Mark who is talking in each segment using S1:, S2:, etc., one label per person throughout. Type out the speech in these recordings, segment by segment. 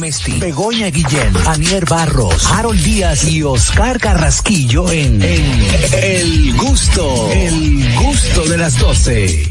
S1: Mesti, Begoña Guillén, Anier Barros, Harold Díaz y Oscar Carrasquillo en, en El Gusto, El Gusto de las 12.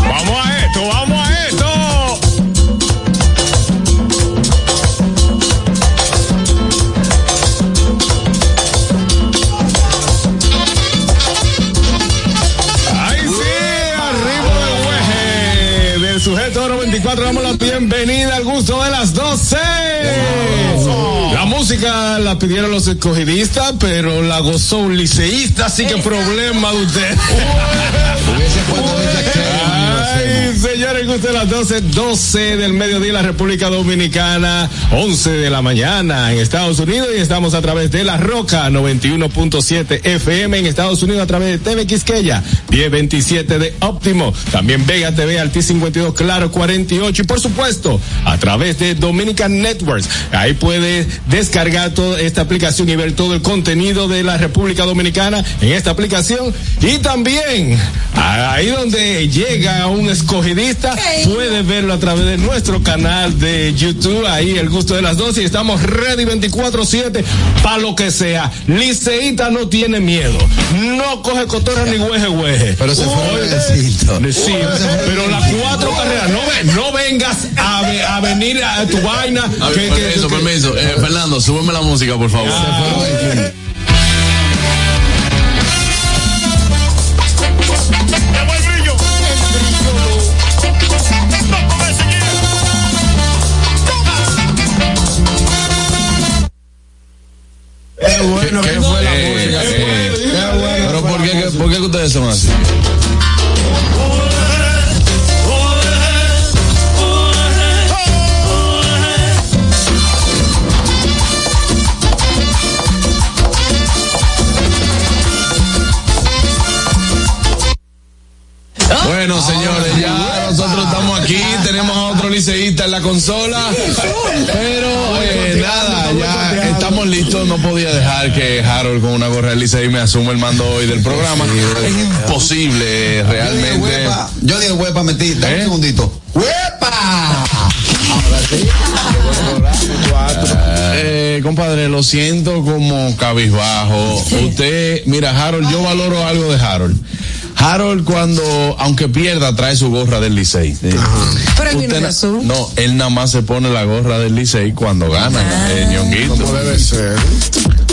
S2: Vamos a esto, vamos a esto. Ahí sí, arriba del hueje del sujeto oro 24. Damos la bienvenida al gusto de las 12. La música la pidieron los escogidistas, pero la gozó un liceísta, así que problema de usted. eh. Ay, señores, gusto de las 12, 12 del mediodía en la República Dominicana, 11 de la mañana en Estados Unidos y estamos a través de La Roca 91.7 FM en Estados Unidos a través de TV Quisqueya, 1027 de Óptimo, también Vega TV, Alti 52, Claro 48 y por supuesto a través de Dominican Networks. Ahí puedes descargar toda esta aplicación y ver todo el contenido de la República Dominicana en esta aplicación y también ahí donde llega un escogidista puede verlo a través de nuestro canal de YouTube ahí el gusto de las 12 y estamos ready 24/7 para lo que sea liceíta no tiene miedo no coge cotorra ni hueje hueje
S3: Pero se fue Luisito.
S2: Sí, pero las cuatro carreras, no, ve- no vengas a, ve- a venir a tu vaina.
S4: A ver,
S2: que- que-
S4: permiso,
S2: que-
S4: permiso. Eh, Fernando, súbeme la música, por favor.
S2: Ah,
S3: Qué bueno,
S4: ¿Qué fue la música? Pero ¿por qué, qué- por qué que ustedes son así?
S2: Ah,
S4: Bueno, señores, ya nosotros estamos aquí, tenemos a otro liceísta en la consola, pero eh, nada, ya estamos listos, no podía dejar que Harold con una gorra de liceí me asuma el mando hoy del programa. Es imposible, eh, realmente.
S3: Yo dije huepa, metí. Dame
S4: ¿Eh?
S3: un segundito. ¡Huepa!
S4: Eh, compadre, lo siento como cabizbajo. Usted, mira, Harold, yo valoro algo de Harold. Harold cuando, aunque pierda, trae su gorra del Licey.
S5: Pero él vino
S4: Usted
S5: de
S4: na-
S5: azul.
S4: no, él nada más se pone la gorra del Licey cuando gana,
S5: Ah.
S4: eh, ñonguito.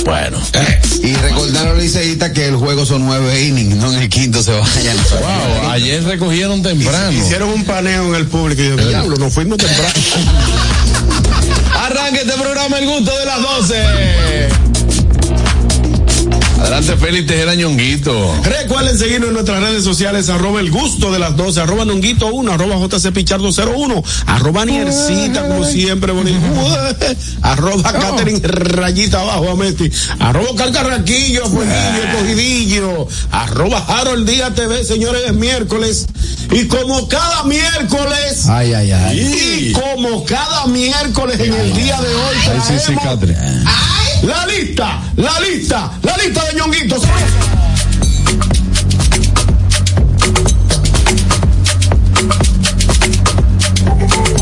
S4: Bueno.
S6: Eh,
S3: Y recordar a los liceístas que el juego son nueve innings, no en el quinto se vayan.
S4: Wow, ayer recogieron temprano.
S6: Hicieron un paneo en el público y dije, diablo, nos fuimos temprano.
S4: Arranque este programa El Gusto de las 12. Adelante, Félix Tejera ñonguito.
S6: Recuerden seguirnos en nuestras redes sociales, arroba el gusto de las 12, arroba nonguito 1, arroba jcpichardo01, arroba niercita, como siempre, bonito,
S3: Oh.
S6: arroba Catherine rayita abajo, a Mesti, arroba carcarraquillo,
S3: Eh.
S6: fueguillo, cogidillo, arroba Harold Díaz TV, señores, es miércoles, y como cada miércoles,
S3: Ay, ay, ay.
S6: y como cada miércoles en el día de hoy,
S4: Sí, sí,
S6: traemos
S4: Catri.
S6: La lista, la lista, la lista de ñonguitos.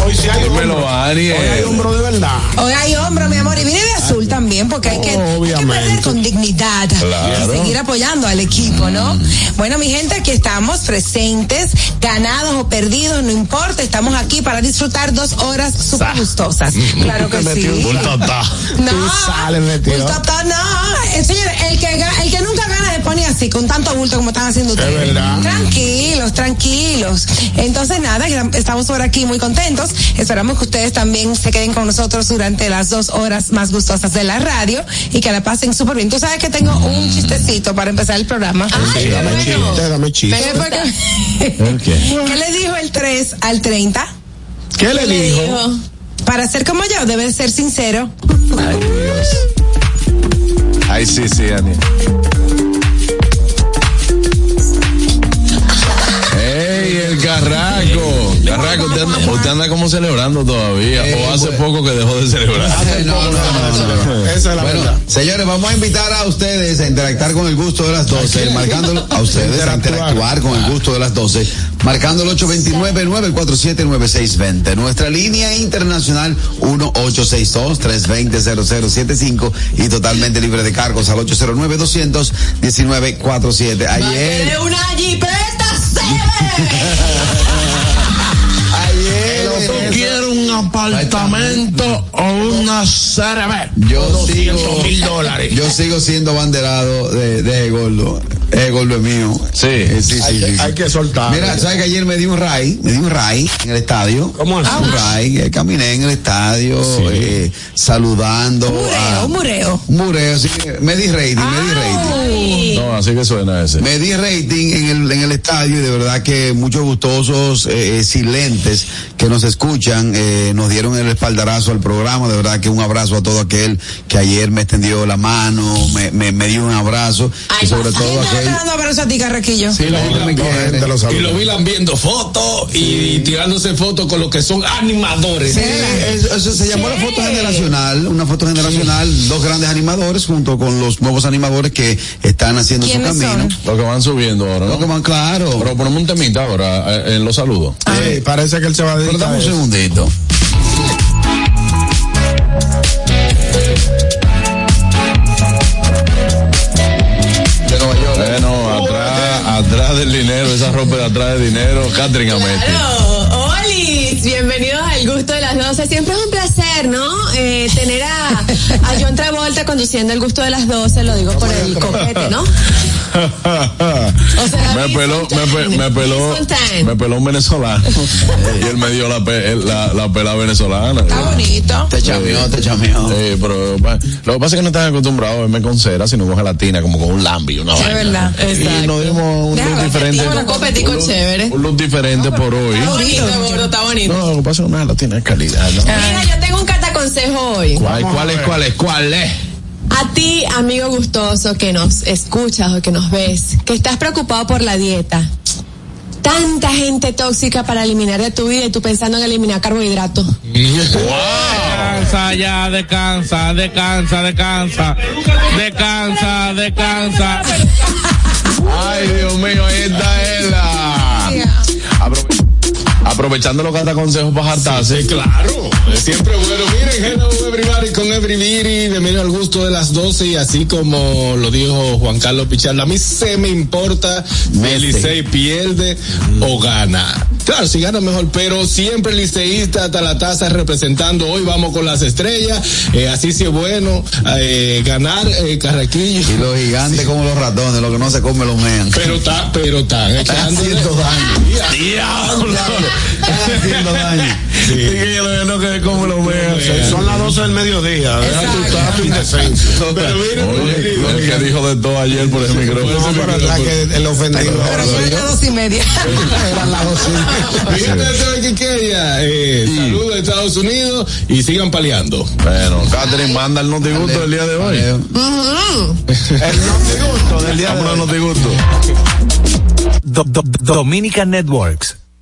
S6: Hoy sí hay hombro.
S4: Dímelo, Ariel.
S6: Hoy hay hombro de verdad.
S5: Hoy hay hombro, mi amor, y viene de azul también, porque hay que, hay que
S6: Obviamente.
S5: perder con dignidad
S4: Claro.
S5: y seguir apoyando al equipo, ¿no?
S6: Mm.
S5: Bueno, mi gente, aquí estamos presentes, ganados o perdidos, no importa, estamos aquí para disfrutar dos horas súper gustosas.
S6: Mm.
S5: Claro que sí. No,
S6: Tú sales metido.
S5: bulto atá, no. Eh, señores, el que, ga- el que nunca gana se pone así, con tanto bulto como están haciendo ustedes.
S6: verdad.
S5: Tranquilos, tranquilos. Entonces, nada, ya estamos por aquí muy contentos. Esperamos que ustedes también se queden con nosotros durante las dos horas más gustosas de la radio y que la pasen súper bien. Tú sabes que tengo un chistecito para empezar el programa.
S6: Ah,
S5: Ay,
S6: Dame chiste, dame chiste.
S5: ¿Qué le dijo el 3 al 30?
S6: ¿Qué le dijo?
S5: Para ser como yo, debes ser sincero.
S4: Ay, Dios. Ay, sí, sí, Daniel. ¡Ey, el Carraco! Carraco, usted anda, usted anda como celebrando todavía.
S3: Eh,
S4: o hace
S3: bueno.
S4: poco que dejó de celebrar.
S3: Eh, no, no, no, no, no.
S6: Esa es la
S3: Bueno,
S6: verdad.
S3: señores, vamos a invitar a ustedes a interactuar con el gusto de las 12, marcándolo a ustedes a interactuar con el gusto de las 12, marcando el 829-947-9620. Nuestra línea internacional 1-862-320-0075 y totalmente libre de cargos al 809-219-47. Ayer,
S7: una jipeta chévere.
S3: ayer,
S4: quieres un apartamento o una CRB?
S3: yo sigo, yo sigo siendo banderado de, de Gordo. Eh, Gordo es mío.
S4: Sí.
S3: Eh, sí, sí, sí, sí.
S6: Hay que soltar.
S3: Mira, ¿sabes que ayer me di un ray? Me di un ray en el estadio.
S6: ¿Cómo así?
S3: Un ray, eh, caminé en el estadio, eh, saludando.
S5: Un mureo,
S3: a-
S5: un mureo. Ah,
S3: Un mureo, sí, que me di rating, me di rating.
S4: No, así que suena ese.
S3: Me di rating en el, en el estadio y de verdad que muchos gustosos, eh, eh, silentes que nos escuchan, eh, nos dieron el espaldarazo al programa. De verdad que un abrazo a todo aquel que ayer me extendió la mano, me, me, me dio un abrazo. y sobre todo
S5: ¿Quién te
S3: aquel.
S5: está dando abrazo a ti, Carraquillo?
S3: Sí, la gente me quiere.
S8: Y lo vilan viendo fotos y tirándose fotos con los que son animadores.
S3: Sí, eso, eso se llamó la foto generacional, una foto generacional, dos grandes animadores junto con los nuevos animadores que están haciendo su
S5: ¿Quiénes
S3: camino.
S5: son?
S4: Lo que van subiendo ahora,
S3: Lo que
S4: ¿no?
S3: van claro.
S4: Pero ponemos un temita ahora eh, en los saludos.
S6: Sí, parece que él se va a
S3: Pero
S6: dedicar.
S3: dame
S6: a
S3: un
S6: eso.
S3: segundito. De Nueva York.
S4: Bueno, atrás, atrás del dinero, esa ropa de atrás del dinero, Catherine Ametti.
S7: Claro. Olis, bienvenidos al gusto de las 12. Siempre es un placer, ¿no? Eh, tener a, a John Travolta conduciendo el gusto de las 12, lo digo por el coquete, ¿no? O sea,
S4: me peló,
S7: Wilson
S4: me, pe-
S7: Tan.
S4: me peló,
S7: Wilson Tan.
S4: me peló un venezolano. y él me dio la, pe- el- la, la pela venezolana.
S5: Está bonito.
S3: Te chameó, te chameó.
S4: Sí, pero pa- lo que pasa es que no están acostumbrados a verme con cera, sino con gelatina, como con un lambi, una
S5: Es
S4: vaina.
S5: verdad.
S4: Y
S7: Exacto.
S4: nos dimos un
S5: Deja
S4: look
S5: ver,
S4: diferente.
S5: tengo
S7: una copetico
S4: un look-
S7: chévere.
S4: Un look diferente por hoy.
S7: Está bonito, gordo, está bonito.
S4: No, lo que pasa es que una gelatina es calidad, ¿no?
S7: Mira, yo tengo un cataconsejo hoy.
S4: ¿Cuál, cuál es, cuál es, cuál es?
S7: A ti, amigo gustoso que nos escuchas o que nos ves, que estás preocupado por la dieta. Tanta gente tóxica para eliminar de tu vida y tú pensando en eliminar carbohidratos.
S9: Descansa ya, descansa, descansa, descansa, descansa, descansa.
S4: Ay, Dios mío, eh. ahí está ella. Aprove- Aprovechando los consejos para jartarse.
S2: Claro, es siempre bueno. Miren, hello everybody con everybody. Bienvenido al gusto de las 12 y así como lo dijo Juan Carlos Pichardo, a mí se me importa si el Licey pierde o gana. Claro, si gana mejor, pero siempre liceísta hasta la taza representando. Hoy vamos con las estrellas. Eh, así sí es bueno eh, ganar eh, Carraquillo.
S3: Y los gigantes como los ratones, lo que no se come lo mean.
S2: Pero está, pero está.
S3: Están haciendo daño. Están haciendo daño.
S6: Son las 12 del mediodía. Deja tu trato indecente.
S2: Pero miren,
S4: Oye, lo que dijo de todo ayer por el
S6: No,
S4: micrófono.
S6: pero está que el ofendido.
S5: Pero fue a las dos y media.
S2: Fíjate, ¿sabe qué queda? Eh, Saludos a Estados Unidos y sigan paliando.
S4: Bueno, Catherine, manda el notigusto del día de hoy. El día de notigusto.
S1: Do- Do- Dominica Networks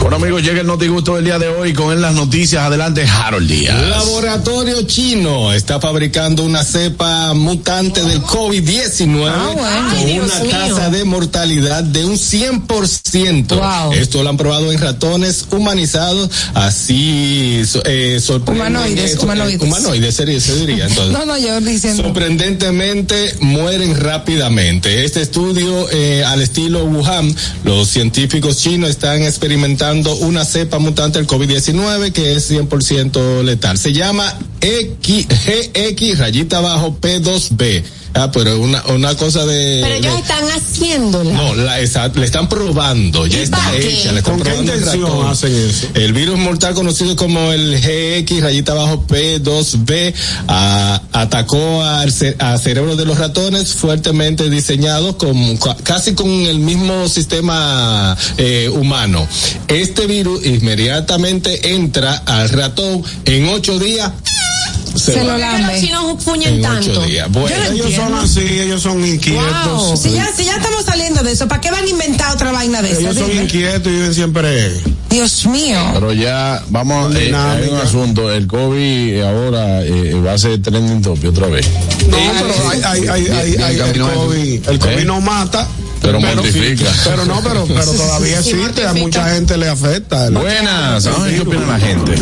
S4: Bueno, amigos, llega el notigusto del día de hoy con él las noticias. Adelante, Harold Díaz.
S2: Laboratorio chino está fabricando una cepa mutante del COVID-19
S5: Ah, bueno.
S2: con
S5: Ay, Dios
S2: una
S5: mío.
S2: tasa de mortalidad de un 100%.
S5: Wow.
S2: Esto lo han probado en ratones humanizados, así so- eh, sorprenden-
S5: Humanoides,
S2: eh,
S5: humanoides.
S2: humanoides, sería- se diría entonces.
S5: No, no, yo diciendo.
S2: Sorprendentemente mueren rápidamente. Este estudio eh, al estilo Wuhan, los científicos chinos están experimentando una cepa mutante del COVID-19 que es 100% letal. Se llama X- GX rayita abajo P2B. Ah, pero una, una cosa
S4: Eh,
S2: de.
S7: Pero ellos
S2: de-
S7: están haciéndola.
S2: no, la, esa- le están probando, ya
S7: ¿Y
S2: está
S7: para qué?
S2: hecha. Le están
S6: ¿Con qué
S2: probando el
S6: intención
S2: ratón.
S6: hacen eso?
S2: El virus mortal conocido como el GX rayita abajo P2B ah, atacó al ce- a cerebro de los ratones fuertemente diseñados con ca- casi con el mismo sistema eh, humano. Este virus inmediatamente entra al ratón en ocho días. Se,
S5: Se
S2: va.
S5: lo
S7: ¿Por qué
S5: lambe.
S7: los chinos puñen
S2: en ocho
S7: tanto?
S2: días. Bueno,
S5: Yo no
S6: Ellos son
S5: entiendo.
S6: así, ellos son inquietos.
S5: Wow, si ya, si ya estamos saliendo de eso, ¿para qué van a inventar otra vaina de esa?
S6: Ellos son
S5: Dime.
S6: inquietos y viven siempre.
S5: Dios mío.
S4: Pero ya, vamos, eh,
S6: Dinámica.
S4: hay un asunto, el COVID ahora eh, va a ser trending topic otra vez.
S6: No, pero hay, hay, hay, hay-
S3: bien
S6: hay- el
S3: camino eso.
S6: COVID. El COVID
S4: ¿Eh?
S6: no mata.
S4: Pero mortifica.
S6: Pero no, pero, pero todavía
S7: Sí,
S6: existe. A
S7: mortifica.
S6: mucha gente le afecta. ¿no?
S4: Buenas, vamos a ver qué opina la gente.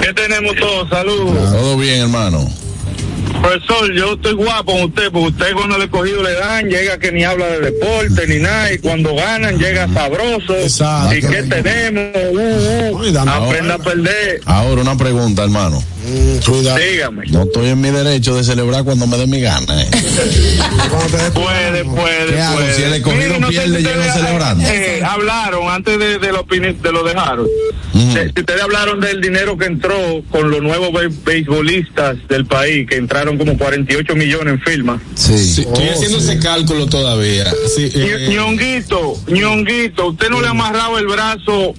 S10: ¿Qué tenemos todos? Saludos.
S4: Todo bien, hermano.
S10: Profesor, yo estoy guapo con usted, porque usted cuando le he cogido le dan, llega que ni habla de deporte ni nada, y cuando ganan llega sabroso.
S6: Exacto.
S10: ¿Y qué tenemos? Uh, uh.
S6: Ay, dame
S10: Aprenda a perder.
S4: Ahora una pregunta, hermano.
S6: Mm, Cuidado.
S10: Dígame.
S4: No estoy en mi derecho de celebrar cuando me dé mi gana. eh.
S6: Cuando te des-
S10: Puede, puede,
S4: ¿Qué hago?
S10: puede.
S4: Si el escogido
S10: Mire, sé
S4: pierde,
S10: si
S4: yo no
S10: ustedes,
S4: celebrando.
S10: eh, hablaron antes de, de, la opinión- de lo de Harold.
S4: Ujú.
S10: Eh, si ustedes hablaron del dinero que entró con los nuevos be- beisbolistas del país, que entraron como 48 millones en firmas.
S3: Sí.
S2: sí, estoy
S6: Oh.
S2: haciendo ese cálculo todavía. Sí, eh,
S10: Ñu- Ñonguito, Ñonguito, usted no le ha amarrado el brazo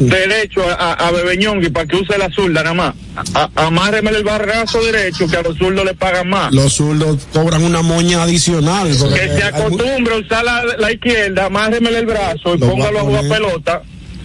S10: derecho a, a, a Bebe Ñongui para que use la zurda nada más. A- amárreme el brazo derecho que a los zurdos le pagan más.
S6: Los zurdos cobran una moña adicional. porque eh,
S10: que se
S6: hay mu-
S10: acostumbre a usar la, la izquierda, amárreme el brazo y
S6: Lo
S10: póngalo a
S6: voy a
S10: jugar
S6: poner.
S10: pelota.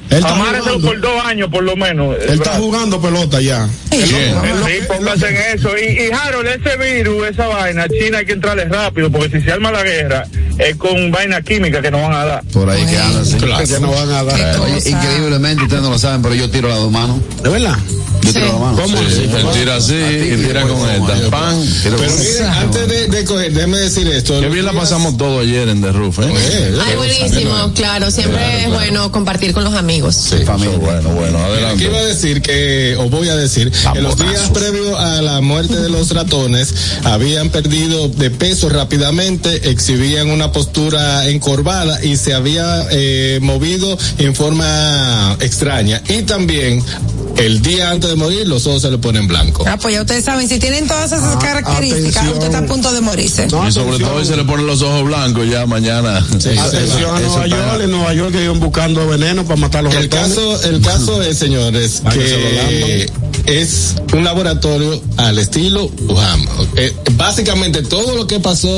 S6: Él está
S10: Amárreselo
S6: jugando.
S10: por dos años por lo menos. el
S6: Él está
S10: brazo.
S6: jugando pelota ya.
S4: Bien.
S10: Sí, póngase en eso. Y, y Harold, ese virus, esa vaina, China hay que entrarle rápido, porque si se arma la guerra, es con vaina química que nos van a dar.
S3: Por ahí que andan. sí.
S6: Que no van a
S5: Qué
S6: dar.
S3: Oye,
S5: cosa.
S3: increíblemente ustedes no lo saben, pero yo tiro las dos manos.
S6: ¿De verdad?
S3: Yo tiro las manos.
S4: Sí, él tira así y tira con esta. Pan.
S3: Tiro
S2: Pero
S3: con-
S2: miren, antes de, de coger, déjeme decir esto.
S4: Qué bien la pasamos todo ayer en The Roof, ¿eh?
S2: Eh,
S7: Ay, buenísimo, claro. Siempre es bueno compartir con los amigos.
S4: Sí, familia. Bueno, bueno,
S2: Aquí iba a
S4: adelante.
S2: decir que, o voy a decir, que los días previos a la muerte de los ratones habían perdido de peso rápidamente, exhibían una postura encorvada y se había eh, movido en forma extraña. Y también, el día antes de morir, los ojos se le ponen blancos.
S5: Ah, pues ya ustedes saben, si tienen todas esas
S6: Ah,
S5: características,
S6: atención.
S5: usted está a punto de morirse.
S6: No,
S4: Y sobre
S6: atención.
S4: todo hoy se le ponen los ojos blancos ya mañana.
S2: Sí, se
S6: Atención
S2: va.
S6: a Nueva
S4: está-
S6: York, en Nueva York que iban buscando veneno para matar los
S2: El
S6: ratones.
S2: caso, el caso es, señores,
S6: Ay, que se lo
S2: que es un laboratorio al estilo Wuhan. Eh, básicamente todo lo que pasó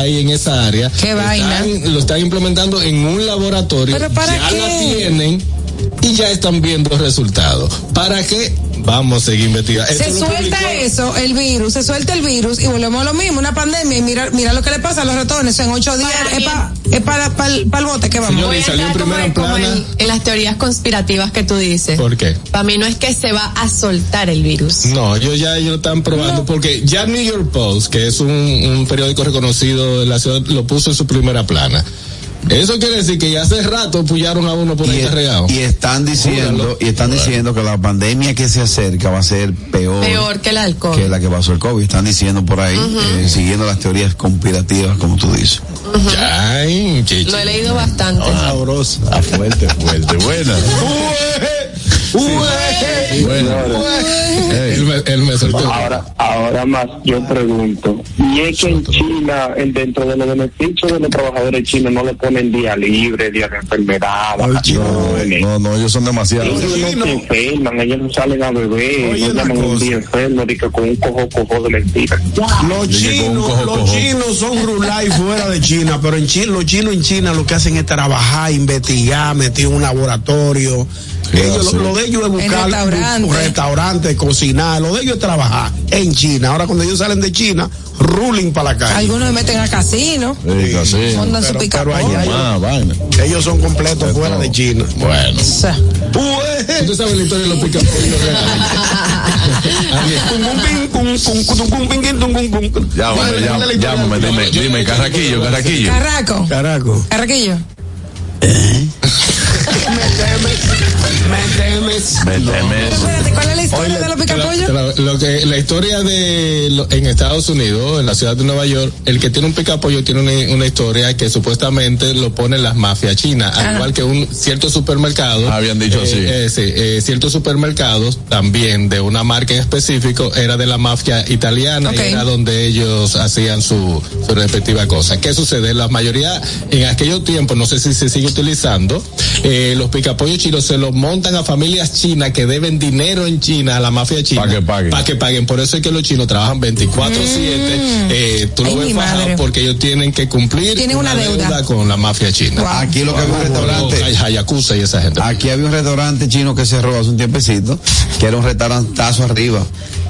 S2: ahí en esa área
S5: Qué
S2: están-
S5: vaina.
S2: lo están implementando en un laboratorio.
S5: ¿Pero para
S2: ya la
S5: qué?
S2: tienen y ya están viendo resultados. ¿Para qué? Vamos a seguir investigando. Esto
S5: Se
S2: lo
S5: suelta
S2: publicó-
S5: eso, el virus, se suelta el virus y volvemos a lo mismo, una pandemia. Y mira, mira lo que le pasa a los ratones en ocho días.
S7: Para
S5: Es
S7: mí-
S5: para el, bote que vamos.
S2: Señor-
S7: Voy a
S2: salió en
S7: entrar como,
S2: primera
S7: en- como
S2: plana.
S7: en, en las teorías conspirativas que tú dices.
S2: ¿Por qué?
S7: Para mí no es que se va a soltar el virus.
S2: No, ellos ya ellos lo están probando porque ya New York Post, que es un, un periódico reconocido de la ciudad, lo puso en su primera plana. Eso quiere decir que ya hace rato pullaron a uno por
S3: Y,
S2: ahí arreado.
S3: y están diciendo y están diciendo que la pandemia que se acerca va a ser peor,
S7: Peor que el alcohol.
S3: que la que pasó el COVID. Están diciendo por ahí, eh, siguiendo las teorías conspirativas, como tú dices.
S2: Ya, ay, chichi.
S7: Lo he leído bastante.
S4: Sabrosa. Ah, fuerte, fuerte. Buena. Buena.
S2: Él me, él me soltó.
S10: Ahora, ahora más, yo pregunto, y es que en China, el dentro de los beneficios de los trabajadores chinos, no le ponen día libre, día de enfermedad, vacaciones.
S4: No, no, ellos son demasiados.
S10: Ellos no se enferman, ellos no salen a beber,
S6: Oye,
S10: no
S6: una
S10: llaman un
S6: cosa.
S10: día enfermo, de que con un cojo cojo de mentira.
S6: Los
S4: Dije con un
S6: chinos,
S4: cojo,
S6: los
S4: cojo.
S6: chinos son rulay fuera de China, pero en China, los chinos en China lo que hacen es trabajar, investigar, meter un laboratorio. Ellos,
S4: sí.
S6: lo, lo de ellos es buscar
S5: restaurante.
S6: un restaurante, cocinar, lo de ellos es trabajar en China. Ahora cuando ellos salen de China, ruling para la calle.
S5: Algunos se meten a casino,
S4: Sí, así.
S5: montan su
S6: Pero-
S5: pica.
S6: pero allá ellos-
S4: Ah, vaina.
S6: ellos son completos fuera de China.
S4: Bueno.
S6: Ué,
S2: Tú sabes la historia de los picapollos reales.
S6: tum, cum, ping, cum, cum, cum, cum, ping, cum, cum, cum, cum.
S4: Ya, hombre,
S6: Dime,
S4: ya,
S6: dale la historia.
S4: llámame, dime, dime, carraquillo, carraquillo.
S5: Carraco,
S6: Caraco.
S5: carraquillo.
S6: Méteme, méteme
S8: mes.
S5: Espérate, ¿cuál es la historia de los picapollos?
S2: Tra- lo que, la historia de lo- en Estados Unidos, en la ciudad de Nueva York, el que tiene un picapollo tiene una, una historia que supuestamente lo ponen las mafias chinas, al igual que un cierto supermercado.
S4: Habían dicho
S2: eh,
S4: así.
S2: eh, sí, eh, ciertos supermercados también de una marca en específico era de la mafia italiana
S5: Ok.
S2: y era donde ellos hacían su, su respectiva cosa. ¿Qué sucede? La mayoría en aquellos tiempos, no sé si se sigue utilizando, eh, los picapollos chinos se los montan a familias chinas que deben dinero en China a la mafia china.
S4: Pa' que paguen.
S2: Pa' que paguen. Por eso es que los chinos trabajan 24-7. eh, tú
S5: Mm. Ay,
S2: lo
S5: mi
S2: ves fajado
S5: madre.
S2: porque ellos tienen que cumplir
S5: Tienen una deuda.
S2: con la mafia china.
S5: Guau.
S3: Aquí lo que había un
S2: O
S3: restaurante.
S2: Hayakusa y esa gente.
S3: Aquí había un restaurante chino que cerró hace un tiempecito, que era un restaurantazo arriba.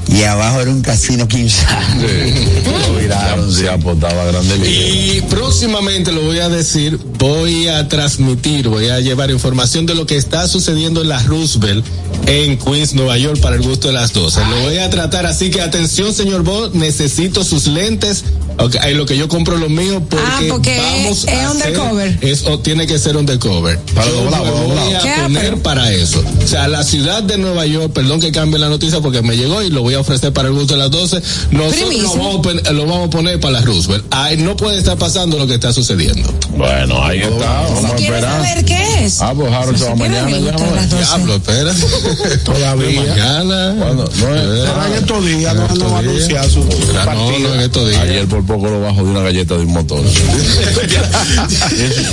S3: Y abajo era un casino quinzano.
S4: Lo viraron, se apostaba grande liga.
S2: Y próximamente lo voy a decir, voy a transmitir, voy a llevar información de lo que está sucediendo en la Roosevelt en Queens, Nueva York, para el gusto de las 12. Lo voy a tratar, así que atención, señor Bo, necesito sus lentes. Ok, ahí lo que yo compro lo mío porque,
S5: Ah, porque
S2: vamos
S5: es- es
S2: a hacer-
S5: undercover.
S2: es- o tiene que ser undercover.
S3: Para
S2: Yo
S3: doblado,
S2: me
S3: para
S2: voy
S3: doblado.
S2: a
S5: Ya,
S2: poner
S5: pero-
S2: para eso. O sea, la ciudad de Nueva York, perdón que cambie la noticia porque me llegó y lo voy a ofrecer para el gusto de las 12. Nosotros
S5: Primicia.
S2: lo vamos, a pon- lo vamos a poner para la Roosevelt. Ahí no puede estar pasando lo que está sucediendo.
S4: Bueno, ahí está. Vamos a
S5: Si quieres
S4: esperar.
S5: saber qué es.
S4: Ah, pues Harold se va
S5: Si quieres,
S4: mañana.
S5: me
S4: ya,
S5: gusta las
S4: bueno.
S5: doce.
S2: Diablo, espera.
S6: Todavía.
S2: Mañana.
S4: Cuando- no es-
S2: Eh,
S6: Será en estos días
S2: en
S6: cuando
S2: estos
S6: va a
S2: días.
S6: anunciar su
S2: Ah, no,
S6: partido.
S2: no, en estos días.
S4: Ayer por poco lo bajo de una galleta de un motor.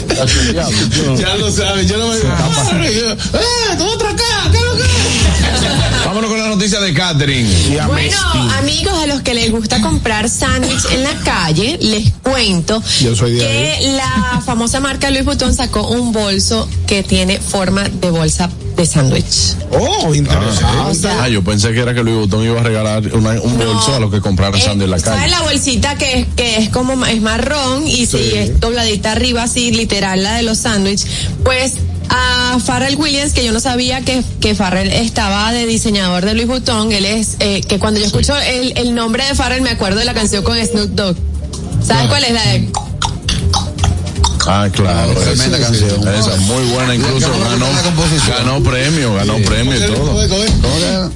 S2: Ya lo sabes, yo no me. ¡Eh! ¡Otra acá! ¿Qué es lo que es?
S4: Vámonos con la noticia de Catherine.
S7: Bueno, amigos, a los que les gusta comprar sándwich en la calle, les cuento
S6: Yo soy de
S7: que la famosa marca Luis Butón sacó un bolso que tiene forma de bolsa de sándwich.
S6: Oh,
S7: O
S6: interesante.
S7: sea,
S4: Ah, yo pensé que era que Luis Butón iba a regalar una- un
S7: no.
S4: bolso a los que compraran
S7: Eh,
S4: sándwich en la
S7: ¿Sabes
S4: calle.
S7: la bolsita que, que es como ma- es marrón y si es dobladita arriba, así literal la de los sándwich? Pues a Farrell Williams, que yo no sabía que, que Farrell estaba de diseñador de Louis Vuitton, él es, eh, que cuando yo escucho el, el nombre de Farrell me acuerdo de la canción con Snoop Dogg. ¿Sabes cuál es la de?
S4: Ah, claro.
S3: Tremenda
S4: esa,
S3: canción.
S4: Esa, muy buena, incluso
S3: Ganó-
S4: ganó,
S3: la composición.
S4: ganó premio, ganó premio y todo. Ah,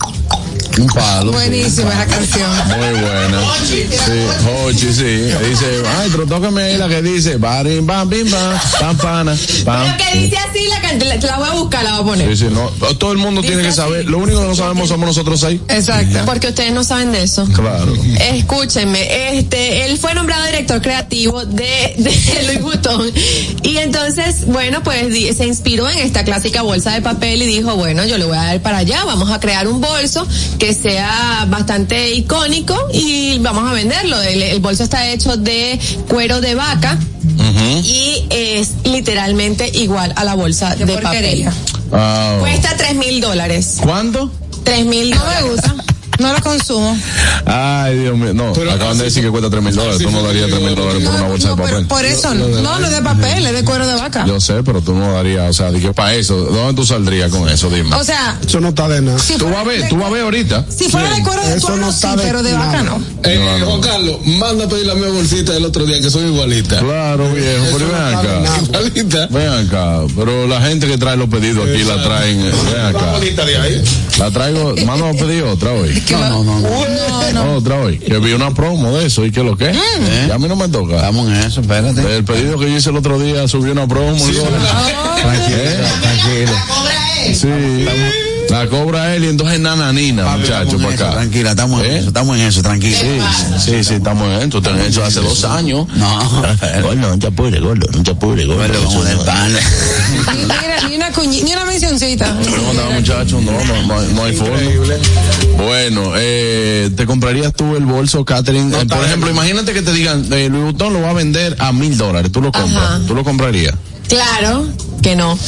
S4: Muy
S3: Un palo.
S5: Buenísima esa canción.
S4: buena. Sí, Hochi, sí. Dice, ay, pero tócame ahí la que dice, barim, bam, bim, bam, pam, pana,
S7: Pero
S4: pam.
S7: que dice así la can- la, la voy a buscar,
S5: Ah,
S7: la voy a poner.
S4: Sí, sí, no, todo el mundo tiene que
S7: Dice así.
S4: saber. Lo único que no sabemos somos nosotros ahí.
S5: Exacto.
S7: Porque ustedes no saben de eso.
S4: Claro.
S7: Escúchenme, este, él fue nombrado director creativo de, de Louis Vuitton y entonces, bueno, pues di- se inspiró en esta clásica bolsa de papel y dijo, bueno, yo le voy a dar para allá, vamos a crear un bolso que sea bastante icónico y vamos a venderlo. El, el bolso está hecho de cuero de vaca y es literalmente igual a la bolsa de papel.
S5: porquería.
S11: Oh.
S4: Ah,
S7: Cuesta tres mil dólares.
S4: ¿Cuánto?
S7: Tres mil
S5: No me gusta. No lo consumo.
S4: Ay, Dios mío. No,
S2: Pero
S4: acaban de
S2: así
S4: decir que cuesta 3 mil dólares. Tú no darías 3 mil dólares por una bolsa de
S5: No, pero
S4: papel.
S5: por eso, no, no, no es de papel, es de cuero de vaca.
S4: Yo sé, pero tú no darías. O sea, dije, para eso, ¿dónde tú saldrías con eso? Dime.
S5: O sea,
S6: Eso no está de nada.
S5: si
S4: Tú
S5: fuera
S4: vas a ver,
S5: de-
S4: tú vas a ver ahorita.
S5: Si fuera de cuero de
S6: Eso
S5: cuero,
S6: no
S5: sí,
S6: sabe
S5: pero de
S6: nada.
S5: vaca no.
S2: Eh,
S4: No, no.
S2: Juan Carlos, manda a pedir la misma bolsita del otro día, que son igualitas.
S4: Claro, viejo, pero ven acá.
S2: Igualitas.
S4: Ven acá, pero la gente que trae los pedidos aquí la traen. eh, Ven acá.
S2: de ahí.
S4: La traigo,
S3: Eh,
S4: mano a pedir otra hoy.
S5: Que va-
S3: No, no, no. Mm.
S4: Otra hoy. Que vi una promo de eso y que lo que. Y a mí no me toca.
S3: Estamos en eso, espérate.
S4: El pedido que yo hice el otro día subió una promo. Eh. y todo.
S3: Tranquilo, tranquilo.
S4: Sí. La cobra él y entonces nananina, muchacho,
S3: Estamos en
S4: por
S3: eso,
S4: acá.
S3: Tranquila, estamos en
S4: ¿Eh?
S3: eso, estamos en eso, tranquilo.
S4: Sí, sí, estamos en esto. Están hechos hace dos años.
S3: No,
S4: Gordo, no te apures, gordo, no te apures, gordo.
S3: bueno,
S4: Eso
S3: vamos del
S4: no-
S3: pan.
S5: Ni, mira, ni una cuñi- ni una mencioncita.
S4: No, no, muchacho, no, no, no hay- no hay forma. Bueno, eh, ¿te comprarías tú el bolso, Catherine? Eh, por ejemplo, imagínate que te digan, eh, Louis Vuitton lo va a vender a mil dólares. Tú lo compras,
S7: Ajá.
S4: tú lo comprarías.
S7: Claro que no.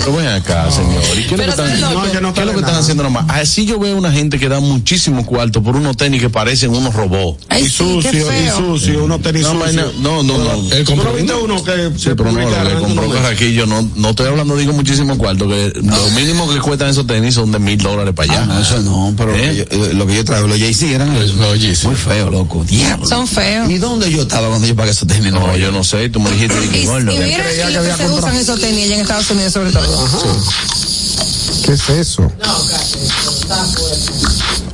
S4: Pero ven acá, señor. ¿Y qué es lo que
S7: Pero
S4: están,
S7: soy loco.
S6: No, yo no
S4: qué es lo que
S6: creo
S4: están
S6: nada.
S4: haciendo nomás? Así yo veo una gente que da muchísimo cuarto por unos tenis que parecen unos robots.
S5: Ay,
S6: Y
S5: sí, qué
S6: sucio, y
S5: feo.
S6: sucio, uno tenis
S4: No, vaina-
S6: sucio.
S4: no, no, no.
S2: Él
S6: ¿Tú
S2: compró
S6: no viste
S2: uno.
S6: uno que
S4: Sí,
S6: se
S4: pero no,
S6: publica
S4: lo que
S6: en
S4: compró
S6: un mes?
S4: Carraquillo, no, no estoy hablando, digo, muchísimo cuarto, que lo mínimo que cuestan esos tenis son de mil dólares para
S3: Ah,
S4: allá.
S3: no, eso no, pero lo que
S4: ¿Eh?
S3: yo- lo que yo traigo, los Jay-Z eran
S4: Pues,
S2: Los Yeezy.
S3: muy feos, loco. Diablo.
S5: Son feos.
S3: ¿Y dónde yo estaba cuando yo pagué esos tenis?
S4: No, yo no sé, tú me dijiste,
S5: Y,
S4: dije,
S5: y
S4: gordo.
S5: mira
S6: creía
S5: en
S6: que
S5: lo que
S6: había
S5: se
S6: comprado.
S5: usan esos tenis allá en Estados Unidos sobre todo.
S6: ¿Qué es eso?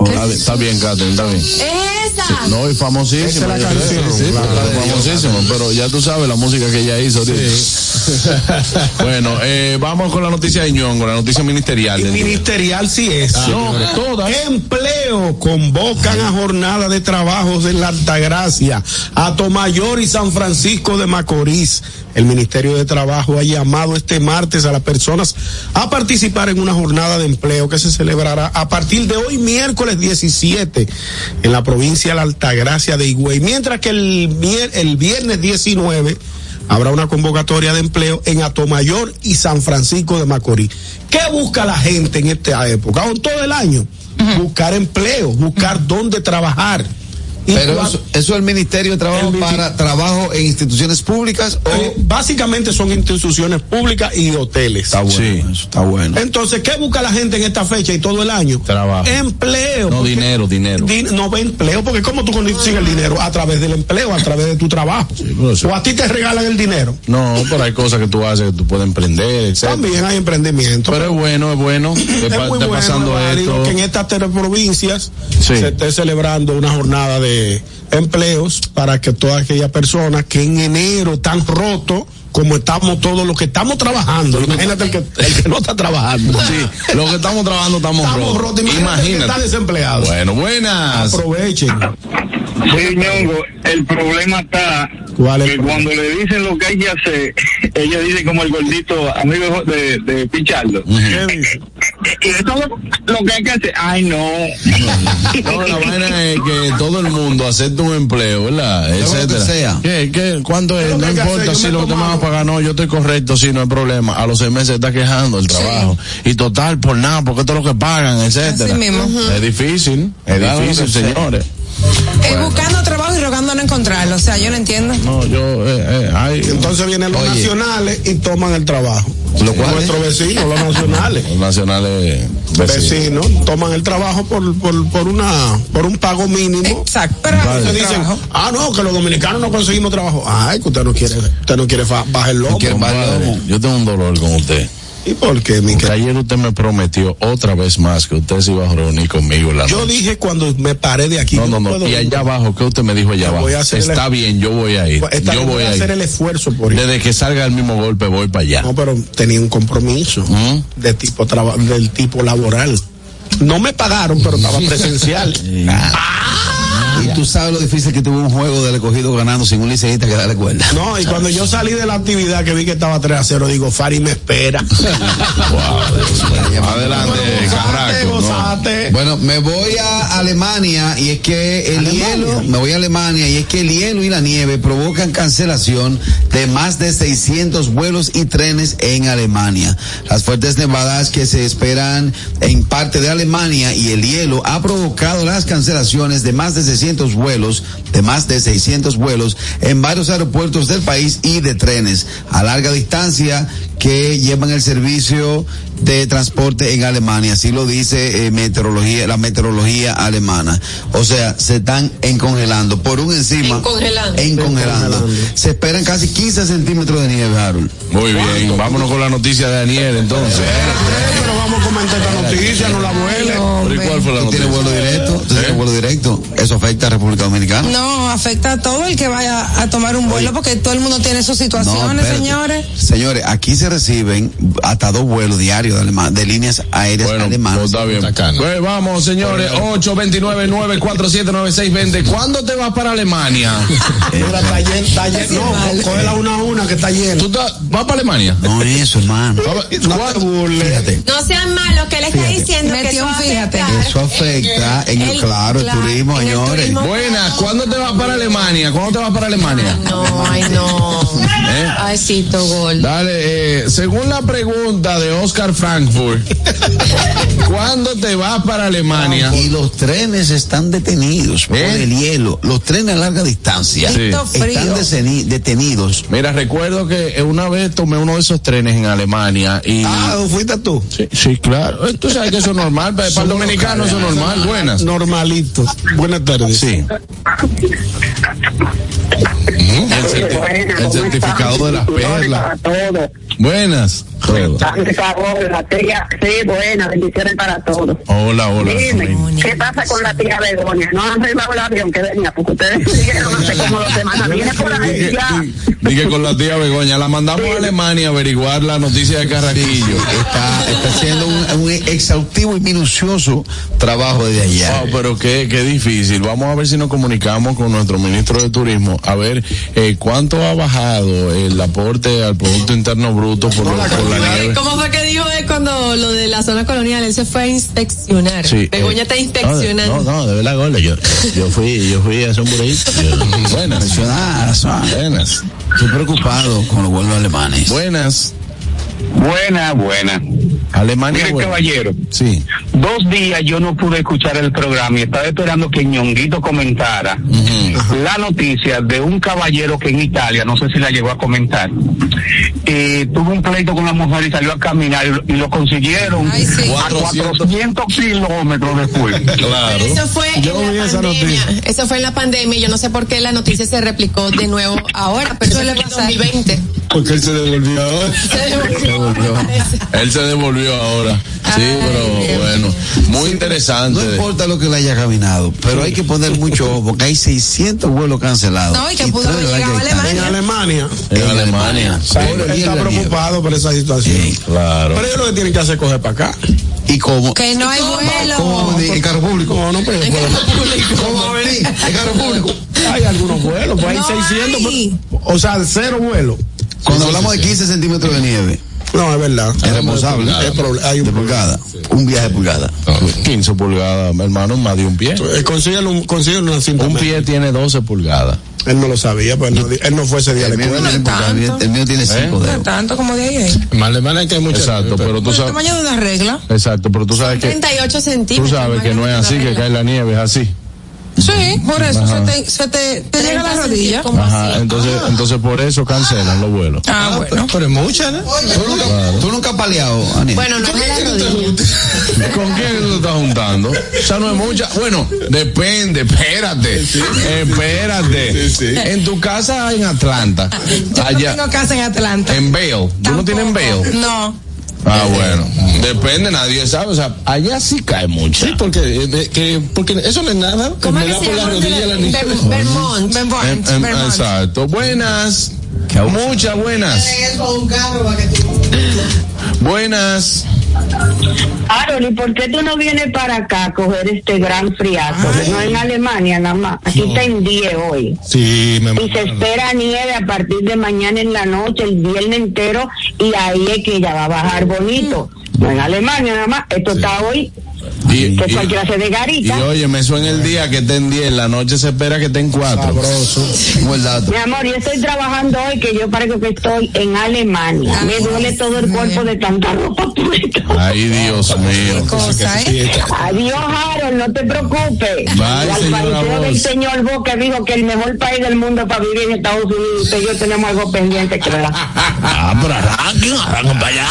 S4: Está bien, está bien, Catherine, está bien.
S7: Es esa.
S4: No, y famosísimo.
S6: Esa es la
S4: yo creo.
S6: canción,
S4: Sí, sí,
S6: claro.
S4: claro, famosísimo, pero ya tú sabes la música que ella hizo. tío. bueno, eh, vamos con la noticia de Ñongo, la noticia ministerial. del día. Ah,
S6: Ministerial sí es. No,
S4: todas.
S6: Empleo convocan a jornada de trabajos en la Altagracia, a Tomayor y San Francisco de Macorís. El Ministerio de Trabajo ha llamado este martes a las personas a participar en una jornada de empleo que se celebrará a partir de hoy miércoles 17 en la provincia de la Altagracia de Higüey, mientras que el, vier- el viernes 19 habrá una convocatoria de empleo en Atomayor y San Francisco de Macorís. ¿Qué busca la gente en esta época, o en todo el año? Buscar empleo, buscar dónde trabajar. Y
S3: Pero
S6: cua-
S3: eso, eso es el Ministerio de Trabajo
S6: El ministeri-
S3: para trabajo en instituciones públicas o
S6: eh, básicamente son instituciones públicas y hoteles.
S4: Sí.
S3: eso está bueno.
S6: Entonces, ¿qué busca la gente en esta fecha y todo el año?
S4: Trabajo.
S6: Empleo.
S4: No,
S6: porque-
S4: dinero, dinero.
S6: Din- no ve empleo, porque ¿cómo tú consigues el dinero? A través del empleo, a través de tu trabajo.
S4: pero sí.
S6: O a ti te regalan el dinero.
S4: No, pero hay cosas que tú haces que tú puedes emprender, etc.
S6: También hay emprendimiento.
S4: Pero es bueno, es bueno. que
S6: es
S4: pa-
S6: muy
S4: esté
S6: bueno,
S4: pasando
S6: es válido
S4: esto.
S6: que en este- estas tres provincias
S4: Sí.
S6: se esté celebrando una jornada de empleos para que todas aquellas personas que en enero están rotos como estamos todos los que estamos trabajando imagínate el que, el que no está trabajando
S4: Ah, Sí, los que estamos trabajando estamos,
S6: estamos rotos
S4: rotos.
S6: imagínate, el que está
S4: Imagínate.
S6: desempleado
S4: Bueno, buenas.
S6: aprovechen
S10: Sí, Ñongo, el problema está
S6: ¿Cuál es
S10: que
S6: el problema?
S10: cuando le dicen lo que hay que hacer, ella dice como el gordito amigo de, de Pichardo.
S6: ¿Qué dice?
S10: Y eso es lo que hay que hacer. Ay, no.
S4: No, la vaina es que todo el mundo acepta un empleo, ¿verdad? Etcétera.
S3: que sea.
S4: ¿Qué, qué? ¿Cuánto es?
S6: lo
S4: No
S6: que hay que
S4: importa
S6: hacer, yo
S4: si
S6: me
S4: lo que
S6: tomo
S4: me van a
S6: algo.
S4: pagar, no, yo estoy correcto, sí, no hay problema. A los seis meses está quejando el trabajo. Y total, por nada, porque esto es lo que pagan, etcétera.
S5: Así mismo.
S4: Es difícil, es
S3: Claro,
S4: difícil,
S3: que sea.
S4: señores.
S5: Eh, buscando trabajo y rogando no encontrarlo. O sea, yo no entiendo.
S4: No, yo, eh, eh, hay-
S6: entonces vienen los
S3: Oye.
S6: nacionales y toman el trabajo
S3: Lo cual
S6: nuestros vecinos los nacionales
S4: los nacionales vecinos.
S6: vecinos toman el trabajo por, por, por una por un pago mínimo
S5: Exacto. Pero
S6: Entonces
S5: el
S6: dicen,
S5: trabajo.
S6: ah, no, que los dominicanos no conseguimos trabajo. Ay, que usted no quiere, usted no quiere fa- bajar el lomo.
S3: quiere bajar el
S4: Compadre,
S3: lomo.
S4: yo tengo un dolor con usted.
S6: ¿Y por qué, mi
S4: Porque
S6: querido?
S4: ayer usted me prometió otra vez más que usted se iba a reunir conmigo en la
S6: Yo
S4: noche.
S6: dije cuando me paré de aquí.
S4: No, no,
S6: puedo-
S4: no. Y allá abajo, ¿qué usted me dijo allá
S6: Yo
S4: abajo?
S6: voy a hacer el- Pues,
S4: Está bien, yo voy a ir.
S6: Esta
S4: Yo
S6: vez
S4: voy a
S6: hacer el
S4: ir.
S6: esfuerzo por ir.
S4: Desde que salga el mismo golpe, voy para allá.
S6: No, pero tenía un compromiso
S4: ¿Mm?
S6: de tipo traba- del tipo laboral. No me pagaron, pero estaba presencial. Ah.
S3: Y tú sabes lo difícil que tuvo un juego del escogido ganando sin un liceísta que darle cuerda.
S6: No, y cuando yo salí de la actividad que vi que estaba 3 a 0, digo, Fari me espera.
S4: Adelante,
S6: Bueno, gozate,
S4: Carraco. no.
S6: gozate.
S3: Bueno, me voy a Alemania y es que el hielo, me voy a Alemania y es que el hielo y la nieve provocan cancelación de más de 600 vuelos y trenes en Alemania. Las fuertes nevadas que se esperan en parte de Alemania y el hielo ha provocado las cancelaciones de más de 600 vuelos, de más de 600 vuelos en varios aeropuertos del país y de trenes a larga distancia que llevan el servicio de transporte en Alemania, así lo dice eh, meteorología, la meteorología alemana. O sea, se están encongelando por un encima.
S7: Encongelando.
S3: encongelando.
S6: Encongelando.
S3: Se esperan casi 15 centímetros de nieve, Harold.
S4: Muy bien, vámonos con la noticia de Daniel entonces.
S6: Pero vamos a comentar esta noticia, no la vuele.
S4: ¿Y cuál fue la
S3: ¿Tú tienes
S4: noticia?
S3: vuelo directo? ¿Tú
S4: ¿Eh?
S3: tienes vuelo directo? ¿Eso afecta a República Dominicana?
S5: No, afecta a todo el que vaya a tomar un vuelo porque todo el mundo tiene sus situaciones,
S3: espérate.
S5: señores.
S3: Señores, aquí se reciben hasta dos vuelos diarios de, alema- de líneas aéreas
S4: Bueno, pues
S3: alemanas.
S4: está bien.
S8: Tacana.
S4: Pues vamos, señores. 829-947-9620. ¿Cuándo te vas para Alemania?
S6: Mira, está lleno, está lleno. No, cógela una a una que está lleno.
S4: ¿Tú te- vas para Alemania?
S3: No eso, hermano.
S4: ¿Vas pa-
S6: No te burles.
S3: Fíjate.
S7: No sean malos, que le está diciendo que
S5: Metió
S7: eso
S5: un
S7: va a
S5: fíjate.
S7: afectar.
S3: Eso afecta en el, claro, el
S7: claro,
S3: turismo,
S7: en el
S3: señores.
S7: turismo.
S4: Buenas, ¿cuándo te vas para Alemania? ¿Cuándo te vas para Alemania?
S7: No, ay, no.
S4: ¿Eh?
S7: Ay, sí, Togol.
S4: Dale, eh, según la pregunta de Oscar Frankfurt, ¿cuándo te vas para Alemania?
S3: Y los trenes están detenidos por
S4: ¿Eh?
S3: el hielo. Los trenes a larga distancia
S4: Sí.
S5: Tito
S3: están
S5: frío.
S3: deseni- detenidos.
S4: Mira, recuerdo que eh, una vez tomé uno de esos trenes en Alemania y...
S6: Ah, fuiste tú.
S4: Sí, sí, claro. Eh, Tú sabes que eso es normal, para, para el dominicano eso es normal. Buenas.
S6: Normalito. Buenas tardes.
S4: Sí. El, certi- el certificado de las perlas.
S10: Todo.
S4: Buenas.
S3: Todo.
S10: Por favor, la tía, sí, buena, bendiciones para todos.
S4: Hola, hola.
S10: Dime, ¿qué pasa con la tía Begoña? No han arreglado el avión que venía, porque ustedes dijeron hace como dos semanas, viene por ahí
S4: Dije,
S10: ya.
S4: dije con la tía Begoña, la mandamos a Alemania a averiguar la noticia de Carraquillo.
S3: Está, está haciendo un, un exhaustivo y minucioso trabajo desde allá.
S4: Wow, Oh, pero qué, qué difícil. Vamos a ver si nos comunicamos con nuestro ministro de Turismo. A ver eh, cuánto ha bajado el aporte al Producto Interno Bruto por, lo- por la nieve.
S7: ¿Cómo fue que dijo él cuando lo de la zona colonial? Él se fue a inspeccionar.
S2: Sí,
S7: Begoña
S2: eh,
S7: está
S2: No,
S7: inspeccionando.
S2: no, de verdad, gordo. Yo, yo fui, yo fui a Sombrerito.
S4: Buenas.
S3: Buenas.
S4: Buenas.
S3: ah. Estoy preocupado con los vuelos alemanes.
S4: Buenas.
S12: Buena, buena.
S4: Alemania.
S12: Mire,
S4: buena.
S12: caballero,
S4: Sí.
S12: dos días yo no pude escuchar el programa y estaba esperando que Ñonguito comentara la noticia de un caballero que en Italia, no sé si la llegó a comentar, eh, tuvo un pleito con la mujer y salió a caminar y lo- y lo consiguieron
S5: Ay, sí.
S12: a
S4: 400.
S12: 400 kilómetros después.
S4: Claro.
S7: Eso fue
S6: Yo
S7: en
S6: vi
S7: la
S6: esa
S7: pandemia.
S6: noticia.
S7: Eso fue en la pandemia. Yo no sé por qué la noticia se replicó de nuevo ahora, pero eso
S5: Suele
S7: fue en
S5: pasar.
S7: 2020.
S6: Porque él se devolvió ahora.
S7: Se devolvió, me
S4: devolvió.
S7: parece.
S4: Él se devolvió ahora. Sí,
S7: Ay,
S4: pero
S7: Dios
S4: bueno. Muy
S3: No
S4: interesante.
S3: importa lo que le haya caminado, pero hay que poner mucho ojo porque hay 600 vuelos cancelados.
S5: No, y que pudo
S3: tres
S5: haber
S3: de la
S5: llegado a
S3: que están.
S6: En
S5: Alemania.
S6: Alemania.
S4: En Alemania.
S3: Sí.
S6: Él está preocupado por esa situación.
S3: Sí,
S4: Claro.
S6: Pero ellos lo que tienen que hacer es coger para acá.
S3: ¿Y cómo?
S5: Que no hay
S3: ¿Cómo?
S5: vuelo.
S3: En carro público.
S6: No, no, pero ellos pueden-
S3: ¿Cómo va a venir? En carro público.
S6: Hay algunos vuelos, pues hay
S5: No
S6: 600.
S5: hay.
S6: pero- O sea, cero vuelos.
S3: Cuando hablamos de 15 centímetros de nieve,
S6: No, es verdad.
S3: es responsable.
S6: Es proble- hay un-
S3: de pulgada. Un viaje de pulgada.
S4: 15 pulgadas, hermano, más de un pie.
S6: Eh, consíguele un- consíguele una cinta.
S4: Un
S6: más.
S4: pie tiene 12 pulgadas.
S6: Él no lo sabía, pues no di- él no fue ese día a la
S3: El mío,
S6: escuela.
S3: tiene pulgada, el mío- el mío tiene 5
S5: No
S3: dedos.
S5: tanto como de ahí. ahí.
S6: ¿eh?
S13: En Alemania que hay mucha
S4: Exacto,
S13: nieve,
S4: pero tú
S5: Bueno, el
S4: sabes,
S5: tamaño de una regla.
S4: exacto, pero tú sabes que Pues,
S7: 38
S4: tú
S7: centímetros.
S4: sabes que no es así que cae la nieve, es así.
S5: Sí, por eso se te, se te, te llega a la rodilla.
S7: Como
S4: Ajá,
S7: así.
S4: entonces, entonces por eso cancelan los vuelos.
S5: Ah, bueno.
S13: Pero es mucha, ¿no?
S3: ¿Tú nunca, tú nunca has paleado, Ani?
S7: Bueno, no es la rodilla.
S4: ¿Con quién tú estás juntando? O sea, no es mucha. Bueno, depende, espérate. Espérate. En tu casa en Atlanta,
S5: Yo no
S4: allá,
S5: tengo casa en Atlanta.
S4: en Vail. ¿Tú no
S5: Tampoco.
S4: tienes Vail?
S5: No.
S4: Ah, bueno. Depende, nadie sabe. O sea, allá sí cae mucha.
S13: Sí, porque, eh, eh, que- porque eso no es nada.
S7: ¿Cómo
S13: me
S7: es
S13: da
S7: que se
S13: por la
S7: llama?
S13: rodilla la nieve.
S7: Ver- Vermont.
S4: Em-
S5: Vermont,
S4: em-
S5: Vermont.
S4: exacto. Buenas. Muchas buenas. Buenas.
S10: Aaron, ¿y por qué tú no vienes para acá a coger este gran friazo? No en Alemania nada más, aquí está en 10 hoy.
S13: Sí, me
S10: Y se espera nieve a partir de mañana en la noche, el viernes entero, y ahí es que ya va a bajar bonito. No en Alemania nada más, esto está hoy,
S4: Y,
S10: que
S4: y-
S10: cualquiera se de
S4: y
S10: garita.
S4: oye, me suena el día que estén 10, la noche se espera que estén 4.
S3: Buen dato.
S10: Mi amor, yo estoy trabajando hoy que yo parezco que estoy en Alemania.
S4: Ah,
S10: Me duele todo el cuerpo de tanta ropa. puesta.
S4: Ay, Dios mío.
S5: Cosa, ¿eh?
S10: Adiós, Harold, no te preocupes.
S4: Bye,
S10: Y al
S4: señora
S10: parecer del
S4: Voss.
S10: señor Bo que dijo que el mejor país del mundo para vivir es Estados Unidos. Usted y yo tenemos algo pendiente, que ¿verdad?
S4: Ah, pero arranquen, arranquen para allá.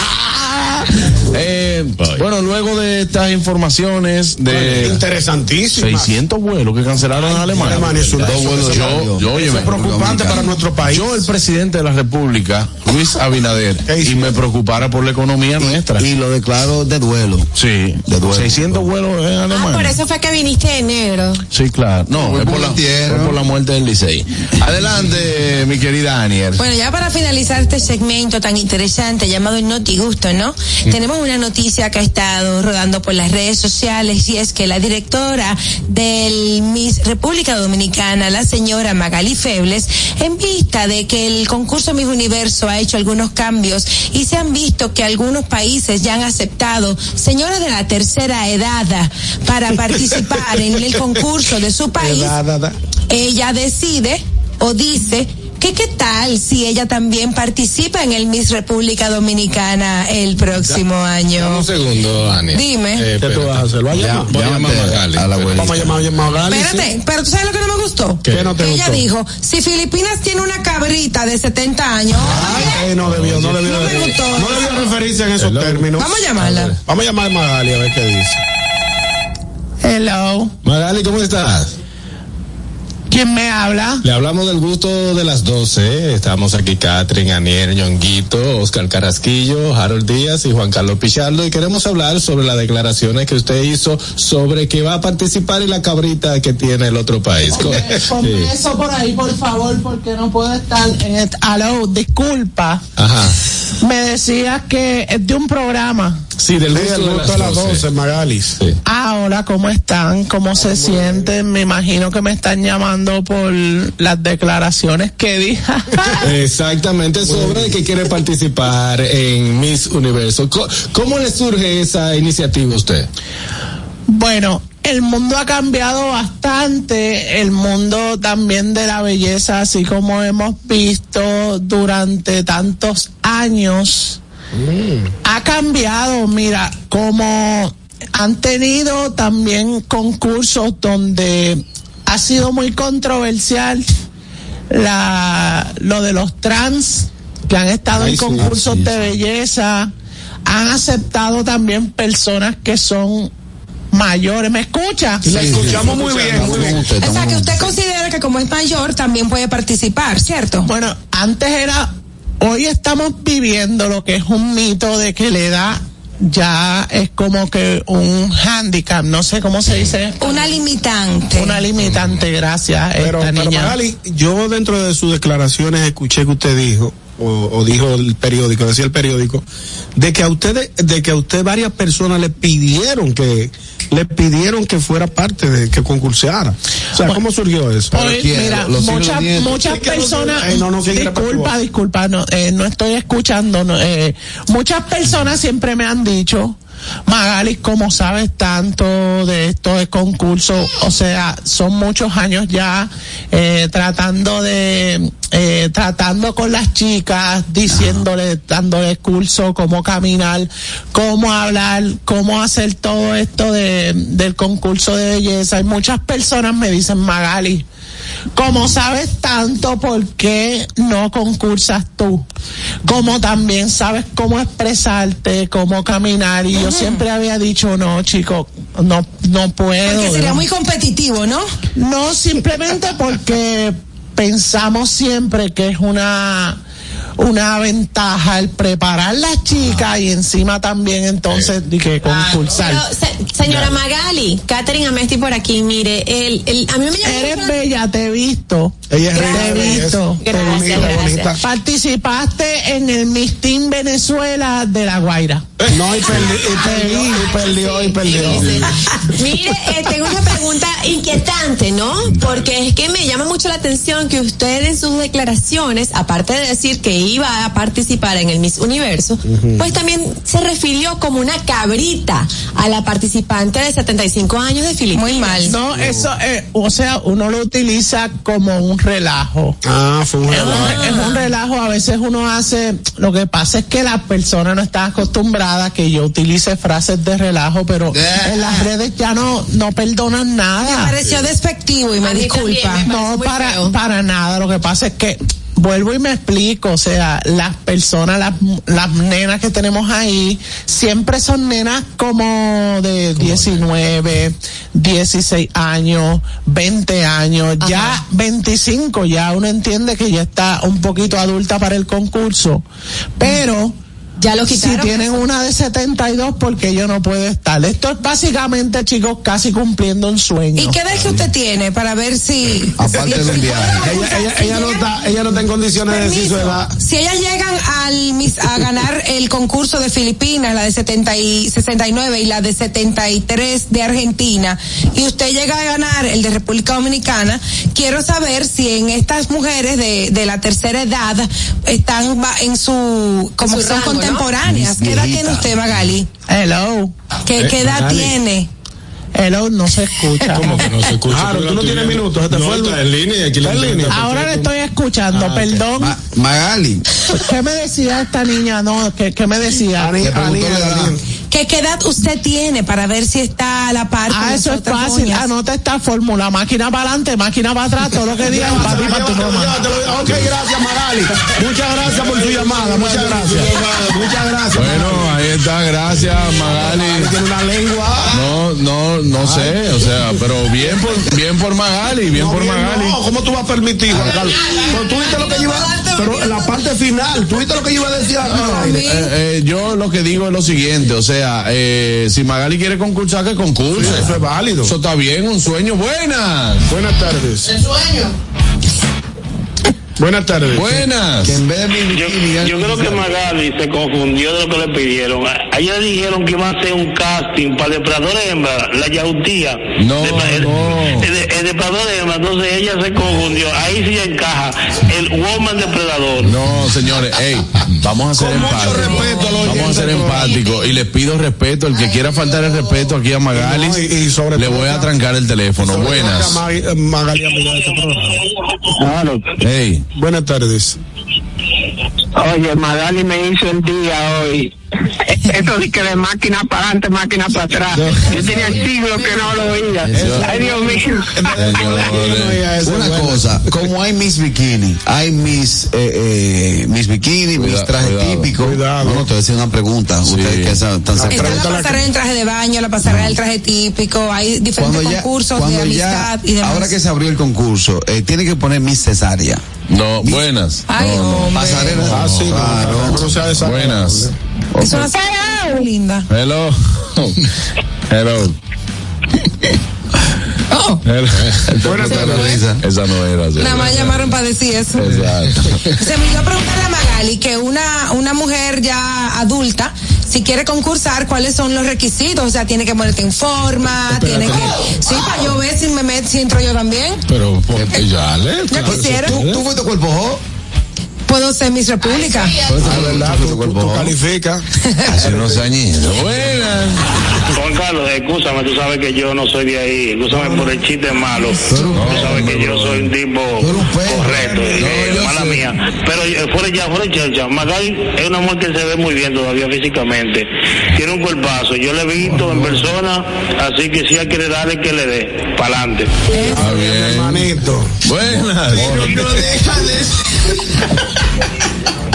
S4: Eh, bueno, luego de estas informaciones de
S6: Interesantísimo.
S4: 600 vuelos que cancelaron en Alemania.
S6: Alemania es un
S4: Dos
S6: negocio
S4: vuelos.
S6: que se
S4: Yo,
S6: perdió.
S4: yo,
S6: Eso
S4: óyeme,
S6: es preocupante para nuestro país.
S4: Yo, el presidente de la República, Luis Abinader,
S6: ¿Qué
S4: y
S6: hizo?
S4: me preocupara por la economía nuestra.
S3: Y lo declaro de duelo.
S4: sí,
S3: de duelo.
S4: 600 vuelos en
S7: Ah,
S4: Alemania.
S7: por eso fue que viniste de negro.
S4: Sí, claro. No, es por, la,
S3: tierra.
S4: fue por la muerte del Licey. Adelante, mi querida Anier.
S5: Bueno, ya para finalizar este segmento tan interesante llamado Noti Gusto, ¿no? Tenemos una noticia que ha estado rodando por las redes sociales y es que la directora del Miss República Dominicana, la señora Magali Febles, en vista de que el concurso Miss Universo ha hecho algunos cambios y se han visto que algunos países ya han aceptado señoras de la tercera edad para participar en el concurso de su país
S6: Da, da, da.
S5: ella decide o dice que qué tal si ella también participa en el Miss República Dominicana el próximo
S13: Dame
S5: año.
S13: un segundo, Ania.
S5: Dime.
S13: Eh,
S6: ¿Qué tú
S13: espérate.
S6: vas a hacer? Lo vas a llamar.
S13: Voy a llamar a Magali.
S3: a la abuelita.
S6: Vamos a llamar, vamos a llamar a Gali, sí.
S5: Espérate, pero tú sabes lo que no me gustó.
S6: ¿Qué? ¿Qué no te
S5: Que ella
S6: gustó?
S5: dijo, si Filipinas tiene una cabrita de 70 años,
S6: Ay, Eh, no debió, no debió.
S5: No me gustó.
S6: No debió referirse en esos
S13: Hello.
S6: términos.
S5: vamos a llamarla.
S6: Vamos a llamar a Magali a ver qué dice.
S2: Hello.
S13: Magali, ¿cómo estás?
S2: ¿Quién
S13: ¿Quién me habla?
S2: Le hablamos del gusto de las 12. Estamos aquí Catherine, Aniel, Ñonguito, Oscar Carrasquillo, Harold Díaz y Juan Carlos Pichardo. Y queremos hablar sobre las declaraciones que usted hizo sobre que va a participar en la cabrita que tiene el otro país.
S13: Ponme
S2: Sí.
S13: eso por ahí, por favor, porque no puedo estar en el... Aló, disculpa.
S2: Ajá.
S13: Me decías que es de un programa.
S2: Sí, del
S6: gusto, de las 12, Magalis.
S13: Ahora, Ah, ¿cómo están? ¿Cómo se sienten? Me imagino que me están llamando por las declaraciones que dije.
S2: Exactamente, sobre que quiere participar en Miss Universo. Co- ¿Cómo le surge esa iniciativa a usted?
S13: Bueno, el mundo ha cambiado bastante, el mundo también de la belleza, así como hemos visto durante tantos años, ha cambiado, mira, como han tenido también concursos donde ha sido muy controversial la, lo de los trans que han estado
S12: Ay,
S13: en
S12: sí,
S13: concursos
S12: sí,
S13: de
S12: sí.
S13: belleza, han aceptado también personas que son mayores. ¿Me escucha?
S5: La escuchamos muy bien,
S13: muy bien.
S5: O sea, que usted considera que como es mayor también puede participar, ¿cierto?
S13: Bueno, antes era, hoy estamos viviendo lo que es un mito de que la edad ya es como que un handicap, no sé cómo se dice.
S5: Una limitante.
S13: Una limitante, gracias.
S6: Pero,
S13: esta
S6: pero
S13: niña.
S6: Magali, yo dentro de sus declaraciones escuché que usted dijo, o, o dijo el periódico, decía el periódico, de que a ustedes, de que a usted varias personas le pidieron que, le pidieron que fuera parte de, que concurseara. O sea, ¿cómo surgió eso?
S13: Oye, pues, mira, muchas, muchas personas,
S6: Eh, no, no, sí,
S13: disculpa, disculpa, no, eh, no estoy escuchando. no, eh, muchas personas siempre me han dicho, Magali, como sabes tanto de esto de concurso, o sea, son muchos años ya eh, tratando de, eh, tratando con las chicas, diciéndole, dándole curso, cómo caminar, cómo hablar, cómo hacer todo esto de, del concurso de belleza. Y muchas personas me dicen, Magali, como sabes tanto, ¿por qué no concursas tú? Como también sabes cómo expresarte, cómo caminar. Y yo siempre había dicho, no, chico, no, no puedo.
S5: Porque sería
S13: ¿no?
S5: muy competitivo, ¿no?
S13: No, simplemente porque pensamos siempre que es una una ventaja el preparar las chicas y encima también entonces de que concursar.
S7: Pero, se- señora
S13: Claro.
S7: Magali, Catherine Amesti por aquí, mire, el, el, a mí me llamó
S13: Eres bella, te he visto.
S7: Ella es
S13: te
S7: bella,
S13: he
S7: ella es
S13: visto.
S7: Gracias, bonita, gracias. bonita.
S13: Participaste en el Miss Teen Venezuela de La Guaira.
S6: No, y perdió, y perdió, y perdió. Y perdió.
S7: Mire, eh, tengo una pregunta inquietante, ¿no? Porque es que me llama mucho la atención que usted en sus declaraciones, aparte de decir que iba a participar en el Miss Universo,
S14: Ujú.
S7: pues también se refirió como una cabrita a la participante de 75 años de Filipinas. Muy mal.
S13: No, eso, eh, o sea, uno lo utiliza como un relajo.
S6: Ah, fue un
S13: Es un, es un relajo, a veces uno hace, lo que pasa es que las personas no están acostumbradas a que yo utilice frases de relajo, pero en las redes ya no, no perdonan nada.
S5: Me pareció despectivo y me
S13: A mí también, me
S5: disculpa.
S13: parece No, muy para- feo. para nada, lo que pasa es que vuelvo y me explico, o sea, las personas, las, las nenas que tenemos ahí, siempre son nenas como de 19, 16 años, 20 años, ya 25, ya uno entiende que ya está un poquito adulta para el concurso, pero...
S7: Ya lo quitaron,
S13: Si tienen
S7: eso.
S13: una de 72, porque yo no puedo estar. Esto es básicamente, chicos, casi cumpliendo un sueño.
S5: ¿Y qué edad que usted tiene para ver si...
S3: Aparte de un viaje.
S6: Ella, ella- ella no está, ella no está en condiciones de decir su edad.
S5: Si ellas llegan al mis- a ganar el concurso de Filipinas, la de 70 y 69 y la de 73 de Argentina, y usted llega a ganar el de República Dominicana, quiero saber si en estas mujeres de, de la tercera edad están va- en su, como
S7: En su
S5: son
S7: rango, ¿no?
S5: contemporáneas. ¿Qué edad tiene usted, Magali?
S13: Hello.
S5: ¿Qué, qué edad tiene?
S13: Hello, no se escucha.
S2: Eh, ¿Cómo que no se escucha?
S6: Claro,
S2: Pero
S6: tú no
S2: tú
S6: tienes
S2: ya-
S6: minutos, se te
S2: No,
S6: fue el-
S2: está en Ah, línea y aquí la gente está
S13: Ahora le estoy escuchando, perdón.
S3: Magali.
S13: ¿Qué me decía esta niña? No, ¿qué, qué me decía?
S3: Le preguntó la edad.
S5: ¿Qué, qué edad usted tiene para ver si está a la par?
S13: Ah, eso es fácil. Anota esta fórmula. Máquina para adelante, máquina para atrás. Todo lo que digas para ti, para tu mamá.
S6: Ok, gracias, Marali. Muchas gracias por su llamada. Muchas gracias. Muchas gracias.
S4: Bueno, ahí está, gracias Magali.
S6: Tiene una lengua.
S4: No, no, no sé, o sea, pero bien por, bien por Magali, bien por Magali.
S6: No, ¿cómo tú vas a permitir, Juan Carlos? Pero tú viste lo que yo iba Pero la parte final, tú viste lo que yo iba a decir.
S4: Ah, eh, eh, yo lo que digo es lo siguiente, o sea, eh, si Magali quiere concursar, que concurse.
S6: Sí, eso es válido.
S4: Eso está bien, un sueño. Buenas.
S6: Buenas tardes.
S12: El sueño.
S6: Buenas tardes.
S4: Buenas.
S3: Que en vez de mi
S12: Yo,
S3: bikini, ya-
S12: yo creo que Magali se confundió de lo que le pidieron. A- A ella le dijeron que iba a hacer un casting para depredador hembra, la yautía.
S4: No,
S12: el,
S4: no.
S12: El, el depredador hembra, entonces ella se confundió. Ahí sí encaja el woman depredador.
S4: No, señores, ey, vamos a ser empáticos. Vamos a ser empáticos y les pido respeto. El que quiera faltar el respeto aquí a Magali,
S6: No, y- y sobre
S4: le
S6: todo
S4: voy a
S6: acá-
S4: trancar el teléfono. Buenas.
S6: eh, Magali, amiga de este programa.
S4: Ey,
S6: Buenas tardes.
S15: Oye, Magali me hizo el día hoy. E-, Eso sí que de máquina para adelante, máquina para atrás. Yo tenía siglos que no lo oía.
S4: Eso-
S15: Ay, Dios mío.
S4: señores.
S3: Una cosa, como hay Miss Bikini, hay Miss, eh, eh, Miss Bikini, Miss
S4: Cuidado,
S3: traje
S4: cuidado.
S3: típico.
S6: Cuidado.
S3: No, no, te voy a hacer una pregunta. Ustedes que sa- están
S5: Está
S3: cerca.
S5: la pasarela del traje de baño, la pasarela del traje típico, hay diferentes concursos de amistad y demás.
S3: ahora que se abrió el concurso, eh, tiene que poner Miss Cesárea.
S4: no, buenas.
S5: Ay, hombre.
S3: Pasarela.
S6: Ah, sí,
S3: Claro.
S6: no sea esa-
S4: Buenas.
S5: Es una pasarela muy linda.
S4: Hello. Hello. Hello.
S3: Buenas tardes.
S4: Esa no era. sí.
S5: Oh. Nada más llamaron para decir eso.
S4: Exacto.
S5: Se me dio a preguntarle a Magali que una, una mujer ya adulta, si quiere concursar, ¿cuáles son los requisitos? O sea, tiene que ponerte en forma, tiene que... Sí, para yo ver si me met, si entro yo también.
S8: Pero
S4: Pues
S8: porque ya le.
S5: Ya quisiera.
S3: ¿Tú, tú fuiste cuerpo jo?
S5: Puedo ser Miss República.
S3: Ah, ¿verdad? Tú fuiste
S6: Tú,
S3: cuerpo
S6: tú
S3: jo.
S6: calificas.
S4: Hace unos añitos. Buenas.
S12: Juan Carlos, escúchame, tú sabes que yo no soy de ahí. Escúchame por el chiste malo.
S3: Pero-
S12: tú sabes que yo soy un tipo
S3: Pero un perro.
S12: correcto. eh,
S4: yo
S12: mala
S4: sé.
S12: mía. Pero eh, fuera ya, fuera chacha. Magali es una mujer que se ve muy bien todavía físicamente. Tiene un cuerpazo. Yo le he visto en persona, así que si hay que darle, que le dé. Para adelante.
S4: Está bien.
S6: Manito.
S4: Buenas.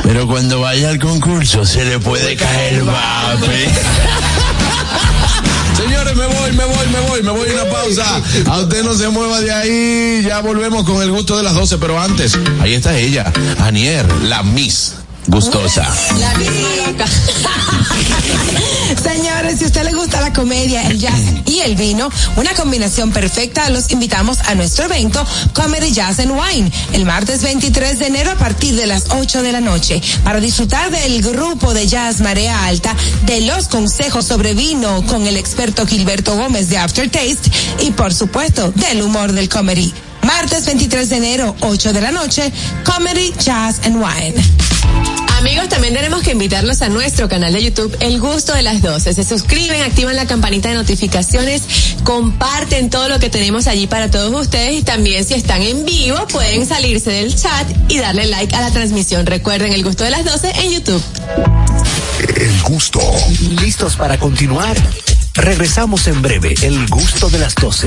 S4: Pero cuando vaya al concurso se le puede caer el vape. Señores, me voy, me voy, me voy, me voy a una pausa. A usted no se mueva de ahí. Ya volvemos con el gusto de las 12. Pero antes, ahí está ella, Anier, la Miss Gustosa.
S5: La rica. Señores, si a usted le gusta la comedia, el jazz y el vino, una combinación perfecta, los invitamos a nuestro evento Comedy Jazz and Wine, el martes 23 de enero a partir de las 8 de la noche, para disfrutar del grupo de jazz Marea Alta, de los consejos sobre vino con el experto Gilberto Gómez de Aftertaste y, por supuesto, del humor del comedy. Martes 23 de enero, 8 de la noche, Comedy Jazz and Wine.
S7: Amigos, también tenemos que invitarlos a nuestro canal de YouTube, El Gusto de las 12. Se suscriben, activan la campanita de notificaciones, comparten todo lo que tenemos allí para todos ustedes y también si están en vivo pueden salirse del chat y darle like a la transmisión. Recuerden, El Gusto de las 12 en YouTube.
S1: El gusto. ¿Listos para continuar? Regresamos en breve. El gusto de las 12.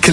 S14: Que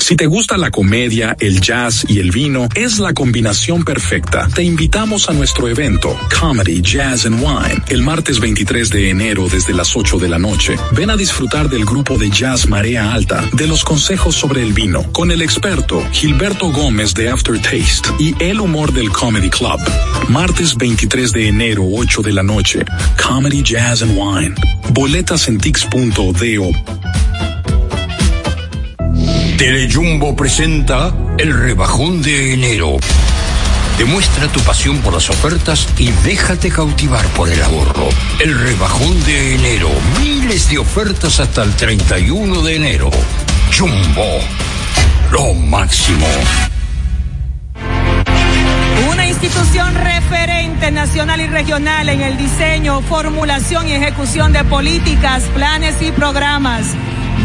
S16: Si te gusta la comedia, el jazz y el vino, es la combinación perfecta. Te invitamos a nuestro evento, Comedy, Jazz and Wine, el martes 23 de enero desde las 8 de la noche. Ven a disfrutar del grupo de jazz Marea Alta, de los consejos sobre el vino, con el experto Gilberto Gómez de Aftertaste y el humor del Comedy Club. Martes 23 de enero, 8 de la noche. Comedy, Jazz and Wine. Boletas en tix.do
S15: Telejumbo presenta el rebajón de enero. Demuestra tu pasión por las ofertas y déjate cautivar por el ahorro. El rebajón de enero. Miles de ofertas hasta el 31 de enero. Jumbo. Lo máximo.
S17: Una institución referente nacional y regional en el diseño, formulación y ejecución de políticas, planes y programas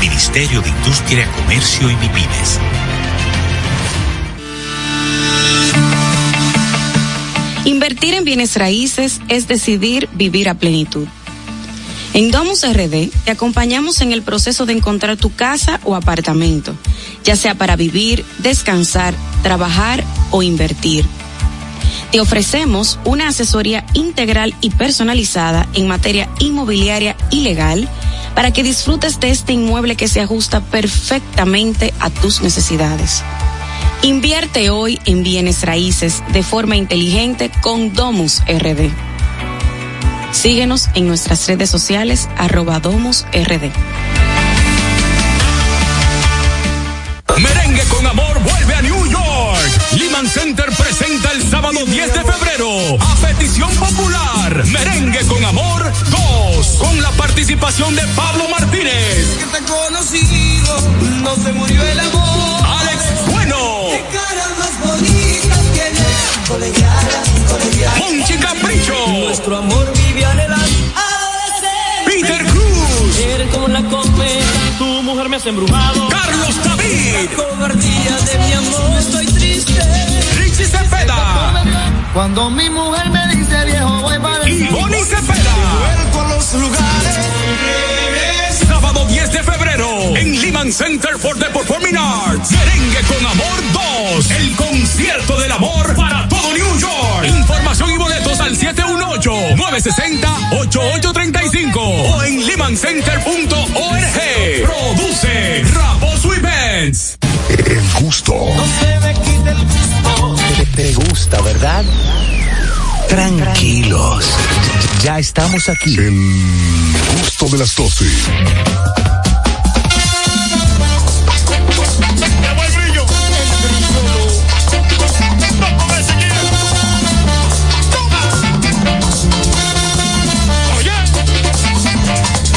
S18: Ministerio de Industria, Comercio y MIPIMES.
S19: Invertir en bienes raíces es decidir vivir a plenitud. En Domus RD te acompañamos en el proceso de encontrar tu casa o apartamento, ya sea para vivir, descansar, trabajar o invertir. Te ofrecemos una asesoría integral y personalizada en materia inmobiliaria y legal para que disfrutes de este inmueble que se ajusta perfectamente a tus necesidades. Invierte hoy en bienes raíces de forma inteligente con Domus RD. Síguenos en nuestras redes sociales arroba Domus RD.
S20: Merengue con amor vuelve a New York. Lehman Center presenta el sábado 10 de febrero, a petición popular, Merengue con amor 2, con la participación de Pablo Martínez.
S11: que te he conocido, no se murió el amor.
S20: Alex Bueno.
S11: Qué caras más bonitas tienes, colegialas, colegialas.
S20: Monchi Capricho.
S11: Nuestro amor vive anhelando.
S20: Peter Cruz.
S11: Eres como la cometa, tu mujer me has embrujado.
S20: Carlos David.
S11: La cobardía de mi amor, estoy triste.
S20: Richie Cepeda.
S11: Cuando mi mujer me dice viejo, voy para
S20: Y Bonnie Cepeda.
S11: Vuelco a los lugares.
S20: Sábado 10 de febrero en Lehman Center for the Performing Arts. Merengue con Amor 2. El concierto del amor para todo New York. Información y boletos al 718-960-8835 o en lehmancenter.org. Produce Raposo Events.
S18: El gusto.
S11: Se me quita el gusto.
S1: Te, te gusta, ¿verdad? Tranquilos. Ya estamos aquí. El gusto de las 12.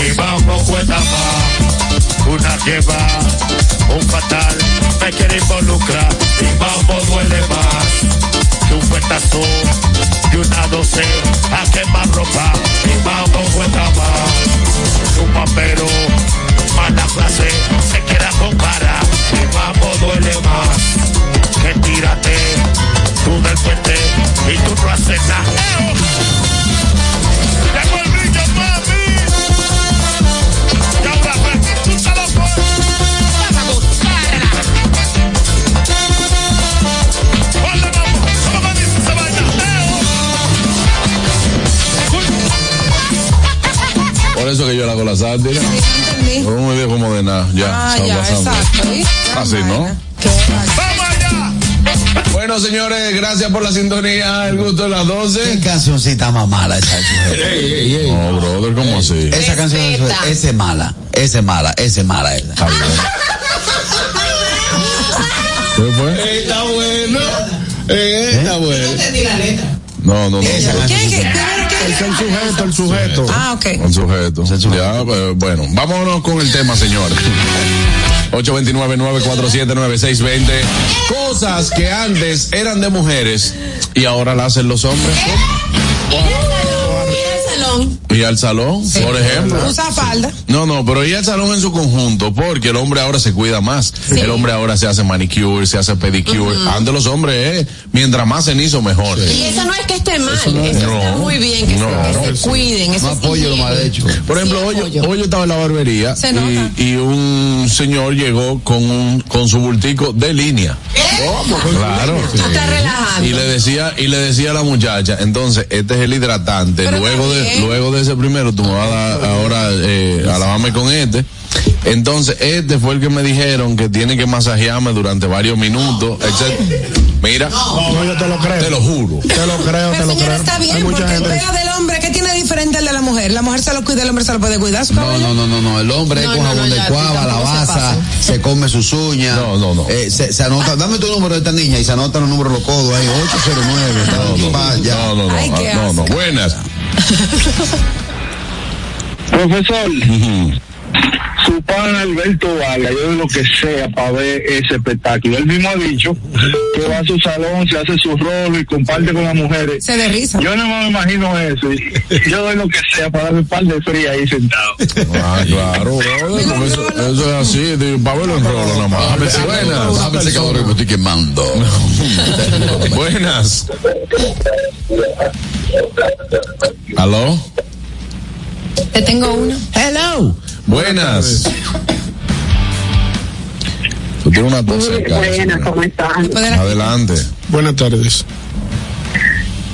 S21: Y vamos cuesta más, una lleva, un fatal, me quiere involucrar, y vamos duele más, que un fuetazo, y una doce, a quemar ropa, y vamos cuesta más, que un papero, mala clase, se quiera comparar, y vamos duele más, que tírate, tú del puente, y tú no haces nada. ¡Eo! Llegó el brillo, mami. Y ahora pues, tú te lo pones. Ponle, mamá. ¿Cómo me dice esa vaina?
S4: Por eso que yo le hago la sátira. No me dijo como de nada. Ya,
S22: Ah,
S4: está
S22: ya,
S4: pasando.
S22: exacto. ¿viste?
S4: Así, ¿no? Bueno, señores, gracias por la sintonía. El gusto de las 12.
S3: ¿Qué cancioncita más mala esa?
S4: No, brother, ¿cómo así?
S3: Esa canción esa es mala, esa es mala, esa es mala. Esa.
S4: ¿Qué fue?
S23: Está bueno. Eh, está
S12: pues.
S23: bueno.
S4: No, no, no.
S23: Es el sujeto, el sujeto.
S22: Ah, ok.
S4: El sujeto. Ya, eh, bueno, vámonos con el tema, señor. 829-947-9620. Cosas que antes eran de mujeres y ahora las hacen los hombres.
S7: Y el salón.
S4: Y Y al salón,
S5: Sí.
S4: por ejemplo.
S5: Usa falda.
S4: No, no, pero y el salón en su conjunto, porque el hombre ahora se cuida más.
S5: Sí.
S4: El hombre ahora se hace manicure, se hace pedicure.
S7: Ujú.
S4: Antes los hombres, eh, mientras más cenizo, mejor.
S7: Y eso no es que esté mal, eso, está muy bien, que,
S4: no,
S7: se, que
S4: no.
S7: se cuiden. Eso es higiene.
S4: Por ejemplo, hoy, hoy yo estaba en la barbería
S7: Se nota.
S4: y, y un señor llegó con un con su bultico de línea. Claro. Y le decía y le decía a la muchacha, entonces este es el hidratante. luego de luego de ese primero tú me vas a dar ahora eh, a lavarme con este. Entonces este fue el que me dijeron que tiene que masajearme durante varios minutos, etc. Mira,
S6: No, yo te lo creo.
S4: Te lo juro.
S6: Te lo creo, te
S5: Pero
S6: lo
S5: señora,
S6: creo.
S5: está
S6: Hay
S5: bien,
S6: mucha
S5: porque el
S6: gente-
S5: pelo del hombre, ¿qué tiene diferente al de la mujer? La mujer se lo cuida, el hombre se lo puede cuidar. su
S3: No,
S5: cabello.
S3: no, no, no, no. El hombre es
S5: No,
S3: con
S5: no, no,
S3: jabón de
S5: ya, tú
S3: cuava, la
S5: tampoco se
S3: baza, se, come sus uñas. No, no, no. se, se anota, dame tu número de esta niña y se anotan los números de los codos ahí, 809. No, no,
S4: no, no, no,
S3: Ay, qué
S4: no, no.
S3: asco.
S4: Buenas.
S12: Profesor, su pana Alberto Vargas, yo de lo que sea para ver ese espectáculo. Él mismo ha dicho que va a su salón, se hace su rol y comparte con las mujeres.
S5: Se derriza.
S12: Yo no me imagino eso. y Yo doy lo que sea para darme un par de frías ahí sentado.
S4: Ah, claro, brother, porque eso, eso es así, de- pa' verlo en rolo nomás. A ver si buenas. Dame el secador que me estoy quemando. buenas. ¿Aló?
S5: Te tengo uno. Hello.
S4: Buenas. Tú tienes una tos en casa.
S9: Buenas, ¿cómo están?
S4: Adelante.
S6: Buenas tardes.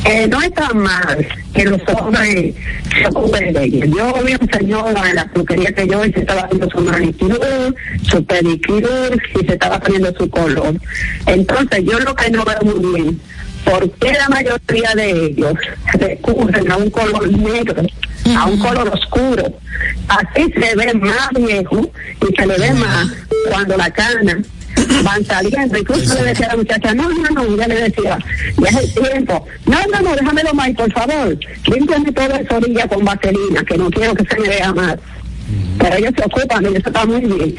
S9: Eh, no está mal que los hombres se ocupen de ellos. Yo vi a un señor en la peluquería que yo y se estaba haciendo su manicure, su pedicure y se estaba poniendo su color. Entonces, yo lo que no veo muy bien, ¿por qué la mayoría de ellos recurren a un color negro, a un color oscuro? Así se ve más viejo y se le ve más cuando la cana van saliendo. Incluso le decía a la muchacha, no, no, no, ya le decía, ya es el tiempo. No, no, no, déjamelo más, por favor. Límpiame toda esa orilla con vaselina, que no quiero que se me vea más. Pero ellos se ocupan, y eso está muy bien.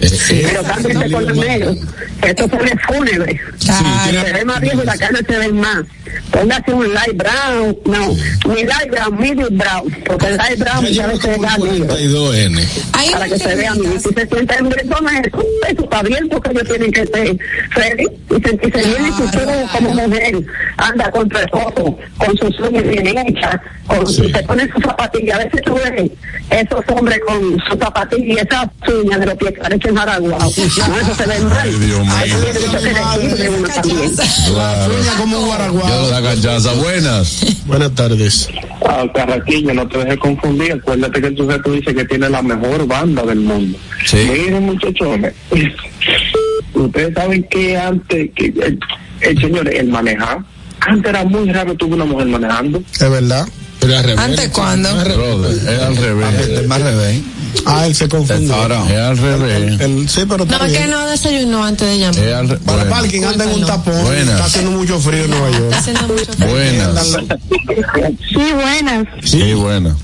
S9: Pero también se color negro. Esto pone fúnebre. se ve más viejo y la carne se ve más. Póngase un light brown, no, ni light brown, medium brown, porque el light brown ya a veces da negro.
S4: 32N.
S9: para que se vean y si se sientan personas eso, eso está bien porque ellos tienen que ser feliz y sentirse bien y si tú como mujer anda con tu esposo con sus uñas bien hechas con se pone sus zapatillas a veces tú ves esos hombres con sus zapatillas y esas uñas de los pies parecen araguas no, eso se ve mal Ay, tiene que ser sensible uno también
S6: como un
S4: Yo la cachaza. Buenas.
S6: Buenas tardes.
S12: Ah, Carraquillo, no te dejes confundir. Acuérdate que el sujeto dice que tiene la mejor banda del mundo. Miren, muchachones, ustedes saben que antes, que el, el señor, el manejar, antes era muy raro tuve una mujer manejando.
S6: Es verdad.
S5: ¿Antes cuándo?
S4: Brother, es al revés.
S3: más revés.
S6: Ah, él se confundió.
S4: Ahora. Es al revés.
S6: sí, Eh. pero
S7: No, es que no desayunó antes de llamar.
S4: Es al re-
S6: Para
S4: Bueno.
S6: parking anda en un tapón.
S4: Buenas.
S6: Está haciendo mucho frío en Nueva York.
S7: Está haciendo mucho
S4: Buenas.
S9: sí buenas
S4: Sí, buenas.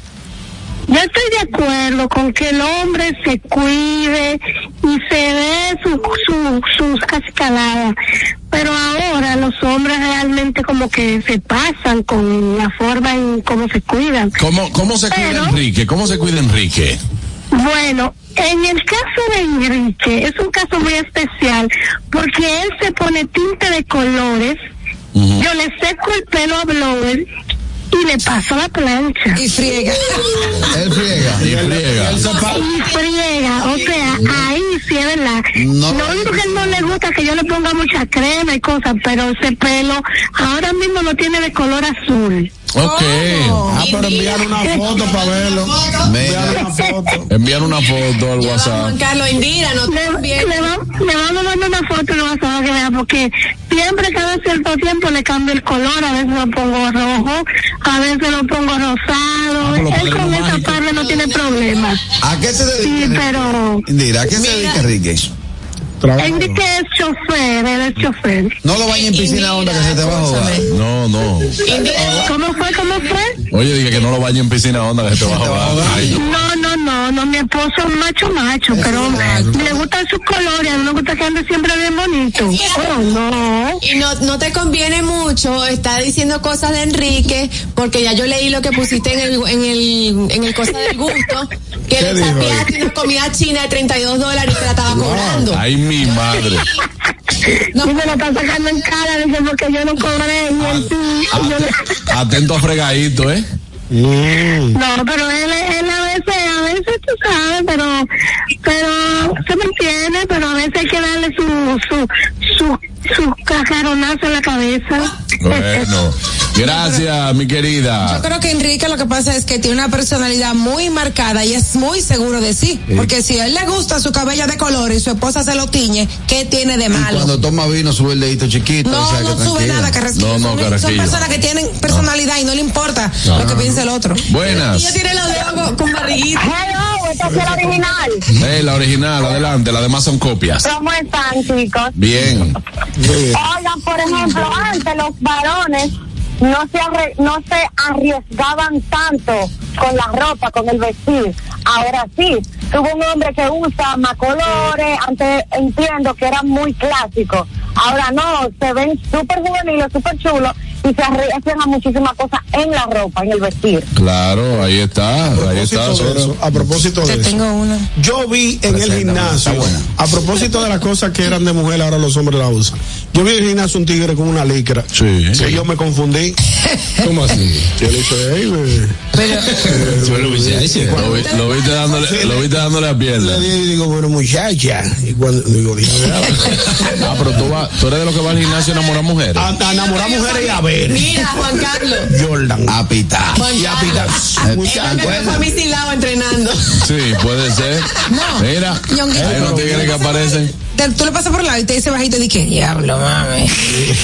S9: Yo estoy de acuerdo con que el hombre se cuide y se ve su, su- sus cascaladas, pero ahora los hombres realmente como que se pasan con la forma en cómo se cuidan.
S4: ¿Cómo, cómo se cuida
S9: Pero-
S4: Enrique? ¿Cómo se cuida Enrique?
S9: Bueno, en el caso de Enrique es un caso muy especial porque él se pone tinte de colores, yo le seco el pelo a blower y le paso la plancha.
S5: Y friega.
S3: Él friega.
S4: Y friega.
S9: Y friega, o sea, ahí sí es verdad.
S3: No.
S9: Lo único que no le gusta es que yo le ponga mucha crema y cosas, pero ese pelo ahora mismo lo tiene de color azul.
S4: Ok.
S6: Ah, pero enviar una foto para verlo.
S4: Mira, enviar una foto al WhatsApp.
S9: Carlos, Indira, no le, le, va, le vamos a mandar una foto y lo vas a ver que vea, porque siempre, cada cierto tiempo le cambio el color. A veces lo pongo rojo, a veces lo pongo
S3: Ah,
S9: rosado. Él con esa parte no tiene problema.
S3: ¿A qué se dedica?
S9: Sí,
S3: Enrique?
S9: pero.
S3: Indira, ¿a qué se dedica Enrique?
S9: Enrique es chofer, él es chofer.
S3: No lo vayas en piscina onda que se te va a joder.
S4: No, no.
S9: ¿Cómo fue? ¿Cómo fue?
S4: Oye, dije que no lo vaya en piscina onda que se te va a ahogar. Ay,
S9: No, no,
S10: no, no, mi esposo es un macho macho, pero le gustan sus colores, a mí me gusta que ande siempre bien bonito. Oh, no.
S7: Y no, no te conviene mucho estar diciendo cosas de Enrique, porque ya yo leí lo que pusiste en el, en el, en el cosa del gusto, que
S4: ¿Qué
S7: le
S4: dijo
S7: chapeaste una comida china de 32 dólares y te la estaba cobrando.
S4: Ay, mi madre.
S10: No. Y me lo están sacando en cara, dice, porque yo no cobré y él sí. y yo le-
S4: Atento a fregadito, ¿eh?
S10: No, pero él, él a veces, a veces tú sabes, pero, pero se mantiene, pero a veces hay que darle su, su, su, su cajaronazo en la cabeza.
S4: Bueno, gracias, mi querida.
S5: Yo creo que Enrique lo que pasa es que tiene una personalidad muy marcada y es muy seguro de sí.
S3: Sí.
S5: Porque si a él le gusta su cabello de color y su esposa se lo tiñe, ¿qué tiene de malo?
S3: Cuando toma vino sube el dedito chiquito.
S5: No,
S3: o sea, que
S5: no sube
S3: tranquila.
S5: nada, Carrasquillo.
S3: No, no,
S5: Son
S3: Carrasquillo.
S5: personas que tienen personalidad y no le importa
S3: No.
S5: lo que piense el otro.
S4: Buenas.
S5: Y yo tiene los dedos con- con barriguita.
S10: Hello, esta es la original.
S4: Eh, la original, adelante, las demás son copias.
S10: ¿Cómo están, chicos?
S4: Bien.
S10: Oigan, por ejemplo, antes los varones no se arre- no se arriesgaban tanto con la ropa, con el vestir. Ahora sí, tuvo un hombre que usa más colores, antes entiendo que era muy clásico. Ahora no, se ven súper juveniles, súper chulos y se arriesgan a muchísimas cosas en la ropa, en el vestir.
S4: Claro, ahí está, ahí está.
S6: propósito de eso, a propósito de eso. Yo vi en el gimnasio, a propósito de las cosas que eran de mujer, ahora los hombres la usan. Yo vi en el gimnasio un tigre con una licra. Sí. Que yo me confundí.
S4: ¿Cómo así?
S6: Yo le dije, "Ey, güey".
S4: Lo vi- lo viste dándole, lo viste dándole a pierna.
S6: Le dije, digo, bueno, muchacha. Y cuando digo, dije,
S4: Ah, pero tú, vas- tú eres de los que va al gimnasio a enamorar mujeres.
S6: hasta enamorar mujeres y a ver.
S7: Mira, Juan Carlos.
S6: Jordan.
S3: Apita.
S7: Juan
S6: Y apita. Pues.
S7: Carlos. Él me dejó a mi sin lado entrenando.
S4: Sí, puede ser.
S5: No.
S4: Mira,
S5: Ñonguito.
S4: hay unos tigres que aparecen.
S5: Te- Tú le pasas por el lado y te dice bajito y que diablo, mami.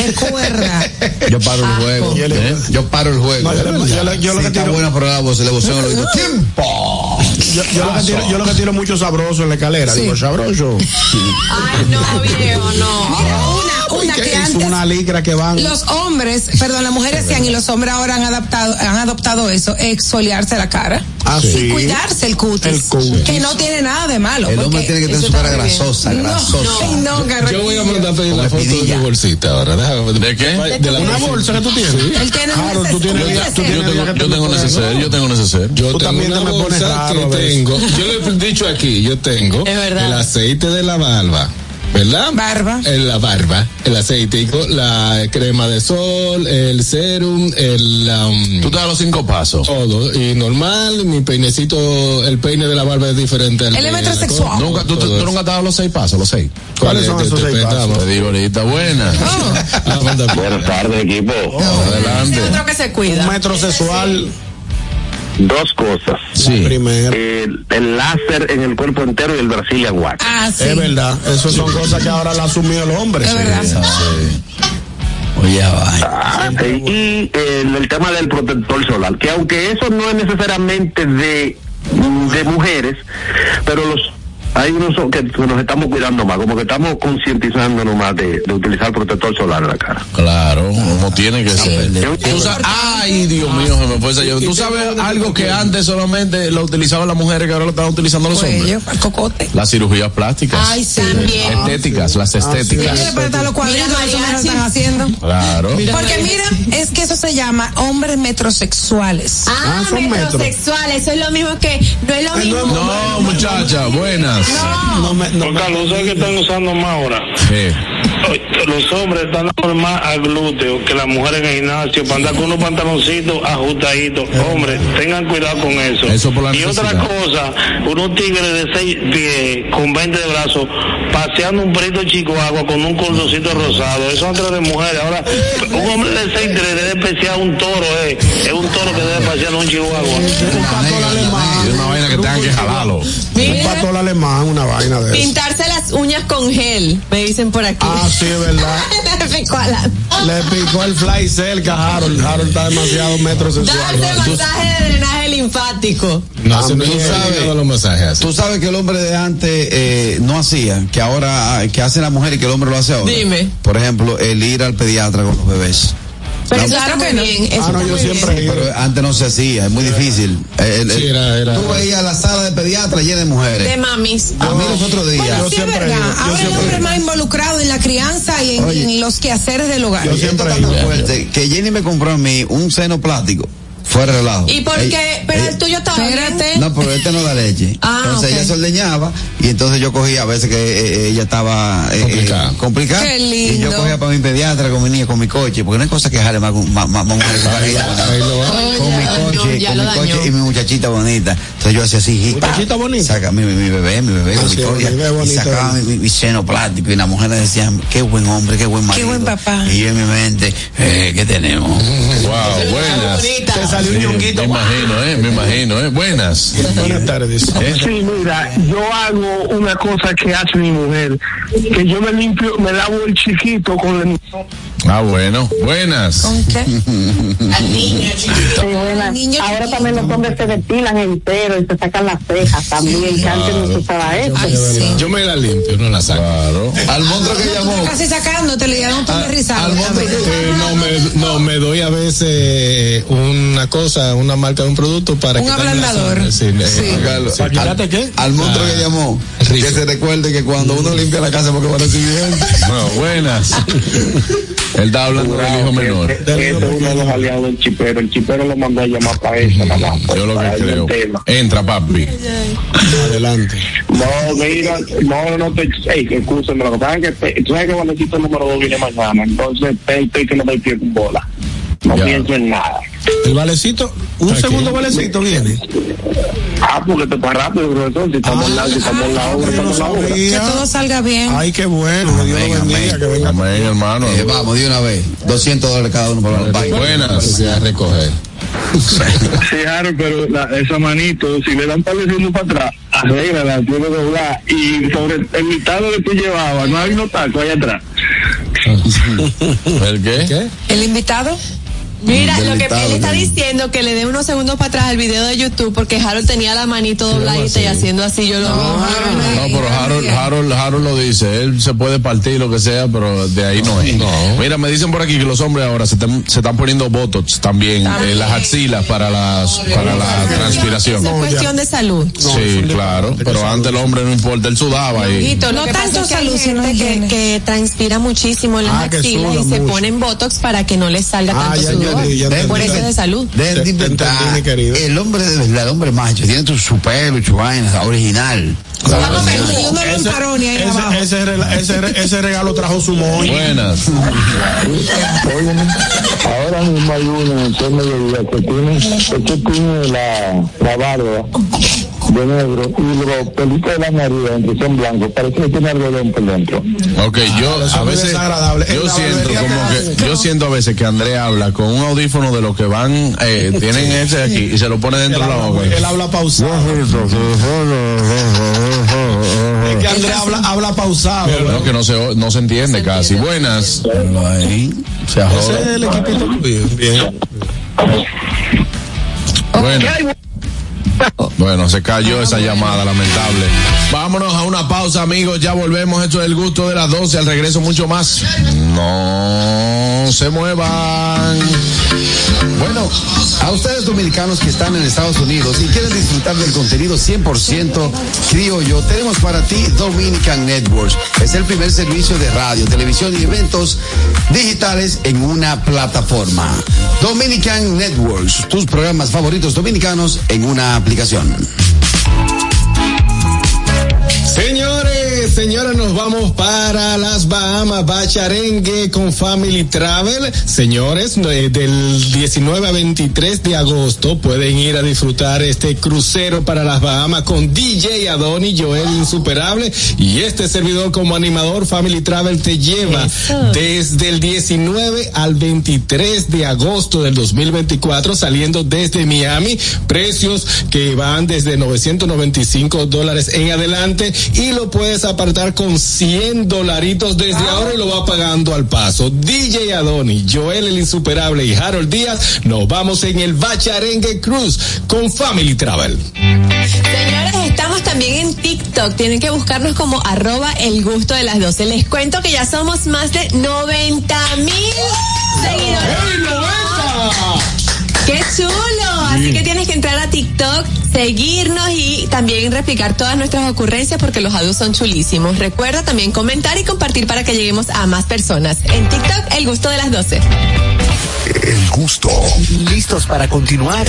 S5: Recuerda.
S3: Yo paro el juego. ¿eh? Yo paro el juego.
S6: yo le- yo le
S3: Sí, está
S6: tiro-
S3: buena, pero la voz, le voceo, lo digo, ¡Tiempo!
S6: Yo, yo lo que tiro, yo lo que tiro mucho sabroso en la escalera. Digo, sabroso.
S7: Ay, no, viejo, no.
S5: Una, una
S6: ¿Qué
S5: que
S6: es
S5: antes
S6: una licra que van.
S5: los hombres, perdón, las mujeres se han y los hombres ahora han adaptado, han adoptado eso, exfoliarse la cara.
S3: Ah,
S5: y
S3: sí.
S5: cuidarse el cutis,
S3: El cutis.
S5: Que no tiene nada de malo.
S3: El hombre
S5: porque
S3: tiene que tener
S5: eso
S3: su cara
S5: está muy bien.
S3: grasosa,
S5: No,
S3: grasosa.
S5: ay, no,
S2: Yo voy a
S5: Garrotillo.
S2: mandar a pedir la foto de tu bolsita ahora. Déjame, ¿De qué? De la
S6: Una bolsa que tú tienes. Ah.
S5: Él tiene
S6: Claro, tú tienes vida- tú
S4: Yo
S6: tienes
S4: tengo,
S6: vida que
S4: yo
S6: tú
S4: tengo
S6: no puedes-
S4: neceser, yo tengo neceser.
S2: Yo tengo
S6: también
S2: una
S6: te me
S2: bolsa
S6: pones raro,
S2: que
S6: a veces.
S2: tengo. Yo le he dicho aquí, yo tengo el aceite de la barba. ¿Verdad?
S5: Barba.
S2: En la barba, el aceitico, la crema de sol, el serum, el... Tú
S4: te das los cinco pasos.
S2: Todo. Y normal, mi peinecito, el peine de la barba es diferente. al de
S4: Elemento
S2: la
S4: sexual.
S2: cosa.
S4: Nunca- tú- tú-
S2: Todo
S4: tú nunca
S2: eso.
S4: has dado los seis pasos, los seis.
S2: ¿Cuáles son
S4: Te-
S2: esos
S4: te-
S2: seis
S4: te-
S2: pasos?
S4: Te digo ahorita, buena.
S1: Buenas tardes, equipo.
S4: Adelante.
S7: Otro que se cuida.
S6: Un metro sexual.
S1: Dos cosas. Sí. El, el láser en el cuerpo entero y el Brazilian Wax.
S5: Ah,
S6: Es verdad. Esas son cosas que ahora la asumió el hombre. Es verdad.
S1: Oye, Ah, y eh, el, el tema del protector solar, que aunque eso no es necesariamente de, de mujeres, pero los hay unos son que nos estamos cuidando más, como que estamos concientizándonos más de, de utilizar protector solar en la cara.
S4: Claro, como tiene que ser. Tú sa- ay, Dios mío, se me fue esa llave. Tú sabes algo que antes solamente lo utilizaban las mujeres que ahora lo están utilizando los hombres. Las cirugías plásticas.
S5: Ay, sí. Ah,
S4: Estéticas, las
S5: Mira,
S4: estéticas.
S5: pero están los cuadritos
S7: Mira,
S5: eso me lo
S7: mariachi.
S5: están haciendo.
S4: Claro.
S5: Porque mira, es que eso se llama hombres metrosexuales.
S7: Ah, metrosexual, eso es lo mismo que. No
S3: Pues
S7: es lo mismo.
S4: No, muchacha, buenas.
S6: No me,
S12: Don Carlos, ¿sabes qué están usando más ahora? Los hombres están dando más a glúteo que las mujeres en el gimnasio para andar con unos pantaloncitos ajustaditos.
S6: Eh.
S12: Hombres, tengan cuidado con eso. y otra cosa, unos tigres de seis pies con 20 de brazos paseando un perrito chico agua con un cordoncito rosado. Eso antes era de mujeres. Ahora, un hombre de seis tres debe pasear un toro, eh. Es un toro que debe pasear un chihuahua.
S4: Es una vaina que tengan que jalarlo.
S6: Un patol alemán, una vaina de eso.
S7: Pintarse las uñas con gel, me dicen por aquí.
S6: Ah, sí, es verdad.
S7: Le picó a la-
S6: Le picó el fly cerca a Harold. Harold está demasiado metrosexual.
S7: Darse masaje de drenaje linfático.
S4: Ah,
S2: No, eso no es los masajes.
S3: Tú sabes que el hombre de antes eh, no hacía, que ahora ah, que hace la mujer y que el hombre lo hace ahora.
S7: Dime.
S3: Por ejemplo, el ir al pediatra con los bebés.
S7: Pero claro que no. Eso
S3: Ah, no, yo siempre. Pero antes no se hacía, es muy difícil. Eh, eh,
S8: Sí, era- era-
S3: Tú veías la sala de pediatra llena de mujeres.
S7: De mamis.
S3: A mí los otros días.
S5: Bueno, sí es verdad. Ahora el hombre más involucrado en la crianza y en, y en los quehaceres del hogar.
S3: Yo siempre fuerte que Jenny me compró a mí un seno plástico. Fue relajo.
S7: ¿Y por
S3: Ey,
S7: qué?
S4: Eh,
S7: Pero el tuyo estaba grande.
S3: No, pero este no da leche.
S7: Ah,
S3: entonces
S7: ok.
S3: ella se ordeñaba y entonces yo cogía a veces que eh, eh, ella estaba eh, eh, complicada.
S5: Qué
S3: Y yo
S5: lindo.
S3: cogía para mi pediatra con mi niña, con mi coche, porque no hay cosa que jale más con más, más- más mujer que la vida. Con mi coche,
S7: ya
S3: con
S7: lo
S3: mi coche
S7: dañó.
S3: y mi muchachita bonita. Entonces yo hacía así. Muchachita bonita. Saca mi, mi- mi bebé, mi bebé, con Victoria. y sacaba mi, mi- mi seno plástico y las mujeres decían, qué buen hombre, qué buen marido.
S5: buen papá.
S3: Y yo en mi mente, eh, ¿qué tenemos?
S4: Wow, buenas. Te salió un Me imagino, eh, me imagino, eh. Buenas. Buenas tardes.
S12: Sí, mira, yo hago una cosa que hace mi mujer, que yo me limpio, me lavo el chiquito con el...
S4: Ah, bueno. Buenas.
S5: ¿Con qué?
S4: Mm. Al
S10: niño
S4: chiquito.
S10: Ahora también los hombres se depilan enteros y se sacan las cejas también. que antes no se usaba eso.
S8: Yo me la limpio, no la saco. Claro.
S4: Al monstruo que
S5: Está Casi sacándote, le dieron un poco de rizado.
S8: Eh, no, me, no, me doy a
S2: eh,
S8: veces una cosa, una marca de un producto para
S5: Un
S8: quitarme la sangre.
S5: ablandador.
S8: Sí, eh,
S5: Sí.
S8: sacarlo.
S3: ¿Para quitarte
S8: qué?
S3: Al monstruo que llamó. Que se recuerde que cuando uno limpia la casa porque va a recibir gente.
S4: Bueno, buenas. Él está hablando del hijo menor.
S12: Ese es uno de los aliados del chipero. El chipero lo mandó a llamar para eso, nada más.
S4: Yo lo que
S12: Para el
S4: creo.
S12: tema.
S4: Entra, papi.
S12: Adelante. No, mira, no, no te. Ey, escúchame, lo que pasa es que te- tú sabes que Valecito número 2 viene mañana, entonces te- estoy que no doy pie con bola. No pienso en nada.
S6: El valecito, un segundo valecito viene. Ah,
S12: Ah, porque te está rápido, profesor. Si estamos en la, si estamos en la obra, estamos en la obra.
S5: Que todo salga bien.
S6: Ay, qué bueno. que Dios lo bendiga. Que venga.
S4: Amén, hermano.
S3: Eh, vamos, de una vez. 200 dólares cada uno para los bailes.
S4: Buenas.
S8: A recoger.
S12: Sí, Harold, pero la, esa manito, si le dan tal uno para atrás, arréglala, tiene que doblar. Y sobre el mitad de lo que tú llevabas, no hay unos tacos allá atrás.
S4: ¿El qué? ¿Qué?
S5: ¿El invitado?
S7: Mira, lo que
S4: Debilitado,
S7: él está
S4: ¿no?
S7: diciendo que le dé unos segundos para atrás al video de YouTube porque Harold tenía la manito dobladita y haciendo así yo lo veo.
S4: No, pero Harold, Harold, Harold lo dice. Él se puede partir lo que sea, pero de ahí no es. Mira, me dicen por aquí que los hombres ahora se, están- se están poniendo botox también, eh, las axilas para, las, para la transpiración.
S7: Es cuestión de salud.
S4: Sí, claro. Pero antes el hombre no importa, él sudaba y.
S7: Hijito, lo que pasa es que hay gente que, que transpira muchísimo en las
S4: Ah, que
S7: axilas
S4: suda
S7: y se
S4: mucho.
S7: ponen botox para que no les salga
S3: Ah,
S7: tanto
S3: ya
S7: sudor.
S3: entendí, ya
S7: Por
S3: entendí.
S7: eso es de salud.
S3: Deben de inventar. ah, El hombre de verdad, el hombre macho, tiene tu- su pelo y su vaina original.
S6: Ese- ese- ese rela- ese re- Ese regalo trajo su moño.
S4: Buenas.
S12: Óyeme, ahora mismo hay uno en el mediodía que tiene, que tiene la, la barba de negro y los pelitos de la nariz que son blancos, parece que tiene algodón por dentro.
S4: Ok,
S6: Ah,
S4: yo a veces yo siento como que yo siento a veces que André habla con un audífono de los que van eh, tienen ese aquí y se lo pone dentro de la boca.
S6: Él habla pausado. Es que Andrés habla, habla pausado.
S4: Pero no, que no se, o- no se entiende casi. Buenas. Se
S6: Ese es el equipito. Bien, bien.
S4: Bueno. Bueno, se cayó esa llamada, lamentable. Vámonos a una pausa, amigos. Ya volvemos. Esto es el gusto de las 12. Al regreso, mucho más. No se muevan.
S3: Bueno, a ustedes dominicanos que están en Estados Unidos y quieren disfrutar del contenido 100% criollo, tenemos para ti Dominican Networks. Es el primer servicio de radio, televisión y eventos digitales en una plataforma. Dominican Networks, tus programas favoritos dominicanos en una aplicación.
S2: Señores, señoras, nos vamos para las Bahamas, Bacharengue con Family Travel. Señores, eh, del 19 a 23 de agosto pueden ir a disfrutar este crucero para las Bahamas con DJ Adoni, Joel Insuperable y este servidor como animador Family Travel te lleva desde el 19 al 23 de agosto del 2024 saliendo desde Miami, precios que van desde 995 dólares en adelante y lo puedes apartar con 100 dolaritos desde
S6: Ah.
S2: ahora y lo va pagando al paso. DJ Adoni, Joel el Insuperable y Harold Díaz, nos vamos en el Bacharengue Cruz con Family Travel.
S7: Señores, estamos también en TikTok. Tienen que buscarnos como arroba el gusto de las 12. Les cuento que ya somos más de 90 mil seguidores. seguirnos y también replicar todas nuestras ocurrencias porque los adultos son chulísimos. Recuerda también comentar y compartir para que lleguemos a más personas. En TikTok, El Gusto de las 12.
S1: El gusto. ¿Listos para continuar?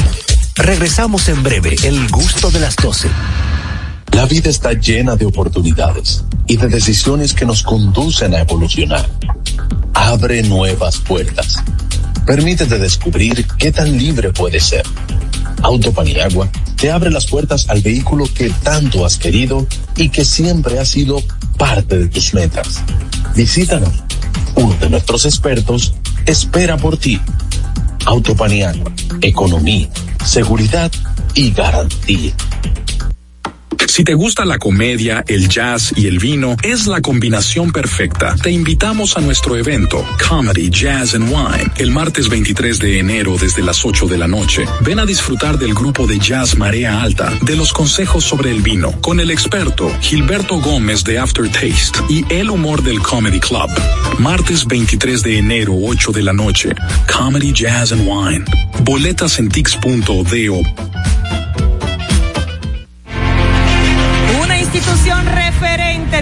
S1: Regresamos en breve. El gusto de las 12.
S4: La vida está llena de oportunidades y de decisiones que nos conducen a evolucionar. Abre nuevas puertas. Permítete descubrir qué tan libre puedes ser. Auto Paniagua te abre las puertas al vehículo que tanto has querido y que siempre ha sido parte de tus metas. Visítanos. Uno de nuestros expertos espera por ti. Auto Paniagua, economía, seguridad y garantía.
S16: Si te gusta la comedia, el jazz y el vino, es la combinación perfecta. Te invitamos a nuestro evento, Comedy, Jazz and Wine, el martes 23 de enero desde las 8 de la noche. Ven a disfrutar del grupo de jazz Marea Alta, de los consejos sobre el vino, con el experto Gilberto Gómez de Aftertaste y el humor del Comedy Club. Martes 23 de enero, 8 de la noche. Comedy, Jazz and Wine. Boletas en tix.do.
S17: Una institución referente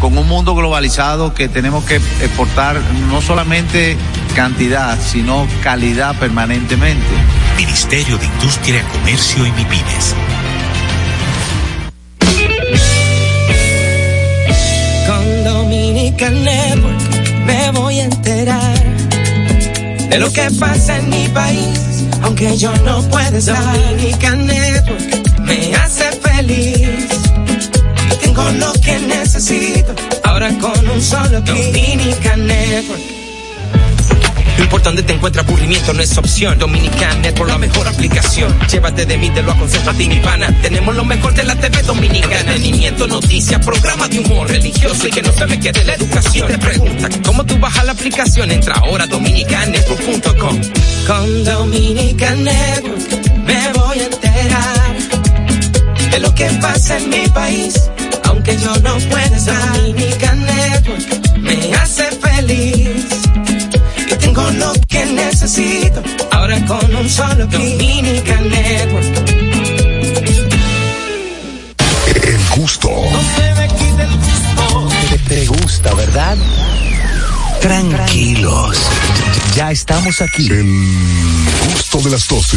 S24: con un mundo globalizado que tenemos que exportar no solamente cantidad, sino calidad permanentemente.
S25: Ministerio de Industria, Comercio y MIPIMES.
S26: Con Dominican Network me voy a enterar de lo que pasa en mi país, aunque yo no pueda estar. Dominican Network me hace feliz. Tengo lo que necesito, ahora con un solo clic. Dominican Network.
S27: Lo importante te encuentra aburrimiento, no es opción. Dominican Network, la mejor aplicación. Llévate de mí, te lo aconsejo a ti, mi pana. Tenemos lo mejor de la TV dominicana. Entretenimiento, noticias, programa de humor religioso y que no se me quede la educación. Te pregunta, ¿cómo tú bajas la aplicación? Entra ahora a dominicanetwork.com.
S26: Con Dominican Network me voy a enterar de lo que pasa en mi país, aunque yo no pueda estar. Dominican Network me hace feliz y tengo lo que necesito ahora con un solo clic. Dominican Network.
S1: El gusto. Te, te gusta, ¿verdad? Tranquilos. Ya estamos aquí. El gusto de las 12.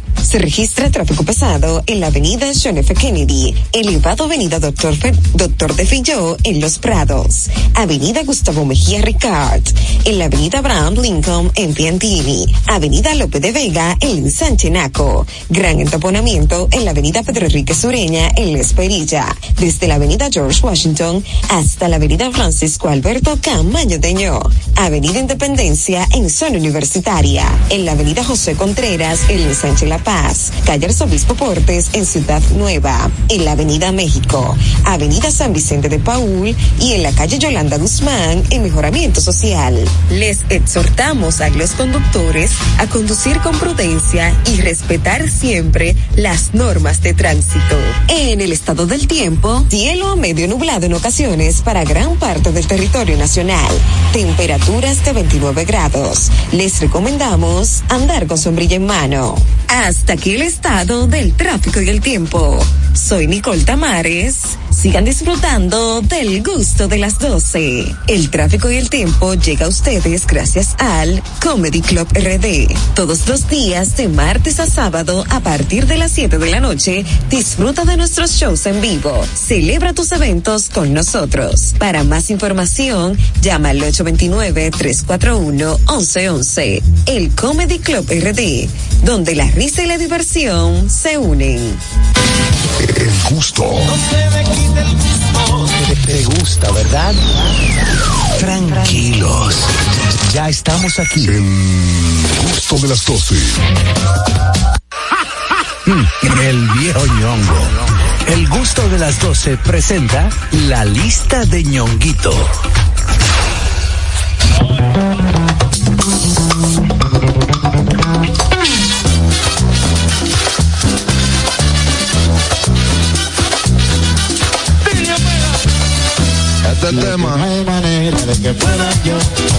S28: Se registra tráfico pesado en la avenida John F. Kennedy, elevado avenida Doctor, Fe- Doctor de Filló en Los Prados, avenida Gustavo Mejía Ricard, en la avenida Abraham Lincoln en Piantini, avenida Lope de Vega en Sanchenaco, gran entaponamiento en la avenida Pedro Enrique Sureña en La Esperilla, desde la avenida George Washington hasta la avenida Francisco Alberto Camaño Teñó, avenida Independencia en zona universitaria, en la avenida José Contreras en el Sánchez La Paz, calle Arzobispo Portes en Ciudad Nueva, en la avenida México, avenida San Vicente de Paul y en la calle Yolanda Guzmán en Mejoramiento Social.
S29: Les exhortamos a los conductores a conducir con prudencia y respetar siempre las normas de tránsito.
S28: En el estado del tiempo, cielo medio nublado en ocasiones para gran parte del territorio nacional. Temperaturas de 29 grados. Les recomendamos andar con sombrilla en mano.
S29: Hasta aquí el estado del tráfico y el tiempo. Soy Nicole Tamares.
S28: Sigan disfrutando del gusto de las 12. El tráfico y el tiempo llega a ustedes gracias al Comedy Club RD. Todos los días, de martes a sábado, a partir de las 7 de la noche, disfruta de nuestros shows en vivo. Celebra tus eventos con nosotros. Para más información, llama al 829-341-1111. El Comedy Club RD, donde la risa y la diversión se unen.
S1: El gusto. Te, te gusta, ¿verdad? Tranquilos. Ya estamos aquí.
S4: Mm.
S1: El gusto de las 12. El viejo ñongo. El gusto de las 12 presenta la lista de ñonguito.
S4: Este tema. No hay manera de que pueda yo,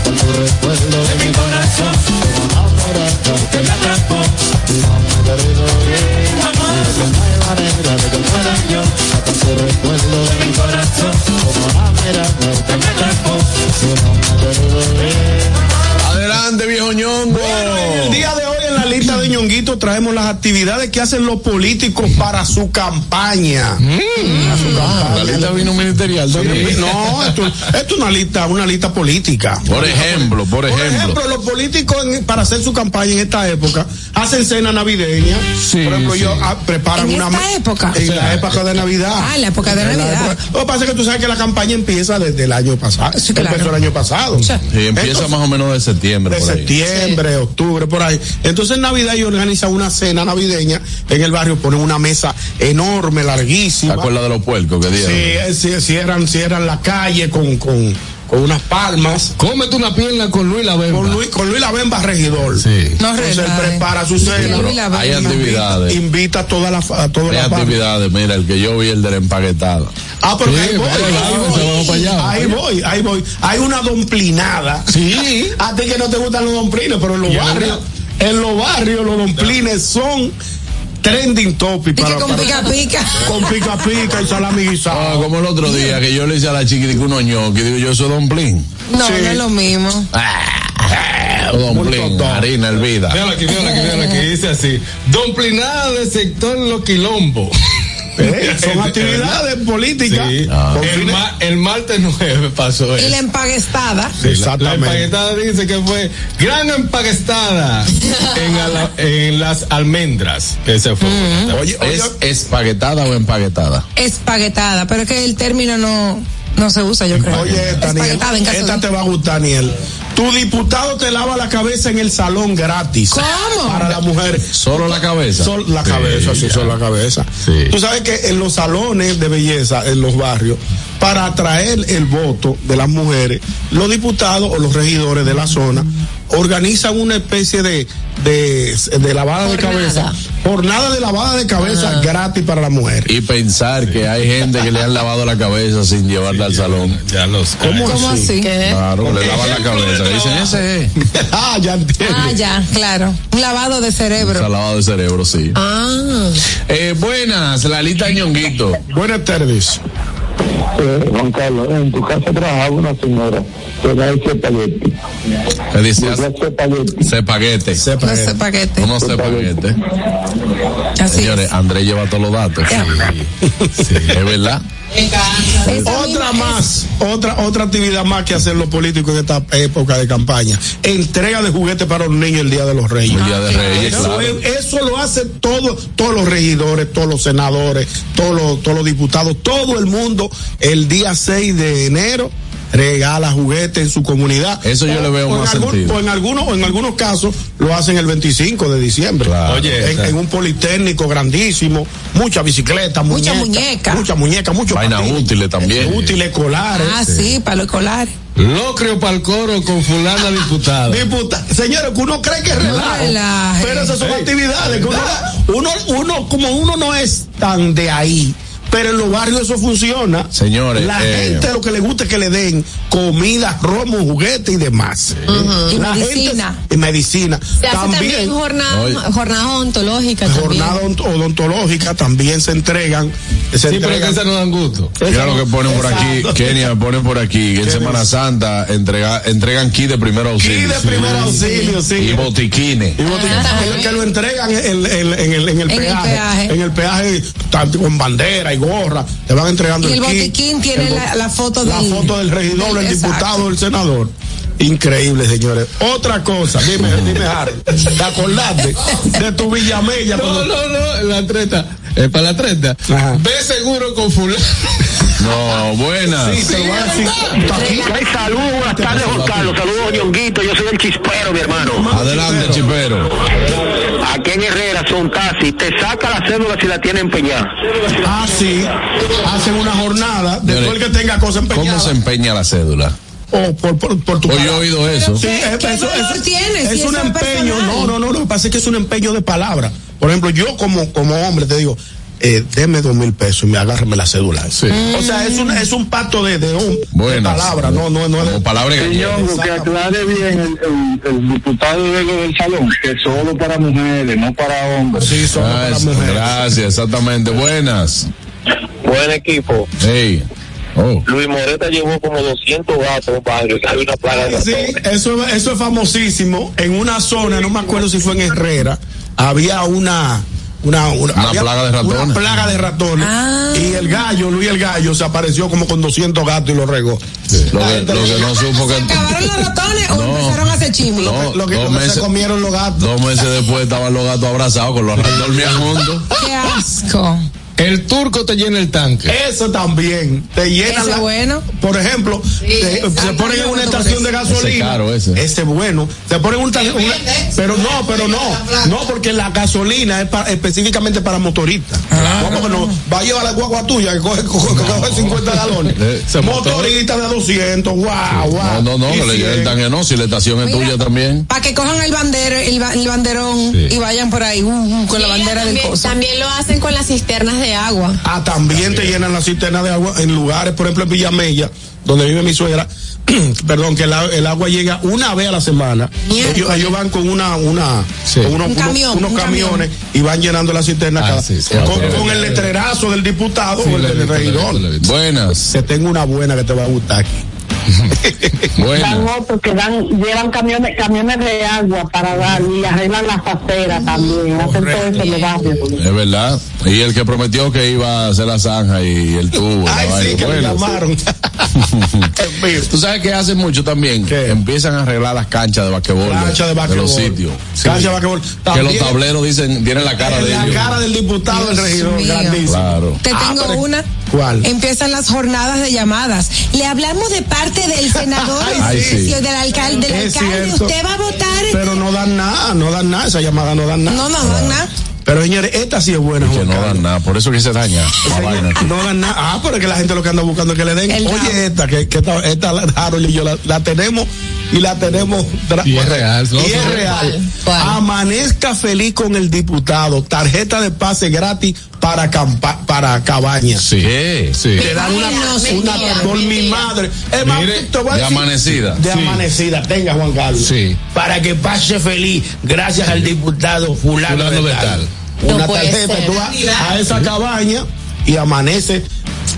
S4: con tu recuerdo de mi corazón, como una oferta que me atrapó. No me he perdido bien. Jamás. No hay manera de que pueda yo, con tu recuerdo de mi corazón, como una oferta que me atrapó. No me he perdido bien.
S6: Adelante, viejo ñongo. en el día de hoy en la lista de ñonguito traemos las actividades que hacen los políticos para su campaña. Para su
S4: la
S6: campaña.
S4: lista vino ministerial también.
S6: Ah, No, esto, esto es una lista, una lista política.
S4: Por ejemplo, por
S6: Por
S4: ejemplo.
S6: ejemplo, los políticos en- para hacer su campaña en esta época hacen cena navideña. por ejemplo,
S4: sí.
S6: ellos ah, preparan
S5: ¿En
S6: una
S5: esta
S6: me-
S5: época?
S6: En
S5: O sea,
S6: la época de Navidad.
S5: Ah, en la época de
S6: En la
S5: Navidad.
S6: época- Lo que pasa es que tú sabes que la campaña empieza desde el año pasado. Empezó el año pasado.
S4: Sí, empieza
S6: Entonces,
S4: más o menos de septiembre.
S6: de
S4: por ahí.
S6: septiembre, octubre, por ahí. Entonces en Navidad ellos organizan una cena navideña en el barrio, ponen una mesa enorme, larguísima.
S4: ¿Te acuerdas de los puercos que
S6: Sí,
S4: dieron?
S6: eh, sí, cierran, cierran la calle con, con, con unas palmas.
S2: Cómete una pierna con Luis Labemba.
S6: Con Luis, con Luis Labemba, regidor. Sí.
S4: No
S6: Entonces él
S4: relaje.
S6: prepara su
S4: Sí,
S6: cena.
S4: pero hay
S6: Invita-
S4: actividades.
S6: Invita a toda la, fa- a toda
S4: Hay
S6: la fama.
S4: actividades, mira, el que yo vi, el de la empaquetada.
S6: Ah, pero
S4: Sí, pues,
S6: ahí voy,
S4: vaya,
S6: ahí
S4: vamos,
S6: voy.
S4: vamos para allá.
S6: Ahí voy, ahí voy. Hay una domplinada.
S4: Sí.
S6: A ti que no te gustan los domplines, pero en los
S4: Ya,
S6: barrios, en los barrios los domplines son trending topic.
S5: Dije con pica pica.
S6: Con pica pica y salami guisado.
S4: Ah, como el otro día que yo le hice a la chiqui un oño, que digo yo soy Don Plin.
S5: No, no es lo mismo.
S4: Ah, Don Plin, harina hervida.
S2: Vean aquí, vean aquí, vean aquí. Dice así: Domplinada del sector Los Quilombos.
S6: Eh, son actividades políticas.
S2: Sí.
S6: Ah.
S2: El, ma- el martes 9 pasó
S5: Y
S2: eso.
S5: la empaguestada.
S2: Exactamente. La empaquetada dice que fue gran empaquetada en, ala- en las almendras. Ese fue.
S4: Oye, ¿es espaguetada o empaquetada?
S5: Espaguetada. Pero es que el término no, no se usa, yo creo.
S6: Oye, esta, Daniel,
S5: Espaguetada en caso
S6: esta
S5: de-
S6: te va a gustar, Daniel. Tu diputado te lava la cabeza en el salón gratis.
S5: ¿Cómo?
S6: Para la mujer.
S4: ¿Solo la cabeza?
S6: Sol- la
S4: Sí,
S6: cabeza, sí,
S4: ya.
S6: solo la cabeza.
S4: Sí.
S6: Tú sabes que en los salones de belleza, en los barrios, para atraer el voto de las mujeres, los diputados o los regidores de la zona organizan una especie de, de, de lavada de cabeza. Jornada de lavada de cabeza gratis para la mujer.
S4: Y pensar que hay gente que le han lavado la cabeza sin llevarla al salón. Ya los
S6: ¿Cómo ¿Cómo así? así? ¿Qué?
S4: Claro, le lavan la cabeza. Dicen, ese es.
S6: ah, ya entiendo.
S5: Ah, ya, claro. Un lavado de cerebro.
S4: Se ha lavado el cerebro, sí.
S5: Ah.
S4: Eh, buenas, Lalita Ñonguito.
S6: Buenas tardes.
S30: Eh, Juan Carlos, en tu casa trabajaba una señora que da ese paquete.
S4: ¿Qué dice?
S30: paquete.
S4: Sepaguete.
S5: No sé paquete.
S4: ¿Cómo sepaguete?
S5: Así
S4: Señores, Andrés lleva todos los datos. Sí, sí, es verdad.
S6: Otra más, otra, otra actividad más que hacen los políticos en esta época de campaña. Entrega de juguetes para los niños el Día de los Reyes. Ah,
S4: El Día de Reyes,
S6: eso,
S4: claro.
S6: es- eso lo hacen todos, todos los regidores, todos los senadores, todos los, todos los diputados, todo el mundo el día 6 de enero regala juguetes en su comunidad.
S4: Eso yo
S6: O-
S4: le veo
S6: o en
S4: más
S6: algún-
S4: sentido.
S6: o en algunos, o en algunos casos lo hacen el 25 de diciembre.
S4: Oye,
S6: en,
S4: o sea-
S6: en un politécnico grandísimo, muchas bicicletas,
S5: Mucha muñeca.
S6: muchas muñecas, muchos
S4: Vainas
S6: patines.
S4: útiles también.
S6: Útiles colares.
S5: Ah, sí, para los colares.
S2: Locrio para el coro con fulana diputada.
S6: Diputa- señores, que uno cree que es relajo,
S5: relaje.
S6: pero esas son
S2: Ey.
S6: actividades. que uno, uno, uno- como uno no es tan de ahí, pero en los barrios eso funciona.
S4: Señores,
S6: la
S4: eh,
S6: gente lo que le gusta es que le den, comida, romo, juguete y demás.
S7: Ujú. Y
S6: La gente-
S7: medicina.
S6: y medicina.
S7: Se hace también
S6: Oye,
S7: jornada, jornada ontológica.
S6: jornada
S7: también.
S6: ont- odontológica también se entregan. Se
S4: Sí, pero es que esas
S6: no dan gusto.
S4: Mira lo que ponen por aquí, Kenia, ponen por aquí, en Semana Santa entrega, entregan kit de primer auxilio.
S6: de primer auxilio, sí.
S4: Y botiquines.
S6: Y botiquines, que lo entregan en, en- en el, en el
S5: En el
S6: peaje,
S5: peaje.
S6: En el peaje, tanto con bandera y gorra, te van entregando
S5: Y el
S6: kit,
S5: botiquín tiene
S6: el bo-
S5: la- la foto
S6: la
S5: del-
S6: foto del regidor, el
S5: del- exacto.
S6: diputado, el senador. Increíble, señores. Otra cosa, dime, dime, Harold, ¿te acordaste de tu Villamella?
S8: No, no, no, la treta.
S4: Es para la treta.
S8: Ve seguro con fulano.
S4: No, buenas.
S8: Sí, te voy a decir.
S9: Ay, saludos, buenas tardes, Juan Carlos. Saludos, Ñonguito. Yo soy el chispero, mi hermano.
S4: Adelante, chipero.
S9: Aquí en Herrera son casi. Te saca la cédula si la tiene empeñada.
S6: Ah, sí. Hacen una jornada. Después el que tenga cosas empeñadas.
S4: ¿Cómo se empeña la cédula?
S6: O por, por, por tu
S4: Hoy
S6: palabra.
S4: he oído eso.
S6: Sí,
S4: ¿Qué-
S6: es-
S4: qué
S6: eso-
S4: valor
S6: eso-
S4: tiene si
S6: Es
S4: eso
S6: un
S4: es
S6: empeño.
S4: personal?
S6: No, no, no. Lo que pasa es que es un empeño de palabra. Por ejemplo, yo como, como hombre te digo, eh, deme dos mil pesos y me agárrame la cédula. O sea, es un, es un pacto de, de, un, de
S4: Buenas.
S6: palabra. No, no, no. es de-
S9: Señor, que aclare bien el, el- el diputado Diego del Salón, que solo para mujeres, no para hombres.
S6: Sí, solo
S4: Gracias, gracias, exactamente. Buenas.
S9: Buen equipo.
S4: Hey. Oh.
S9: Luis Moreta llevó como 200 gatos, padre. Hay una plaga de
S6: Sí, eso, eso es famosísimo. En una zona, no me acuerdo si fue en Herrera, había una. Una,
S4: Una
S6: había
S4: plaga de ratones.
S6: una plaga de ratones. Y el gallo, Luis el gallo, se apareció como con 200 gatos y lo regó.
S4: Lo que, lo que no supo que.
S5: ¿Acabaron los ratones o
S4: No.
S5: empezaron a hacer chisme?
S4: No,
S6: Lo que
S4: dos
S6: como se
S4: meses-
S6: comieron los gatos.
S4: Dos meses después estaban los gatos abrazados con los dormían juntos.
S5: Qué asco.
S6: El turco te llena el tanque. Eso también. Te llena
S5: Ese
S6: la-
S5: bueno.
S6: Por ejemplo, te- se
S5: exacto,
S6: ponen en una
S5: yo voto por
S6: estación
S5: ese.
S6: de gasolina.
S4: Ese caro, ese.
S6: Ese bueno. Se ponen en una, una- Pero no, pero no. No, porque la gasolina es pa- específicamente para motoristas.
S4: Ah.
S6: Vamos que no. Va a llevar la guagua tuya que coge, coge- que coge 50 galones.
S4: Eh, se
S6: Motorista de 200. Guau, guau.
S4: No, no, no,
S6: Y
S4: que le lleven el
S6: 100.
S4: tanque, no, si la estación es tuya también.
S5: Para que cojan el bandero, el, ba- el banderón
S4: Sí.
S5: y vayan por ahí uh, uh, con la
S7: Mira,
S5: bandera del
S7: también-
S5: coso.
S7: También lo hacen con las cisternas de agua.
S6: Ah, también te llenan la cisterna de agua en lugares, por ejemplo, en Villamella, donde vive mi suegra. perdón, que el, a- el agua llega una vez a la semana. Ellos, ellos van con una, una, con unos,
S5: Un
S6: unos-
S5: camión,
S6: unos
S5: un
S6: camiones y van llenando la cisterna cada- con, con el letrerazo del diputado o el del regidor.
S4: Buenas.
S6: Te tengo una buena que te va a gustar aquí.
S10: Dan otros que dan, llevan camiones, camiones de agua para dar y arreglan las aceras también, hacen todo eso en los barrios.
S4: Es verdad. Y el que prometió que iba a hacer la zanja y el tubo. la vaina. Buenas. Tú sabes que hacen mucho también. Empiezan a arreglar las canchas de basquetbol.
S6: Cancha de
S4: los
S6: basquetbol.
S4: sitios.
S6: Cancha de basquetbol.
S4: Que los
S6: También-
S4: tableros dicen, tienen la cara de
S6: La
S4: ellos.
S6: cara del diputado del
S5: Dios
S6: regidor,
S5: mío.
S6: grandísimo. Ah,
S4: Claro.
S5: Te tengo una.
S6: ¿Cuál?
S5: Empiezan las jornadas de llamadas. Le hablamos de parte del senador
S6: Ay, sí.
S5: y del alcalde. Del
S6: Es
S5: alcalde,
S6: cierto.
S5: usted va a votar.
S6: Pero no dan nada, no dan nada, esa llamada no dan nada.
S5: No, no dan nada.
S6: Pero señores, esta sí es buena,
S4: Que
S6: Juan
S4: no
S6: Carlos.
S4: dan nada. Por eso que se daña. la vaina.
S6: No dan nada. Ah, pero es que la gente lo que anda buscando es que le den.
S5: El
S6: Oye,
S5: dao.
S6: esta, que, que esta, esta la, Harold y yo la, la tenemos y la tenemos. tra-
S8: Y es real, ¿no?
S6: Y es real. Amanezca feliz con el diputado. Tarjeta de pase gratis para, campa- para cabaña.
S4: Sí. Sí.
S6: Te dan una,
S4: Ay,
S6: una,
S4: mentira,
S6: por mi
S4: mentira.
S6: madre. Es más,
S4: Mire,
S6: te voy a
S4: de
S6: decir-
S4: amanecida. Sí.
S6: De amanecida, tenga Juan Carlos.
S4: Sí.
S6: Para que pase feliz, gracias al diputado fulano,
S4: Fulano de tal.
S6: Una
S4: No puede
S6: tarjeta,
S4: ser.
S6: tú vas a esa cabaña y amanece.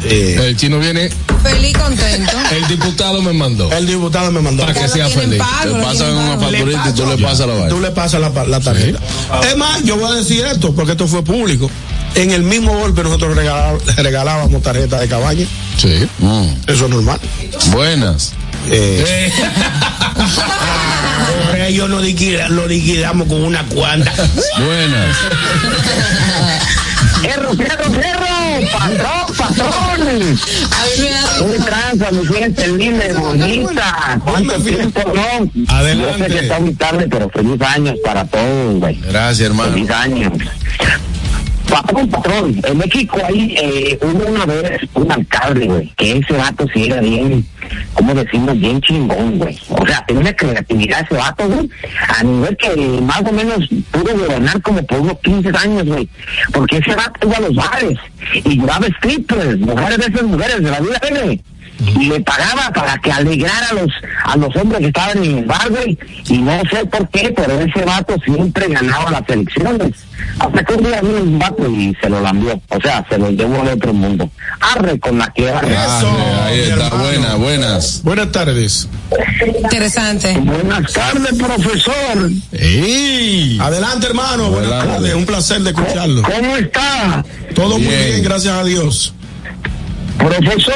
S6: eh,
S8: El chino viene,
S5: Feliz contento.
S8: el diputado me mandó.
S6: El diputado me mandó.
S8: Para que sea
S4: Te
S8: feliz.
S4: pasan una facturita y tú le pasas la vaina.
S6: Tú le pasas la, pa- la tarjeta. Es más, yo voy a decir esto, porque esto fue público. En el mismo golpe nosotros regala- regalábamos tarjetas de cabaña.
S4: Sí.
S6: Eso es normal.
S4: Mm. Buenas.
S6: Eh. Ahora yo lo, liquida- lo liquidamos con una cuanta.
S4: Buenas.
S9: ¡Cierro, cierro, cierro! ¡Patrón, patrón! Un tranza, mujeres lindas, bonitas. ¿Cuánto tiempo no?
S4: Adelante.
S9: Yo sé que está muy tarde, pero feliz años para todos, güey.
S4: Gracias, hermano.
S9: Feliz años. Patrón, patrón, en México hay eh, hubo una vez un alcalde, güey, que ese vato sí era bien, ¿cómo decimos? Bien chingón, güey. O sea, tenía una creatividad ese vato, güey, a nivel que más o menos pudo gobernar como por unos 15 años, güey. Porque ese vato iba a los bares y llevaba strippers, mujeres de esas mujeres de la vida, güey. le pagaba para que alegrara a los, a los hombres que estaban en el bar, güey. Y no sé por qué, pero ese vato siempre ganaba las elecciones. Hasta que un día vino un vato y se lo lambió. O sea, se lo llevó al otro mundo. Ah, Arre con la que arre.
S4: Eso, ahí está, buena, buenas.
S6: Buenas tardes.
S5: Interesante.
S9: Buenas tardes, profesor.
S6: Adelante, hermano. Buenas tardes. Un placer de escucharlo.
S9: ¿Cómo está?
S6: Todo muy bien, gracias a Dios.
S12: Profesor,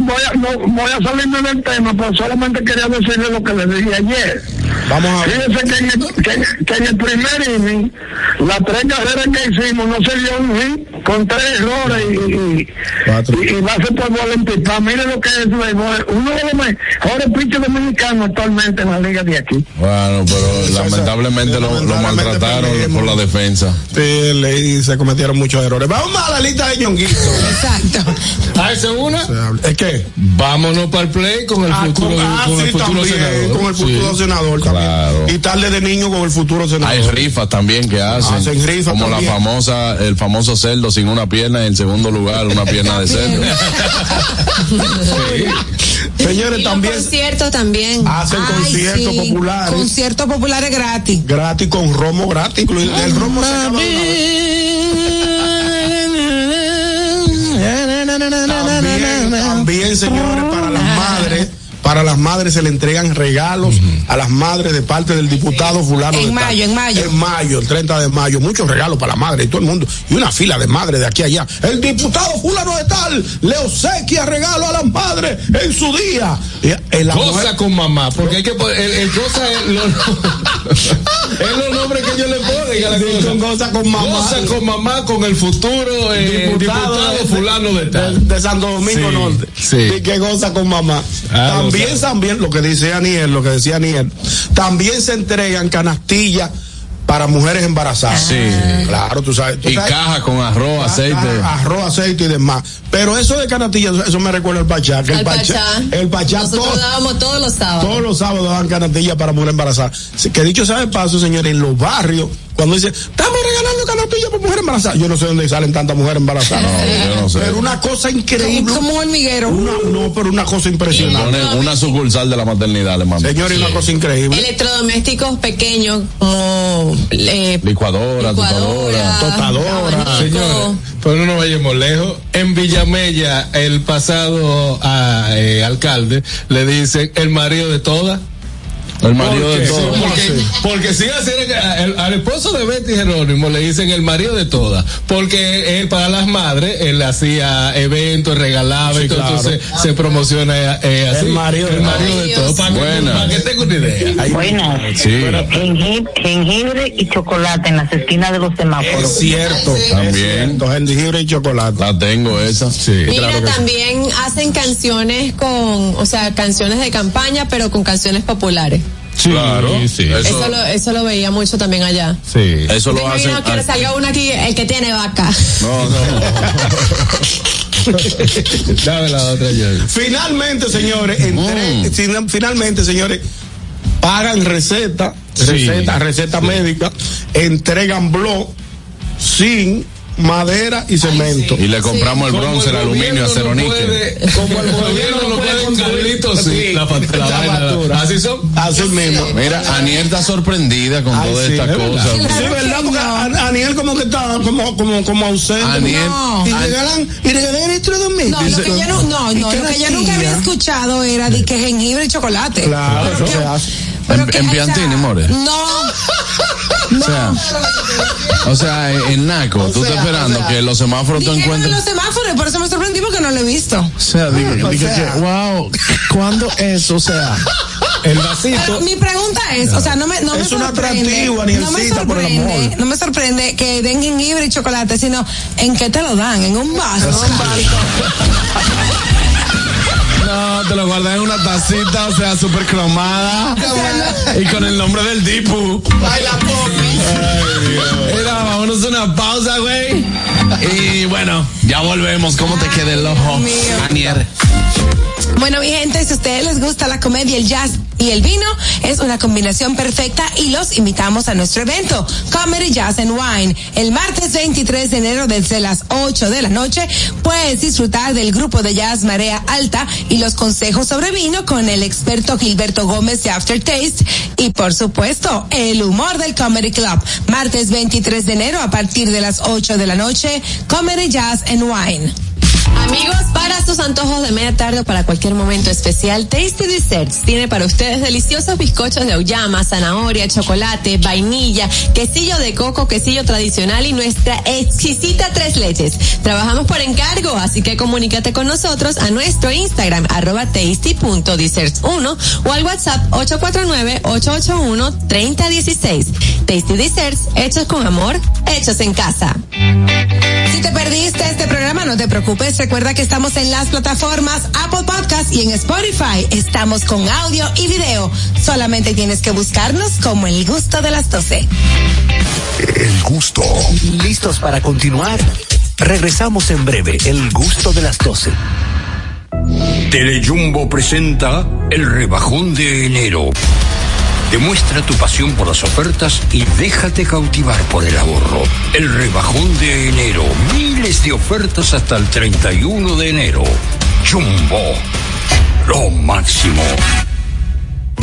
S12: voy a, no, voy a salirme del tema, pero solamente quería decirle lo que le dije ayer.
S6: Vamos a ver.
S12: Fíjese que en el, que en- que en el primer inning, las tres carreras que hicimos, no se dio un hit con tres errores y, y, y, y base por bola en pipa. Mire lo que es el béisbol. Uno de los mejores pitchers dominicanos actualmente en la liga de aquí.
S4: Bueno, pero lamentablemente lo, lo maltrataron por la defensa.
S6: Sí, le- se cometieron muchos errores. Vamos a la lista de Ñonguito.
S5: Exacto.
S2: ¿Darse Ah, una?
S6: ¿Es que
S2: Vámonos para el play con el
S6: Ah,
S2: futuro,
S6: con- ah,
S2: con el
S6: sí,
S2: futuro
S6: también,
S2: senador.
S6: con el futuro senador también.
S4: Claro.
S6: Y tarde de niño con el futuro senador.
S4: Hay rifas Ah, también que hacen.
S6: Ah, Hacen rifas
S4: como
S6: también.
S4: la famosa, el famoso cerdo sin una pierna y en segundo lugar, una pierna de cerdo.
S6: Señores, también
S5: Conciertos también.
S6: Hacen conciertos populares.
S5: Conciertos populares gratis.
S6: gratis con romo gratis. incluido- El romo se acaba de una vez. También, también, señores, para las madres, para las madres se le entregan regalos a las madres de parte del diputado fulano.
S5: En
S6: de tal.
S5: mayo, en mayo.
S6: En mayo, el 30 de mayo, muchos regalos para las madres y todo el mundo. Y una fila de madres de aquí a allá. El diputado fulano de tal le obsequia regalo a las madres en su día. Y el amor-
S2: Cosa con mamá, porque hay que pon- el, el cosa es lo- es los nombres que yo le ponen a la
S6: Sí,
S2: cosa.
S6: con cosa con mamá.
S2: Cosa con mamá, con el futuro eh, diputado,
S6: de-
S2: fulano de tal.
S6: de Santo Domingo
S2: Sí,
S6: Norte.
S2: sí.
S6: Y que goza con mamá.
S2: Ah,
S6: también,
S2: goza.
S6: también, lo que dice Aniel, lo que decía Aniel, también se entregan canastillas para mujeres embarazadas.
S4: Sí.
S6: Claro, tú sabes. tú
S4: y
S6: sabes,
S4: caja con arroz, aceite.
S6: a- Arroz, aceite y demás. Pero eso de canastillas, eso me recuerda el pachá. que el
S7: Al
S6: pachá,
S7: Pachá.
S6: el pachá
S7: Nosotros
S6: todo-
S7: dábamos todos los sábados.
S6: todos los sábados dan canastillas para mujeres embarazadas. Sí, Que dicho sea de paso, señores, en los barrios, cuando dicen, estamos regalando canastillas para mujeres embarazadas, yo no sé dónde salen tantas mujeres embarazadas.
S4: No, yo no sé.
S6: Pero una cosa increíble.
S5: Como un hormiguero.
S6: Una- no, pero una cosa impresionante.
S4: Ponen una sucursal de la maternidad, le mandan.
S6: Señores, una cosa increíble.
S7: Electrodomésticos pequeños como eh,
S4: Licuadora,
S7: Licuadora.
S4: tostadora.
S6: Totadora.
S4: Ah,
S7: abanico.
S2: Señores, pero no nos vayamos lejos. En Villamella, el pasado ah, eh, alcalde le dice el marido de todas.
S4: El marido
S2: ¿Por
S4: de
S2: qué?
S4: todo.
S6: ¿Cómo
S2: Porque,
S6: así?
S2: porque si hacen- a- eh, el- al esposo de Betty Jerónimo le dicen el marido de todas. Porque él, para las madres, él hacía eventos, regalaba,
S6: Sí,
S2: y todo,
S6: claro.
S2: entonces se promociona eh, así.
S6: El marido de
S2: el marido
S7: todas.
S2: de todas. Para, que-
S4: Buena.
S2: para que tenga una idea.
S10: Buenas.
S4: Sí,
S10: Jengibre, jengibre y chocolate en las esquinas de los semáforos.
S6: Es cierto.
S4: También.
S6: Es cierto. Jengibre y chocolate.
S4: la tengo esa. Sí.
S7: Mira,
S6: claro que sí.
S7: también hacen canciones con, o sea, canciones de campaña, pero con canciones populares.
S4: claro. Eso,
S7: Eso, lo, eso lo veía mucho también allá.
S2: Sí.
S4: eso
S7: Yo
S4: lo
S7: me
S4: hacen.
S7: imagino que
S4: al-
S7: salga uno aquí, el que tiene vaca.
S4: No, no.
S2: Dame la otra, yo.
S6: Finalmente, señores, en
S4: Mm.
S6: tres- sin- finalmente, señores, pagan receta, receta, receta médica, entregan blog sin madera y cemento.
S4: Y le compramos el bronce, el aluminio, acero níquel.
S2: Como el gobierno no puede con Carlitos, sí. La, fa- la
S6: La
S2: vaina, la-
S6: factura.
S2: Así son.
S6: Así mismo.
S4: Mira, Aniel está sorprendida con
S6: Ay,
S4: todas
S6: sí,
S4: estas
S6: es verdad.
S4: cosas.
S6: Sí, es verdad, porque a- Aniel como que está como, como, como ausente.
S4: Aniel,
S6: Y regalan, y regalan electrodomésticos.
S5: No, lo que yo no, no, no,
S6: Y
S5: lo que yo nunca había
S6: canastilla.
S5: escuchado era de que jengibre y chocolate.
S6: Claro, eso
S5: que-
S6: se hace.
S4: En- en Piantini, more.
S5: No,
S4: o sea, o sea, en- en Naco, tú estás
S6: sea,
S4: esperando
S6: o sea,
S4: que los semáforos te
S5: dijeron en
S4: encuentren.
S5: los semáforos, por eso me sorprendí porque no lo he visto.
S4: O sea, diga,
S6: o
S4: diga
S6: sea.
S4: que, wow, ¿cuándo eso? O sea,
S2: El vasito.
S5: Pero mi pregunta es, o sea, no me, no me
S6: Es un
S5: sorprende,
S6: atractivo,
S5: no me
S6: Anielcita, por el
S5: sorprende,
S6: amor.
S5: no me sorprende que den jengibre y chocolate, sino en qué te lo dan, en un vaso.
S4: no, te lo guardas en una tacita, o sea, súper cromada. Y con el nombre del Dipu.
S6: Baila poco.
S4: Mira, vámonos a una pausa, güey. Y bueno, ya volvemos. ¿Cómo te queda el ojo? Aniel.
S5: Bueno, mi gente, si a ustedes les gusta la comedia, el jazz y el vino, es una combinación perfecta y los invitamos a nuestro evento, Comedy Jazz and Wine, el martes 23 de enero desde las 8 de la noche. Puedes disfrutar del grupo de jazz Marea Alta y los consejos sobre vino con el experto Gilberto Gómez de Aftertaste y, por supuesto, el humor del Comedy Club. Martes 23 de enero a partir de las 8 de la noche, Comedy Jazz and Wine.
S7: Amigos, para sus antojos de media tarde o para cualquier momento especial, Tasty Desserts tiene para ustedes deliciosos bizcochos de auyama, zanahoria, chocolate, vainilla, quesillo de coco, quesillo tradicional y nuestra exquisita tres leches. Trabajamos por encargo, así que comunícate con nosotros a nuestro Instagram, arroba tasty.desserts1 o al WhatsApp 849-881-3016. Tasty Desserts, hechos con amor, hechos en casa.
S5: Si te perdiste este programa, no te preocupes. Recuerda que estamos en las plataformas Apple Podcast y en Spotify. Estamos con audio y video. Solamente tienes que buscarnos como el gusto de las 12.
S1: El gusto. ¿Listos para continuar? Regresamos en breve. El gusto de las 12.
S15: Telejumbo presenta el rebajón de enero. Demuestra tu pasión por las ofertas y déjate cautivar por el ahorro. El rebajón de enero. Miles de ofertas hasta el 31 de enero. Jumbo. Lo máximo.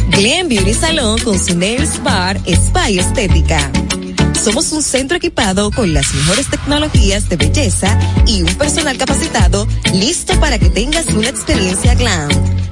S28: Glen Beauty Salón con su Nails Bar Spa y Estética. Somos un centro equipado con las mejores tecnologías de belleza y un personal capacitado listo para que tengas una experiencia glam.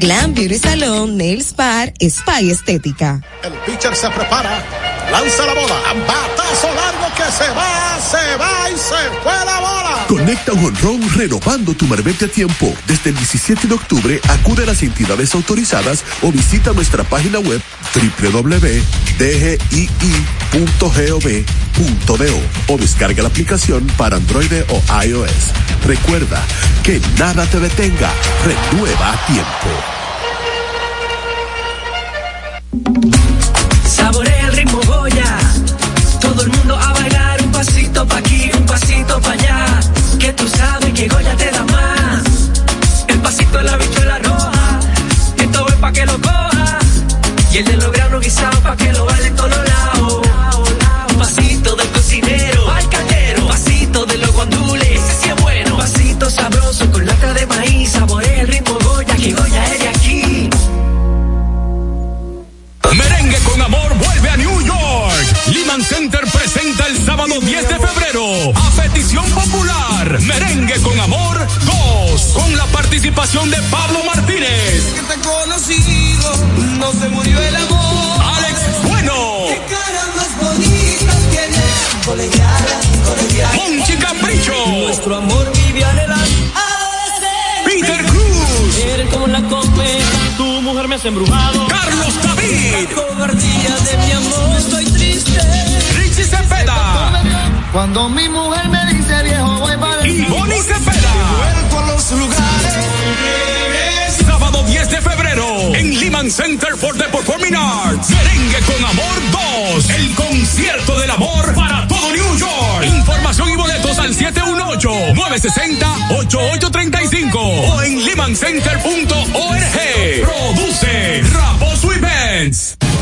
S28: Glam Beauty Salon, Nails Bar, Spa y Estética.
S6: El pitcher se prepara, lanza la bola, batazo largo que se va, se va y se fue la bola.
S4: Conecta un honrón renovando tu marbete a tiempo. Desde el 17 de octubre acude a las entidades autorizadas o visita nuestra página web www.dgii.gov.do o descarga la aplicación para Android o iOS. Recuerda que nada te detenga. Renueva a tiempo.
S11: Saborea el ritmo Goya. Todo el mundo a bailar un pasito pa' aquí, un pasito pa' allá. Que tú sabes que Goya te da más. El pasito de la bichuela roja. Esto es pa' que lo coja. Y el de los granos guisados pa' que lo vale en todos los lados. Pasito del cocinero, al caldero. Pasito de los guandules, ese sí es bueno. Pasito sabroso con lata de maíz. Saborea el ritmo Goya, que Goya es de aquí.
S20: Merengue con amor vuelve a New York. Lehman Center presenta el sábado 10 de febrero a petición popular. Merengue con amor 2 con la participación de Pablo Martínez.
S11: que te he conocido, no se murió el amor.
S20: Alex Bueno.
S11: Qué cara más bonita tiene. Colegiala, colegiala.
S20: Monchi Capricho.
S11: Nuestro amor vive en el
S20: Peter Cruz.
S11: Eres como la cometa, tu mujer me has embrujado.
S20: Carlos David.
S11: La cobardía de mi amor, estoy triste.
S20: Richie Cepeda.
S11: Cuando mi mujer me dice viejo, voy para el
S20: Y Bonnie
S11: Te
S20: Cepeda.
S11: vuelco a los lugares.
S20: Sábado 10 de febrero en Lehman Center for the Performing Arts. Merengue con Amor 2. El concierto del amor para todo New York. Información y boletos al 718-960-8835 o en lehmancenter.org. Produce Raposo Events.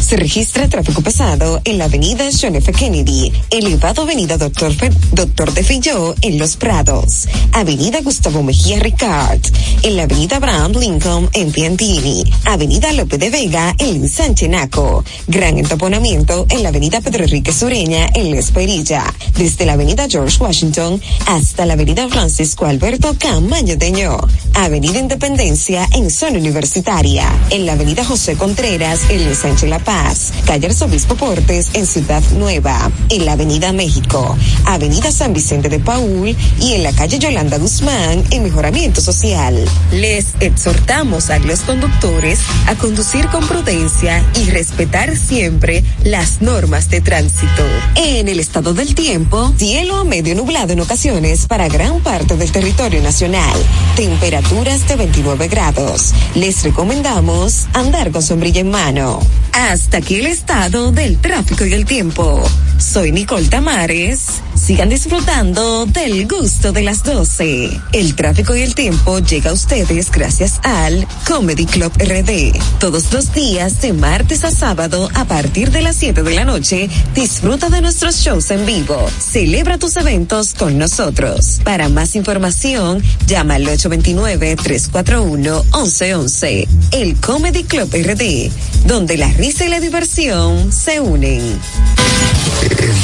S28: Se registra tráfico pesado en la avenida John F. Kennedy, elevado avenida Doctor, Fe- Doctor de Filló en Los Prados, avenida Gustavo Mejía Ricard, en la avenida Abraham Lincoln en Piantini, avenida López de Vega en Sánchez Naco, gran entaponamiento en la avenida Pedro Enrique Sureña en La Esperilla, desde la avenida George Washington hasta la avenida Francisco Alberto Camaño Teñó, avenida Independencia en zona universitaria, en la avenida José Contreras en el Sánchez La Paz, calle Arzobispo Portes en Ciudad Nueva, en la avenida México, avenida San Vicente de Paul y en la calle Yolanda Guzmán en Mejoramiento Social. Les exhortamos a los conductores a conducir con prudencia y respetar siempre las normas de tránsito. En el estado del tiempo, cielo medio nublado en ocasiones para gran parte del territorio nacional. Temperaturas de 29 grados. Les recomendamos andar con sombrilla en mano. Hasta aquí el estado del tráfico y el tiempo. Soy Nicole Tamares. Sigan disfrutando del gusto de las 12. El tráfico y el tiempo llega a ustedes gracias al Comedy Club RD. Todos los días, de martes a sábado, a partir de las 7 de la noche, disfruta de nuestros shows en vivo. Celebra tus eventos con nosotros. Para más información, llama al 829-341-1111. El Comedy Club RD, donde la risa y la diversión se unen.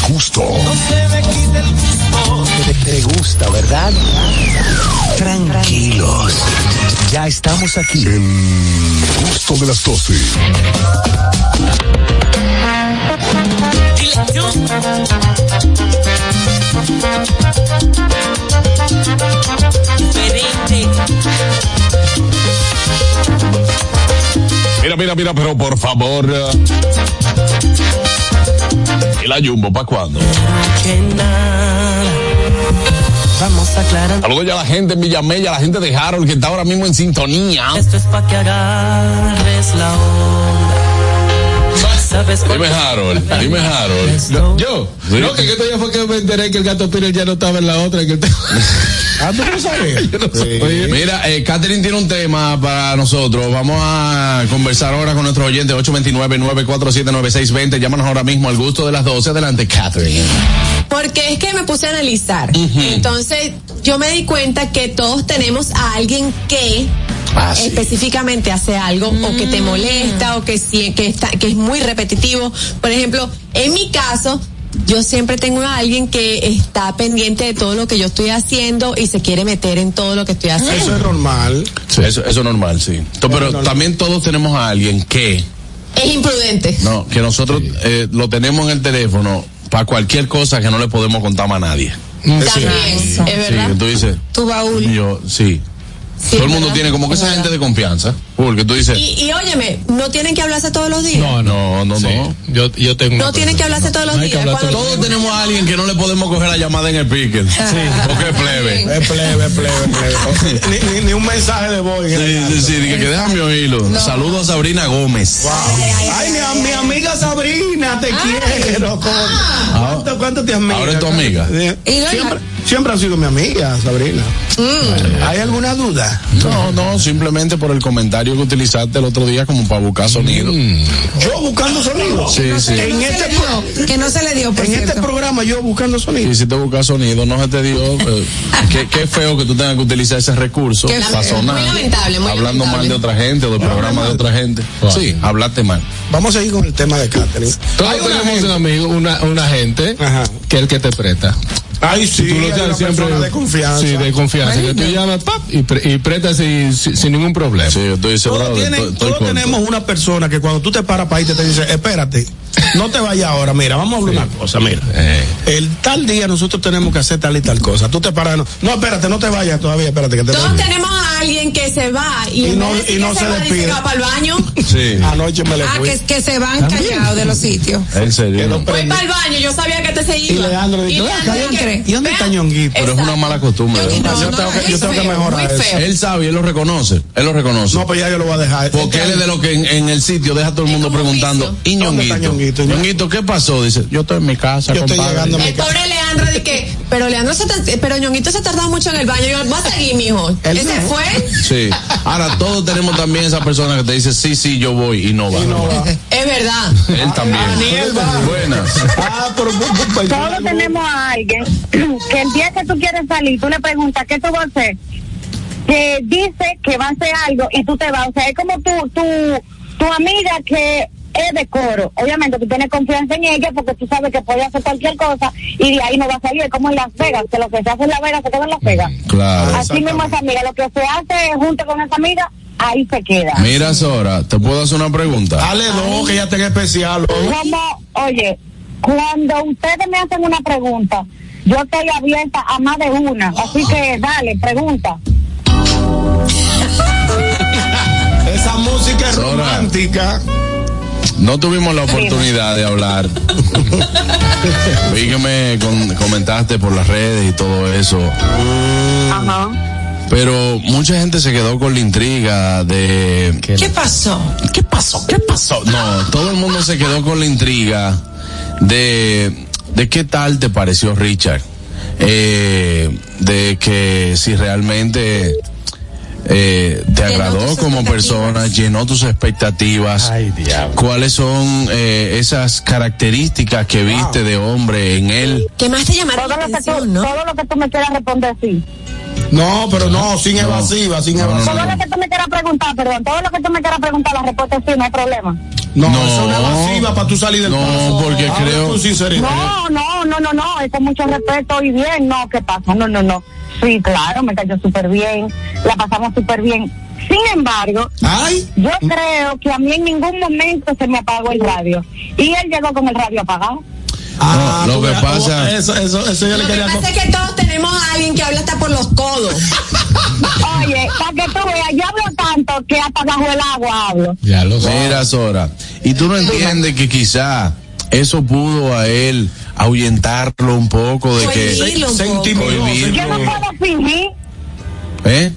S1: El gusto. Te, te gusta, ¿verdad? Tranquilos. Ya estamos aquí. El gusto de las 12.
S4: Mira, mira, mira, pero por favor. eh, ¿Y la Jumbo para cuándo?
S26: que nada. Vamos a aclarar.
S4: Saludo ya a la gente en Villamella, a la gente de Harold que está ahora mismo en sintonía.
S26: Esto es pa' que agarres la onda. ¿Sabes cuál
S4: Dime Harold, dime Harold.
S2: Yo, no, que esto ya fue que me enteré que el gato Peter ya no estaba en la otra. Que el te- ah, tú
S6: pues,
S2: no sabes. Yo no sabía.
S4: Mira, eh, Catherine tiene un tema para nosotros. Vamos a conversar ahora con nuestros oyentes 829-947-9620. Llámanos ahora mismo al gusto de las 12. Adelante, Catherine.
S7: Porque es que me puse a analizar. Entonces, yo me di cuenta que todos tenemos a alguien que
S4: Ah,
S7: específicamente hace algo o que te molesta o que, sí- que, está, que es muy repetitivo. Por ejemplo, en mi caso, yo siempre tengo a alguien que está pendiente de todo lo que yo estoy haciendo y se quiere meter en todo lo que estoy haciendo.
S6: Eso es normal.
S4: Eso, eso es normal, sí. To- Pero también todos tenemos a alguien que,
S7: Es imprudente.
S4: no, que nosotros eh, lo tenemos en el teléfono para cualquier cosa que no le podemos contar más a nadie.
S7: También, es verdad.
S4: Sí, tú dices.
S7: Tu baúl.
S4: Yo, sí.
S7: Sí,
S4: Todo el mundo
S7: ¿verdad?
S4: tiene como que esa gente de confianza. Porque tú dices.
S7: Y, y óyeme, no tienen que hablarse todos los días.
S4: No, no, no, no. Yo, yo tengo.
S7: No tienen que hablarse todos los días. Cuando-
S4: Todos tenemos a alguien que no le podemos coger la llamada en el picker. Sí. Porque es plebe.
S6: Es plebe, es plebe, es plebe. O- ni, ni- ni un mensaje de voz. en el
S4: Sí, sí,
S6: gato.
S4: sí, dije que déjame oírlo. Saludos a Sabrina Gómez.
S6: Ay, mi, am- mi amiga Sabrina, te quiero. ¿Cómo- ¿Cuánto, cuánto te amiga?
S4: Ahora es tu amiga. Eh,
S6: Sí.
S7: Y no-
S6: Siempre, siempre ha sido mi amiga, Sabrina.
S26: Mm.
S6: ¿Hay alguna duda?
S4: No, no, simplemente por el comentario que utilizaste el otro día como para buscar sonido.
S6: Mm. Yo buscando sonido.
S4: Sí, sí.
S6: En
S5: No se
S6: este
S5: le dio, que no se le dio, por
S6: En este
S5: cierto.
S6: programa yo buscando sonido.
S4: Y si te buscas sonido, no se te dio. eh, qué, qué feo que tú tengas que utilizar ese recurso
S7: Qué
S4: para
S7: feo.
S4: sonar.
S7: Muy lamentable, muy
S4: hablando mal
S7: lamentable.
S4: de otra gente o del programa de otra gente. Sí, hablaste mal.
S6: Vamos a seguir con el tema de Catherine.
S2: Todos
S6: Hay una
S2: tenemos
S6: gente-
S2: un amigo, una, una gente
S6: Ajá.
S2: que es el que te presta.
S6: Ay, sí,
S2: tú lo
S6: hay
S2: sabes
S6: una persona de confianza.
S2: Sí, de confianza. Que tú llamas pap, y, pre- y presta sin, sin- sin ningún problema.
S4: Sí, yo estoy seguro
S6: Todos,
S4: de
S6: tienen-
S4: estoy- estoy
S6: todos
S4: con-
S6: tenemos una persona que cuando tú te paras para irte te dice, espérate, no te vayas ahora, mira, vamos a hablar una cosa, mira.
S4: Eh.
S6: El tal día nosotros tenemos que hacer tal y tal cosa. Tú te paras, no, no, espérate, no te vayas todavía, espérate que te
S7: Todos tenemos a alguien que se va y,
S6: Y
S7: en
S6: no-
S7: vez de
S6: y
S7: que
S6: no se
S7: va, dice que
S6: despide.
S7: va para el baño.
S4: Sí.
S6: Anoche me le
S5: Ah,
S6: fui.
S5: que, que se van callados de los sitios.
S4: En serio. no.
S7: Voy para el baño, yo sabía que te se iba.
S6: Y Leandro dijo, "Ven acá,
S7: Leandro
S5: ¿dónde-
S6: ¿Y dónde está Ñonguito?
S4: Pero es una mala costumbre.
S7: Yo-
S4: ¿verdad?
S7: no,
S6: yo tengo
S7: no,
S6: que- yo
S7: es
S6: tengo que
S7: feo,
S6: mejorar
S7: muy
S6: eso.
S7: feo.
S4: Él sabe, él lo reconoce. Él lo reconoce.
S6: No, pues ya yo lo voy a dejar.
S4: Porque él es de lo que en, en el sitio deja a todo el mundo
S7: como un
S4: preguntando,
S7: vicio.
S4: ¿y
S6: ¿Dónde está
S4: Ñonguito?
S6: Ñonguito?
S4: Ñonguito, ¿qué pasó? Dice, yo estoy en mi casa,
S6: Yo estoy
S4: compadre.
S6: llegando llegando a mi
S7: El
S6: casa.
S7: pobre Leandro de que, pero Leandro se tar- pero Ñonguito se ha tardado mucho en el baño. Yo, va a seguir, mijo.
S4: Él
S7: Ese
S4: no.
S7: fue.
S4: Sí. Ahora todos tenemos también esa persona que te dice, sí, sí, yo voy y no va.
S7: Es verdad.
S4: Él también. Buenas.
S10: Todos tenemos a alguien que el día que tú quieres salir, tú le preguntas, ¿qué tú vas a hacer? Que dice que va a hacer algo y tú te vas. O sea, es como tu, tu, tu amiga que es de coro. Obviamente tú tienes confianza en ella porque tú sabes que puede hacer cualquier cosa y de ahí no va a salir. Es como en Las Vegas, que lo que se hace en Las Vegas se queda en Las Vegas.
S4: Claro.
S10: Así mismo esa amiga, lo que se hace junto con esa amiga, ahí se queda.
S4: Mira, Sora, ¿te puedo hacer una pregunta?
S6: Dale dos, que ya tenga especial.
S10: Como, oye, cuando ustedes me hacen una pregunta, yo estoy abierta a más de una. Así que dale, pregunta.
S6: Esa música es romántica.
S4: No tuvimos la oportunidad de hablar. Vi que me con- comentaste por las redes y todo eso. Pero mucha gente se quedó con la intriga de...
S26: ¿Qué pasó?
S4: ¿Qué pasó? ¿Qué pasó? No, todo el mundo se quedó con la intriga de, de qué tal te pareció Richard. Eh, de que si realmente eh, te agradó como persona, llenó tus expectativas. ¿Cuáles son eh, esas características que viste de hombre en él?
S7: ¿Qué más te llamaron
S10: todo lo que tú, Todo lo que tú me quieras responder, sí.
S6: No, pero no, sin evasiva, sin evasiva.
S10: Todo lo que tú me quieras preguntar, perdón, todo lo que tú me quieras preguntar, la respuesta es sí, no hay problema.
S6: No, es una evasiva para tú salir del No, porque creo. Con sinceridad.
S10: No, no, no, no, no, es con mucho respeto y bien, no, ¿qué pasa? No, no, no. Sí, claro, me cayó súper bien, la pasamos súper bien. Sin embargo, yo creo que a mí en ningún momento se me apagó el radio. Y él llegó con el radio apagado.
S6: Ah,
S4: No, lo que pasa...
S6: oh, Eso, eso, eso yo le
S7: Lo que
S6: quería
S7: pasa es que todos tenemos a alguien que habla hasta por los codos.
S10: Oye, para que tú veas, yo hablo tanto que hasta bajo el agua hablo.
S4: Ya lo Mira, Sora. Y tú no entiendes que quizá eso pudo a él ahuyentarlo un poco de que.
S10: Cohibirlo un
S4: Se
S10: poco.
S4: intimidó, se
S10: Yo no
S4: intimidó.
S10: puedo fingir,
S4: ¿Eh?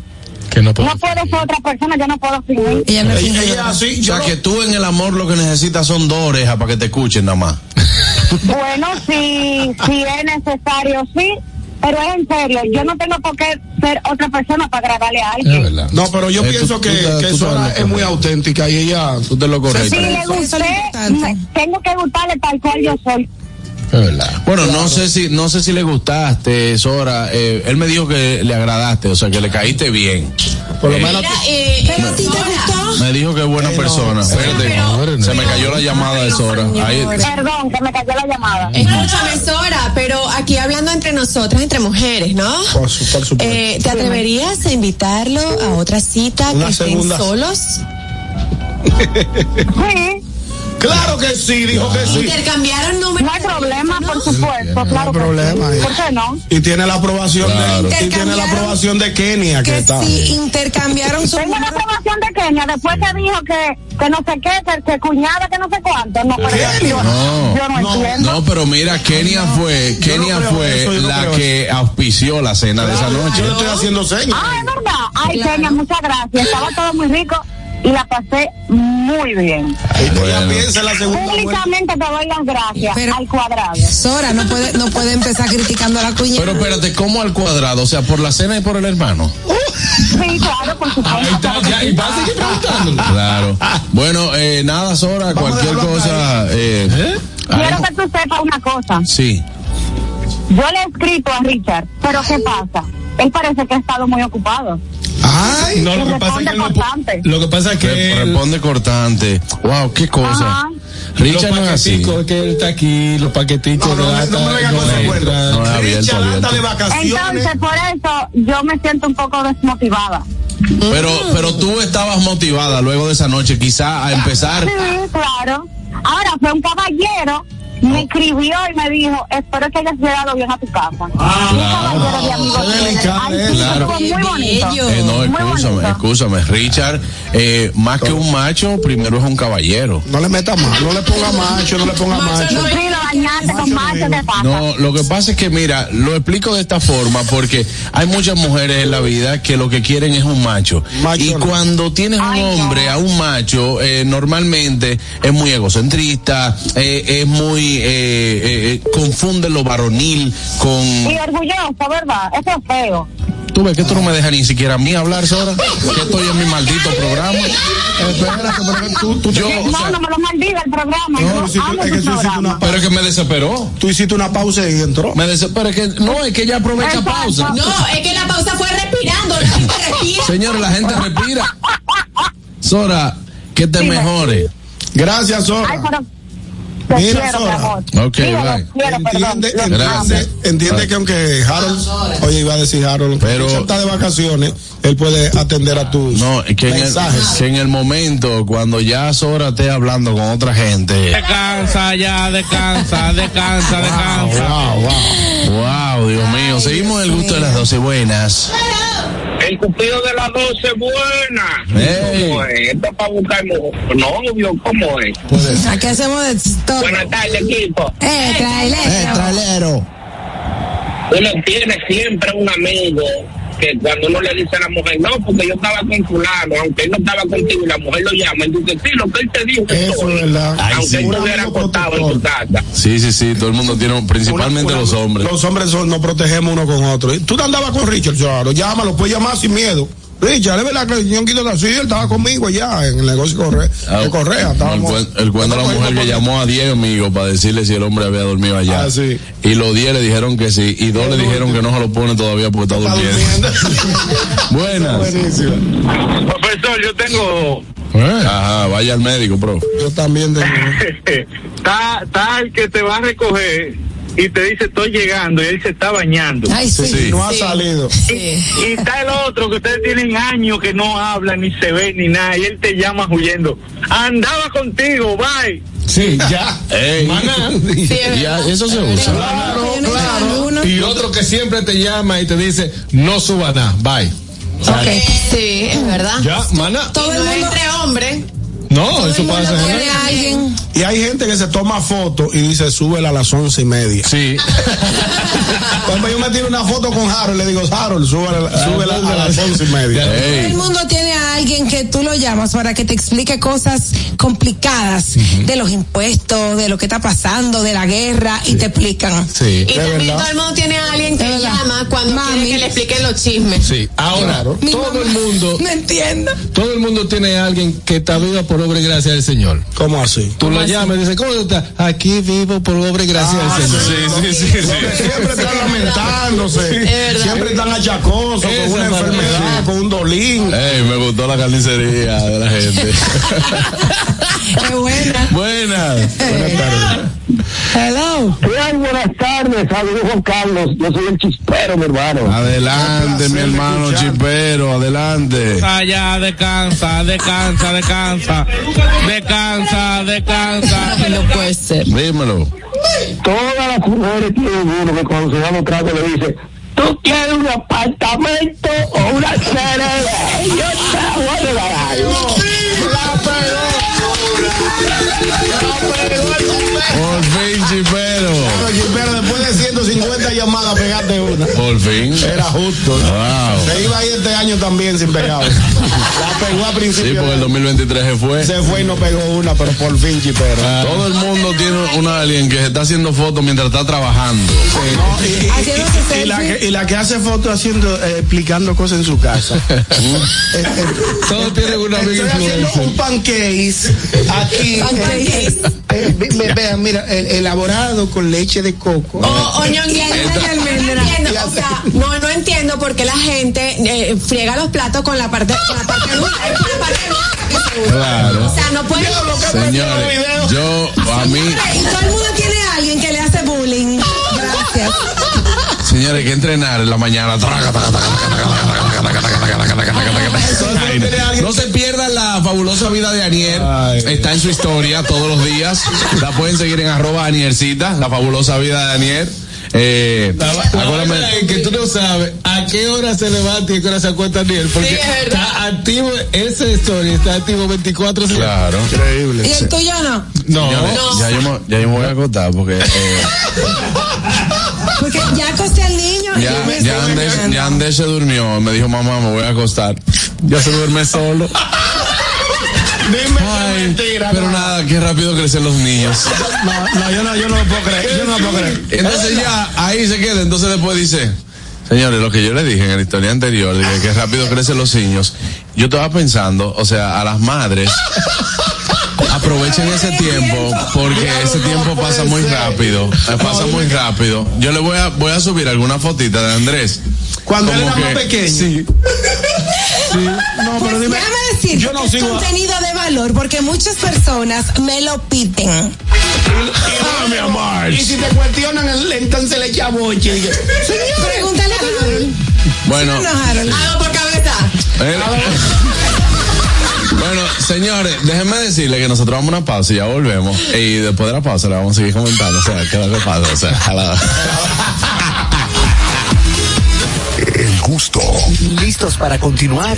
S2: Que no
S10: no puedo ser otra persona, yo no puedo fingir.
S4: o sea, que tú en el amor lo que necesitas son dos orejas para que te escuchen nada más.
S10: Bueno, si, si es necesario, sí. Pero es en serio, yo no tengo por qué ser otra persona para agradarle a alguien.
S6: No, pero yo
S4: Eh, tú-
S6: pienso
S4: tú
S6: que,
S4: estás-
S6: que
S4: tú estás
S6: Sora
S4: en lo
S6: es muy auténtica y ella. Tú te lo
S10: Si le gusté, me- tengo que gustarle tal cual yo soy.
S4: Bueno, no sé si no sé si le gustaste, Sora. Eh, él me dijo que le agradaste, o sea, que le caíste bien.
S6: Por lo
S4: Eh,
S6: menos-
S7: pero a ti te gustó.
S4: me dijo que es buena persona. Espérate, se me cayó la llamada de Sora. Ahí-
S10: Perdón, que me cayó la llamada.
S7: Escúchame, Sora, pero aquí hablando entre nosotras, entre mujeres, ¿no?
S6: Por, su- por supuesto.
S7: Eh, ¿Te atreverías a invitarlo a otra cita
S6: Una
S7: que estén
S6: segunda.
S7: solos?
S6: Claro que sí, dijo que sí.
S7: Intercambiaron
S10: No hay problema, por supuesto, claro. que
S6: problema,
S10: sí.
S6: ya.
S10: ¿Por qué no?
S6: Y tiene la aprobación
S10: Claro.
S6: de, y tiene la aprobación de Kenia que, está.
S10: intercambiaron su. Tengo la aprobación de Kenia, después que dijo que, que no sé qué, que, que cuñada, que no sé cuánto. No, pero yo,
S4: No,
S10: yo no, entiendo.
S4: no, pero mira, Kenia fue, Kenia fue la que auspició la cena de esa noche.
S6: Yo estoy haciendo señas.
S10: Ah, es verdad. Ay, Kenia, muchas gracias. Estaba todo muy rico y la pasé muy bien.
S6: piensa en la segunda
S10: Públicamente te doy las gracias al cuadrado.
S5: Sora, no puede, no puede empezar criticando a la cuñada.
S4: Pero espérate, ¿cómo al cuadrado? O sea, por la cena y por el hermano.
S10: Sí, claro, por supuesto.
S4: y va a seguir preguntándole. Claro. Bueno, eh, nada, Sora, cualquier cosa. Eh,
S10: Quiero que tú sepas una cosa.
S4: Sí.
S10: Yo le he escrito a Richard, pero ¿qué pasa? Él parece que ha estado muy ocupado.
S6: Ay,
S4: no,
S10: lo que
S4: pasa es que
S10: cortante.
S4: Lo que pasa es que. responde cortante. Wow, qué cosa.
S10: Ajá.
S4: Richard no es así.
S2: paqueticos que él está aquí, los paqueticos de data, no,
S4: No, es abierto, abierto.
S10: Entonces, por eso yo me siento un poco desmotivada.
S4: Pero, pero tú estabas motivada luego de esa noche, quizá a empezar.
S10: Sí, claro. Ahora fue un caballero, me escribió y me dijo, espero que hayas llegado bien a tu casa. un caballero de amigo tienes. Ay, sí,
S4: Claro.
S10: estuvo muy bonito.
S4: Eh, no, escúchame, escúchame. Richard, eh, más que un macho, primero es un caballero.
S6: No le meta más, no le ponga macho, no le ponga macho.
S10: Sí, lo dañaste con macho de pata.
S4: No, lo que pasa es que, mira, lo explico de esta forma porque hay muchas mujeres en la vida que lo que quieren es un macho. y cuando tienes un hombre, a un macho, eh, normalmente es muy egocentrista, eh, es muy muy, eh, eh, confunden lo varonil con...
S10: Y orgulloso, ¿verdad? Eso es feo.
S4: Tú ves que tú no me dejas ni siquiera a mí hablar, Sora. Que estoy en mi maldito programa.
S10: Espérate, pero tú, tú
S4: Yo,
S10: no,
S4: o sea-
S10: no me lo maldiga el programa.
S4: No,
S10: yo
S4: si tú-
S10: amo
S4: es que
S10: tu
S4: tú hiciste
S10: programa.
S4: una Pero es que me desesperó. Tú hiciste una pausa y entró. Me desesperó. Es que, no, es que ella aprovecha
S7: Exacto.
S4: pausa.
S7: No, es que la pausa fue respirando. La gente respira.
S4: Señores, la gente respira. Sora, que te
S6: Dime.
S4: mejore.
S6: Gracias, Sora.
S10: Ay, pero
S6: Mira,
S10: te quiero,
S6: Sora.
S10: mi amor.
S4: Ok,
S10: Digo, los
S4: bye.
S10: quiero, perdón.
S6: Entiende,
S10: los amo.
S6: entiende, entiende que aunque Harold, oye, iba a decir Harold, pero está de vacaciones, él puede atender a tus
S4: No, es que en, el,
S6: mensajes.
S4: que en el momento, cuando ya Sora esté hablando con otra gente.
S3: Descansa ya, descansa, descansa, descansa.
S4: Wow, wow. Wow, Oh, Dios mío. Seguimos en el gusto de las 12 buenas.
S13: El cupido de las 12 buena.
S4: ¿Eh?
S13: ¿Cómo es? Esto es para buscar mujer. novio, ¿cómo es?
S5: Aquí hacemos de todo.
S13: Buenas tardes, equipo.
S5: Eh, trailero.
S13: Uno tiene siempre un amigo que cuando uno le dice a la mujer, no, porque yo estaba con fulano, aunque él no estaba contigo y la mujer lo llama, él dice, sí, lo que él te dijo que soy". aunque
S4: sí.
S13: él no hubiera acostado en tu casa.
S4: Sí, sí, sí. Todo el mundo tiene, principalmente los hombres.
S6: Los hombres son- nos protegemos uno con otro. Y Tú te andabas con Richard, claro, llámalo, puedes llamar sin miedo. Richard, es verdad que el ñonguito está así, él estaba conmigo allá en el negocio de Correa.
S4: Ah,
S6: de Correa
S4: no, pues. el,
S6: estábamos-
S4: cuen- el cuento de la mujer que llamó a 10 amigos para decirle si el hombre había dormido allá. Y los 10 le dijeron que sí. Y dos le dijeron que no se lo pone todavía porque está durmiendo. Buenas.
S13: Profesor, yo tengo
S4: Eh. Ajá, vaya al médico, bro.
S6: Yo también tengo.
S14: está, está el que te va a recoger y te dice estoy llegando y él se está bañando.
S6: Ay, sí, Sí. no ha salido.
S14: Y, y está el otro que ustedes tienen años que no habla ni se ve ni nada y él te llama huyendo. Andaba contigo, bye.
S4: Sí, ya. Maná.
S13: Ya,
S4: eso se usa.
S13: Claro,
S2: claro. Y otro que siempre te llama y te dice, no suba nada, bye.
S7: Ok, sí, es verdad.
S2: Ya, mana.
S7: Todo el mundo entre hombres.
S2: No, eso
S7: Cuando
S2: pasa.
S7: quiere a alguien.
S6: Y hay gente que se toma foto y dice, súbela a las once y media.
S4: Sí.
S6: Por ejemplo, yo me tiro una foto con Harold y le digo, Harold, súbela,
S4: Ah,
S6: súbela a las once y media.
S5: Todo el mundo tiene a alguien que tú lo llamas para que te explique cosas complicadas de los impuestos, de lo que está pasando, de la guerra y te explican.
S2: Sí.
S7: Y también todo el mundo tiene a alguien que llama cuando quiere que le expliquen los chismes.
S2: Sí, ahora, todo el mundo.
S7: No entiendo.
S2: Todo el mundo tiene a alguien que está viva por obra y gracia del Señor.
S6: ¿Cómo así?
S2: Tú lo llamas y dices, ¿cómo tú estás? Aquí vivo por obra y gracia del Señor.
S4: Ah, Sí, sí, sí.
S6: Siempre están lamentándose.
S4: Es verdad.
S6: Siempre están achacosos con una enfermedad, con un dolín.
S4: Ey, me gustó la carnicería de la gente.
S5: Qué buena.
S4: Buenas. Buenas tardes.
S5: Hello.
S13: buenas tardes. Saludos, Juan Carlos. Yo soy el chispero, mi hermano.
S4: Adelante, mi hermano Chipero, adelante.
S3: Descansa ya, descansa, descansa, descansa. Descansa, descansa.
S7: No puede ser.
S4: Dímelo.
S13: Todas las mujeres tienen uno que cuando se dan los tragos le dice, ¿tú quieres un apartamento o una cerveza? Yo te voy a dar.
S4: Por fin, Chipero.
S6: Pero después de 150 llamadas, pegaste una.
S4: Por fin.
S6: Era justo.
S4: Wow.
S6: Se iba ahí este año también sin pegado. La pegó a
S4: Sí,
S6: principio.
S4: porque el 2023 se fue.
S6: Se fue y no pegó una, pero por fin, chipero.
S4: Todo el mundo tiene un alguien que se está haciendo fotos mientras está trabajando.
S6: No, y- y- y, y la que, y la que hace fotos haciendo, eh, explicando cosas en su casa.
S4: Todo tiene una
S6: Estoy haciendo un pancakes aquí.
S7: Pancakes.
S6: Eh, ve- ve- vean, mira, el- elaborado con leche de coco.
S7: O, o ñonguear de almendra. No entiendo, o sea, no, no entiendo por qué la gente eh, friega los platos con la parte, con la parte dura. Es con la parte dura que se usa.
S4: Claro.
S7: O sea, no puede.
S4: Señores, yo a mí,
S5: Y todo el mundo tiene a alguien que le hace bullying. Gracias.
S4: señores, hay que entrenar en la mañana. Traca, traca, traca, traca, traca, traca, traca, traca, traca, traca, traca, traca. Ay, No se pierdan la fabulosa vida de Anier. Está en su historia todos los días. La pueden seguir en arroba Aniercita, la fabulosa vida de Anier. Eh, acuérdame-
S2: Acuérdame que tú no sabes a qué hora se levanta y a qué hora se acuesta Daniel, porque
S5: Sí, es verdad.
S2: está activo esa historia, está activo 24 horas.
S4: Claro.
S6: Increíble.
S5: ¿Y el tuyo no?
S2: No.
S4: Señores, Ya, yo me, ya yo me voy a acostar porque eh,
S5: Porque ya acosté al niño. y yo
S4: ya,
S5: me
S4: ya,
S5: estoy
S4: Andrés,
S5: bañando.
S4: ya Andrés se durmió. Me dijo, mamá, me voy a acostar. Ya se duerme solo.
S6: Dime,
S4: mentira. Pero nada, qué rápido crecen los niños.
S21: No, no, yo no, yo no lo puedo creer. Yo no lo puedo creer.
S4: Entonces ya, ahí se queda. Entonces después dice. Señores, lo que yo le dije en la historia anterior, dije que rápido crecen los niños. Yo estaba pensando, o sea, a las madres, aprovechen ese tiempo, porque ese tiempo pasa muy rápido. eh, Pasa muy rápido. Yo le voy a, voy a subir alguna fotita de Andrés.
S21: Cuando él
S4: Como
S21: era más
S4: que-
S21: pequeño.
S4: Sí.
S21: No,
S5: Pues
S21: pero dime.
S5: déjame decir
S21: yo no
S5: que es
S21: sigo.
S5: contenido de valor porque muchas personas me lo piden.
S13: Ah,
S21: mi amor. Y si te cuestionan, el- entonces le echa boche. Señor,
S5: Pregúntale a Harold.
S4: Bueno.
S5: No, Harold. Hago por cabeza.
S4: Eh, Bueno, señores, déjenme decirle que nosotros vamos a una pausa y ya volvemos. Y después de la pausa le vamos a seguir comentando. O sea, qué es lo que pasa. O sea, a la-
S1: El gusto. ¿Listos para continuar?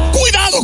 S16: Cuidado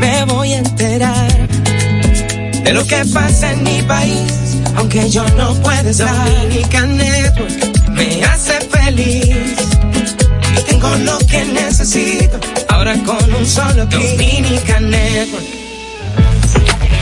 S26: me voy a enterar de lo que pasa en mi país, aunque yo no pueda estar. Dominican Network me hace feliz y tengo lo que necesito ahora con un solo clic. Dominican Network.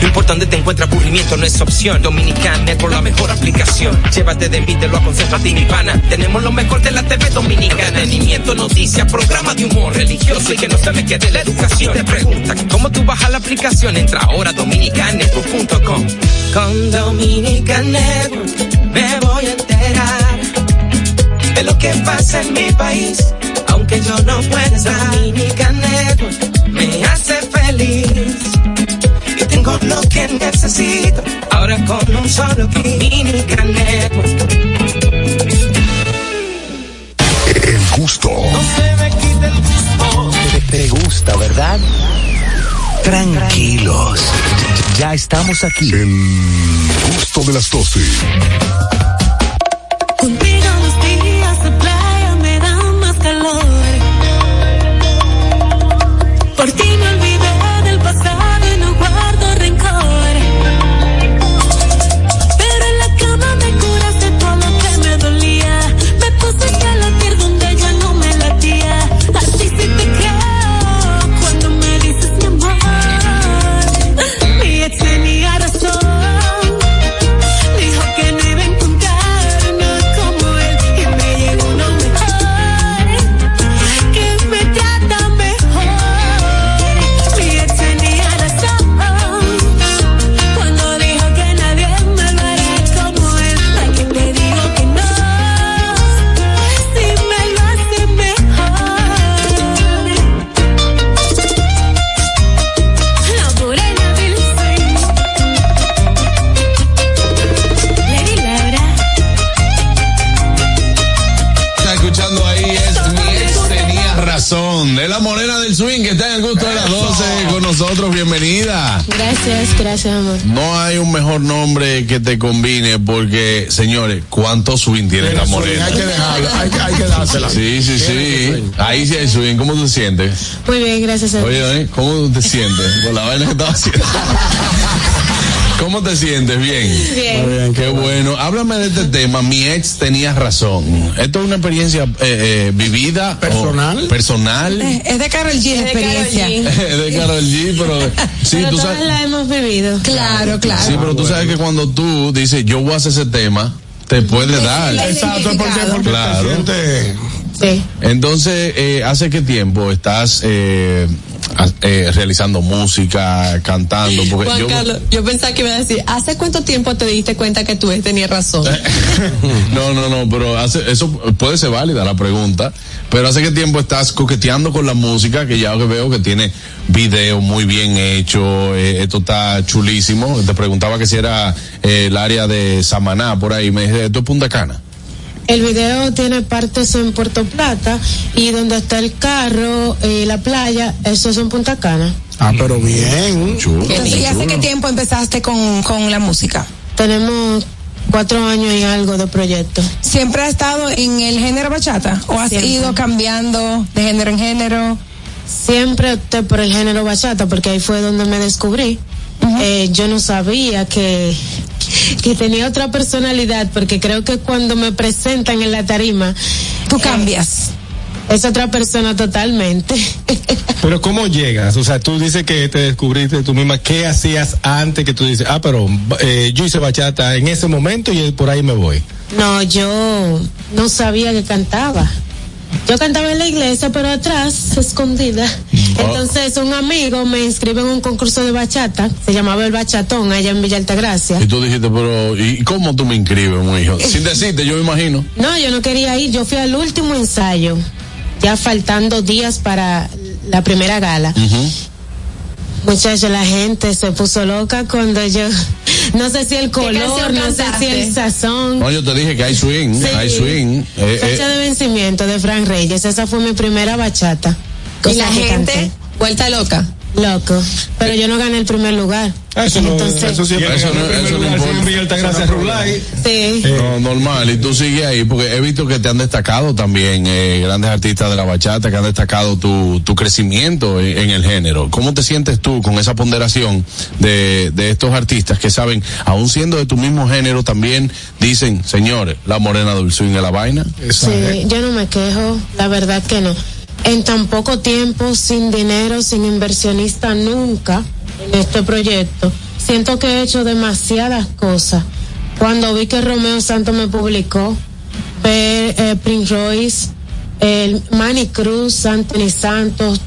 S27: Lo importante te encuentra aburrimiento, no es opción. Dominican es por la mejor aplicación. Llévate de mí, te lo aconsejo a ti, mi pana. Tenemos lo mejor de la TV dominicana. Entretenimiento, noticias, programa de humor religioso y que no se me quede la educación. Te pregunta, ¿cómo tú bajas la aplicación? Entra ahora a dominicanetwork.com.
S26: Con Dominican Network me voy a enterar de lo que pasa en mi país, aunque yo no pueda estar. Dominican Network me hace feliz y tengo lo que necesito ahora con un solo clic. Dominican Network.
S31: El gusto.
S1: Te, te gusta, ¿verdad? Tranquilos. Ya estamos aquí.
S31: El gusto de las 12.
S11: Contigo los días de playa me dan más calor. Por ti me olvidé del pasado y no guardo rencor. Pero en la cama me curaste todo lo que me dolía. Me pusiste a latir donde ya no me latía. Así sí te creo cuando me dices mi amor. este Mi ex tenía razón. Dijo que no iba a encontrar uno como él y me llegó uno mejor, que me trata mejor. este Mi ex tenía razón cuando dijo que nadie me lo hará como él. Aquí te digo que no, si me lo hace mejor. La morena del Lady Laura.
S4: Está escuchando ahí, es mi ex tenía razón. Es la morena del swing que está en el gusto de las 12 con nosotros. Bienvenida.
S8: Gracias, gracias, amor.
S4: No hay un mejor nombre que te combine porque, señores, ¿cuánto swing tiene esta morena?
S21: Hay que dejarla, hay que, hay que dársela.
S4: Sí, sí, sí. Ahí sí hay swing. ¿Cómo te sientes?
S8: Muy bien, gracias a
S4: Oye, Dani, ¿cómo te sientes? Por la vaina que estaba haciendo. ¿Cómo te sientes? Bien.
S7: Bien.
S4: Muy Qué bueno. Háblame de este tema. Mi ex tenía razón. Esto es una experiencia eh, eh, vivida. Personal. personal.
S5: Es de Carol G la
S7: Es Eh, de Karol
S5: experiencia.
S4: de Carol G, pero eh, sí,
S7: Pero
S4: tú
S7: todas
S4: sabes.
S7: la hemos vivido.
S5: Claro, claro.
S4: Sí, pero tú sabes que cuando tú dices yo voy a hacer ese tema, te puede dar.
S6: Exacto, ¿por qué? Porque
S4: Claro.
S6: te sientes-
S4: Entonces, eh, ¿hace qué tiempo estás eh, a- eh, realizando música, cantando? Porque
S7: Juan
S4: yo,
S7: Carlos, yo pensaba que iba a decir, ¿hace cuánto tiempo te diste cuenta que tú tenías razón?
S4: No, no, no, pero hace- eso puede ser válida la pregunta. Pero hace qué tiempo estás coqueteando con la música, que ya veo que tiene video muy bien hecho, eh, esto está chulísimo. Te preguntaba que si era eh, el área de Samaná por ahí, me dice, esto es Punta Cana.
S8: El video tiene partes en Puerto Plata y donde está el carro, eh, la playa, eso es en Punta Cana.
S6: Ah, pero bien.
S5: Entonces, ¿y hace qué tiempo empezaste con, con la música?
S8: Tenemos cuatro años y algo de proyecto.
S5: ¿Siempre has estado en el género bachata? ¿O has
S8: Siempre.
S5: ido cambiando de género en género?
S8: Siempre opté por el género bachata porque ahí fue donde me descubrí. Eh, yo no sabía que, que tenía otra personalidad porque creo que cuando me presentan en la tarima... eh,
S5: Tú cambias.
S8: es otra persona totalmente.
S2: Pero ¿cómo llegas? O sea, tú dices que te descubriste tú misma. ¿Qué hacías antes que tú dices, ah, pero eh, yo hice bachata en ese momento y por ahí me voy?
S8: No, yo no sabía que cantaba. Yo cantaba en la iglesia, pero atrás, escondida. Entonces, un amigo me inscribe en un concurso de bachata, se llamaba El Bachatón, allá en Villa Altagracia.
S4: Y tú dijiste, pero ¿y cómo tú me inscribes, mi hijo? Sin decirte, yo me imagino.
S8: No, yo no quería ir, yo fui al último ensayo, ya faltando días para la primera gala. Muchachos, la gente se puso loca cuando yo, no sé si el color,
S7: canción
S8: no sé si
S7: cantaste?
S8: el sazón.
S4: No, yo te dije que hay swing,
S8: Sí.
S4: hay swing. Eh, eh,
S8: Fecha de vencimiento de Fran Reyes, esa fue mi primera bachata.
S7: Y la gente,
S8: vuelta loca. Loco, pero yo no gané el primer lugar.
S6: Ah, Eso no, eso siempre.
S4: Eso no- eso no importa.
S8: Sí.
S4: Eh, No, normal, y tú sigues ahí, porque he visto que te han destacado también eh, grandes artistas de la bachata, que han destacado tu, tu crecimiento en, en el género. ¿Cómo te sientes tú con esa ponderación de, de estos artistas que saben, aún siendo de tu mismo género, también dicen, señores, la morena del swing es la vaina?
S8: Sí, yo no me quejo, la verdad que no. En tan poco tiempo, sin dinero, sin inversionista nunca en este proyecto, siento que he hecho demasiadas cosas. Cuando vi que Romeo Santos me publicó, ver, eh, Prince Royce, el Manny Cruz, Anthony Santos,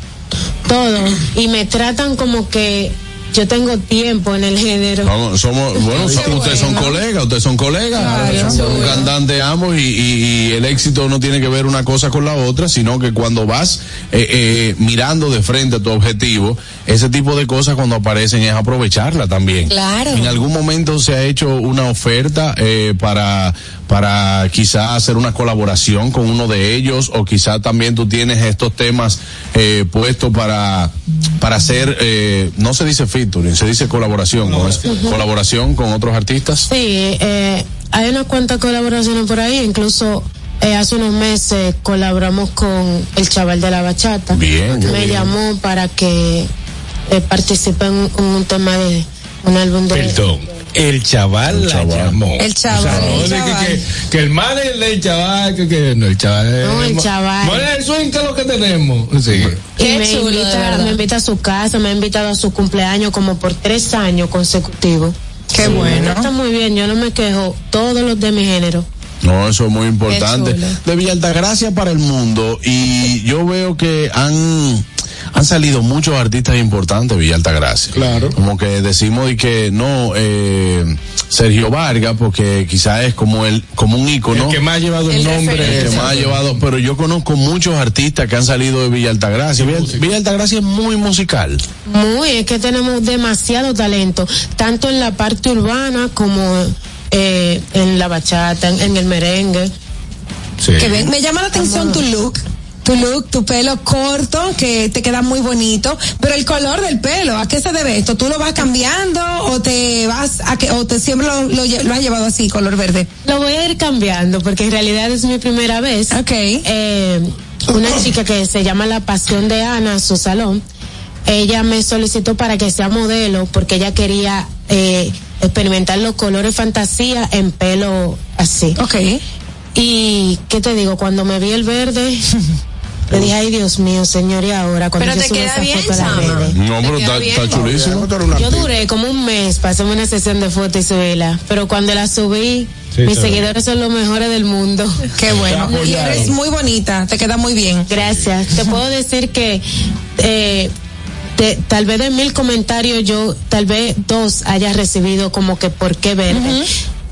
S8: todo, y me tratan como que yo tengo tiempo en el género.
S4: Vamos, somos, bueno, son- ustedes son colegas, ustedes son colegas, son cantantes ambos y, y- y el éxito no tiene que ver una cosa con la otra, sino que cuando vas eh, eh, mirando de frente a tu objetivo, ese tipo de cosas cuando aparecen es aprovecharla también.
S5: Claro.
S4: En algún momento se ha hecho una oferta eh, para para quizá hacer una colaboración con uno de ellos o quizá también tú tienes estos temas eh, puestos para para hacer eh, no se dice featuring se dice colaboración ¿no? Es colaboración con otros artistas
S8: Sí, eh, hay unas cuantas colaboraciones por ahí, incluso eh, hace unos meses colaboramos con el chaval de la bachata.
S4: Bien, qué
S8: Me
S4: bien.
S8: llamó para que eh, participe en, un- un tema de un álbum de...
S2: Perdón. El chaval la llamó.
S8: El
S2: O
S8: chaval,
S2: sea,
S8: el
S2: no, de que-
S8: chaval.
S2: Que, que el manager del chaval, que, que- no, el chaval.
S8: No, el chaval.
S2: Manager del swing, ¿qué es lo que tenemos? Sí.
S8: Y me,
S7: chulo, de
S8: invita,
S7: verdad.
S8: me invita a su casa, me ha invitado a su cumpleaños como por tres años consecutivos. Qué bueno. Está muy bien, yo no me quejo, todos los de mi género.
S4: No, eso es muy importante.
S8: Qué chulo.
S4: De Villa Altagracia para el mundo. Y yo veo que han, han salido muchos artistas importantes de Villa Altagracia. Claro. Como que decimos y que no, eh, Sergio Vargas, porque quizás es como el, como un ícono.
S2: El que más ha llevado el El nombre.
S4: El que más ha
S2: referente.
S4: llevado, pero yo conozco muchos artistas que han salido de Villa Altagracia. Villa, Villa Altagracia es muy musical.
S8: Muy, es que tenemos demasiado talento, tanto en la parte urbana como eh, en la bachata, en, en el merengue.
S5: Que ven- me llama la atención tu look. Tu look, tu pelo corto, que te queda muy bonito, pero el color del pelo, ¿a qué se debe esto? ¿Tú lo vas cambiando o te vas a que, o te siempre lo, lo lle- lo has llevado así, color verde?
S8: Lo voy a ir cambiando porque en realidad es mi primera vez. Ok. una chica que se llama La Pasión de Ana, su salón, ella me solicitó para que sea modelo porque ella quería eh, experimentar los colores fantasía en pelo así.
S5: Ok.
S8: Y, ¿qué te digo? Cuando me vi el verde, le dije, ay, Dios mío, señor, y ahora, cuando
S7: Pero
S8: yo
S7: te
S8: subí
S7: queda
S8: esa
S7: bien,
S8: foto a las
S7: chama.
S8: redes.
S4: No, pero
S7: Te queda
S4: está,
S7: bien.
S4: está chulísimo.
S8: Yo duré como un mes para hacerme una sesión de fotos y subirla, pero cuando la subí,
S4: Sí,
S8: mis
S4: está bien.
S8: seguidores son los mejores del mundo.
S5: Qué bueno. Te apoyaron. Y eres muy bonita, te queda muy bien.
S8: Gracias. Te puedo decir que eh, te- tal vez de mil comentarios yo, tal vez dos haya recibido como que por qué verde.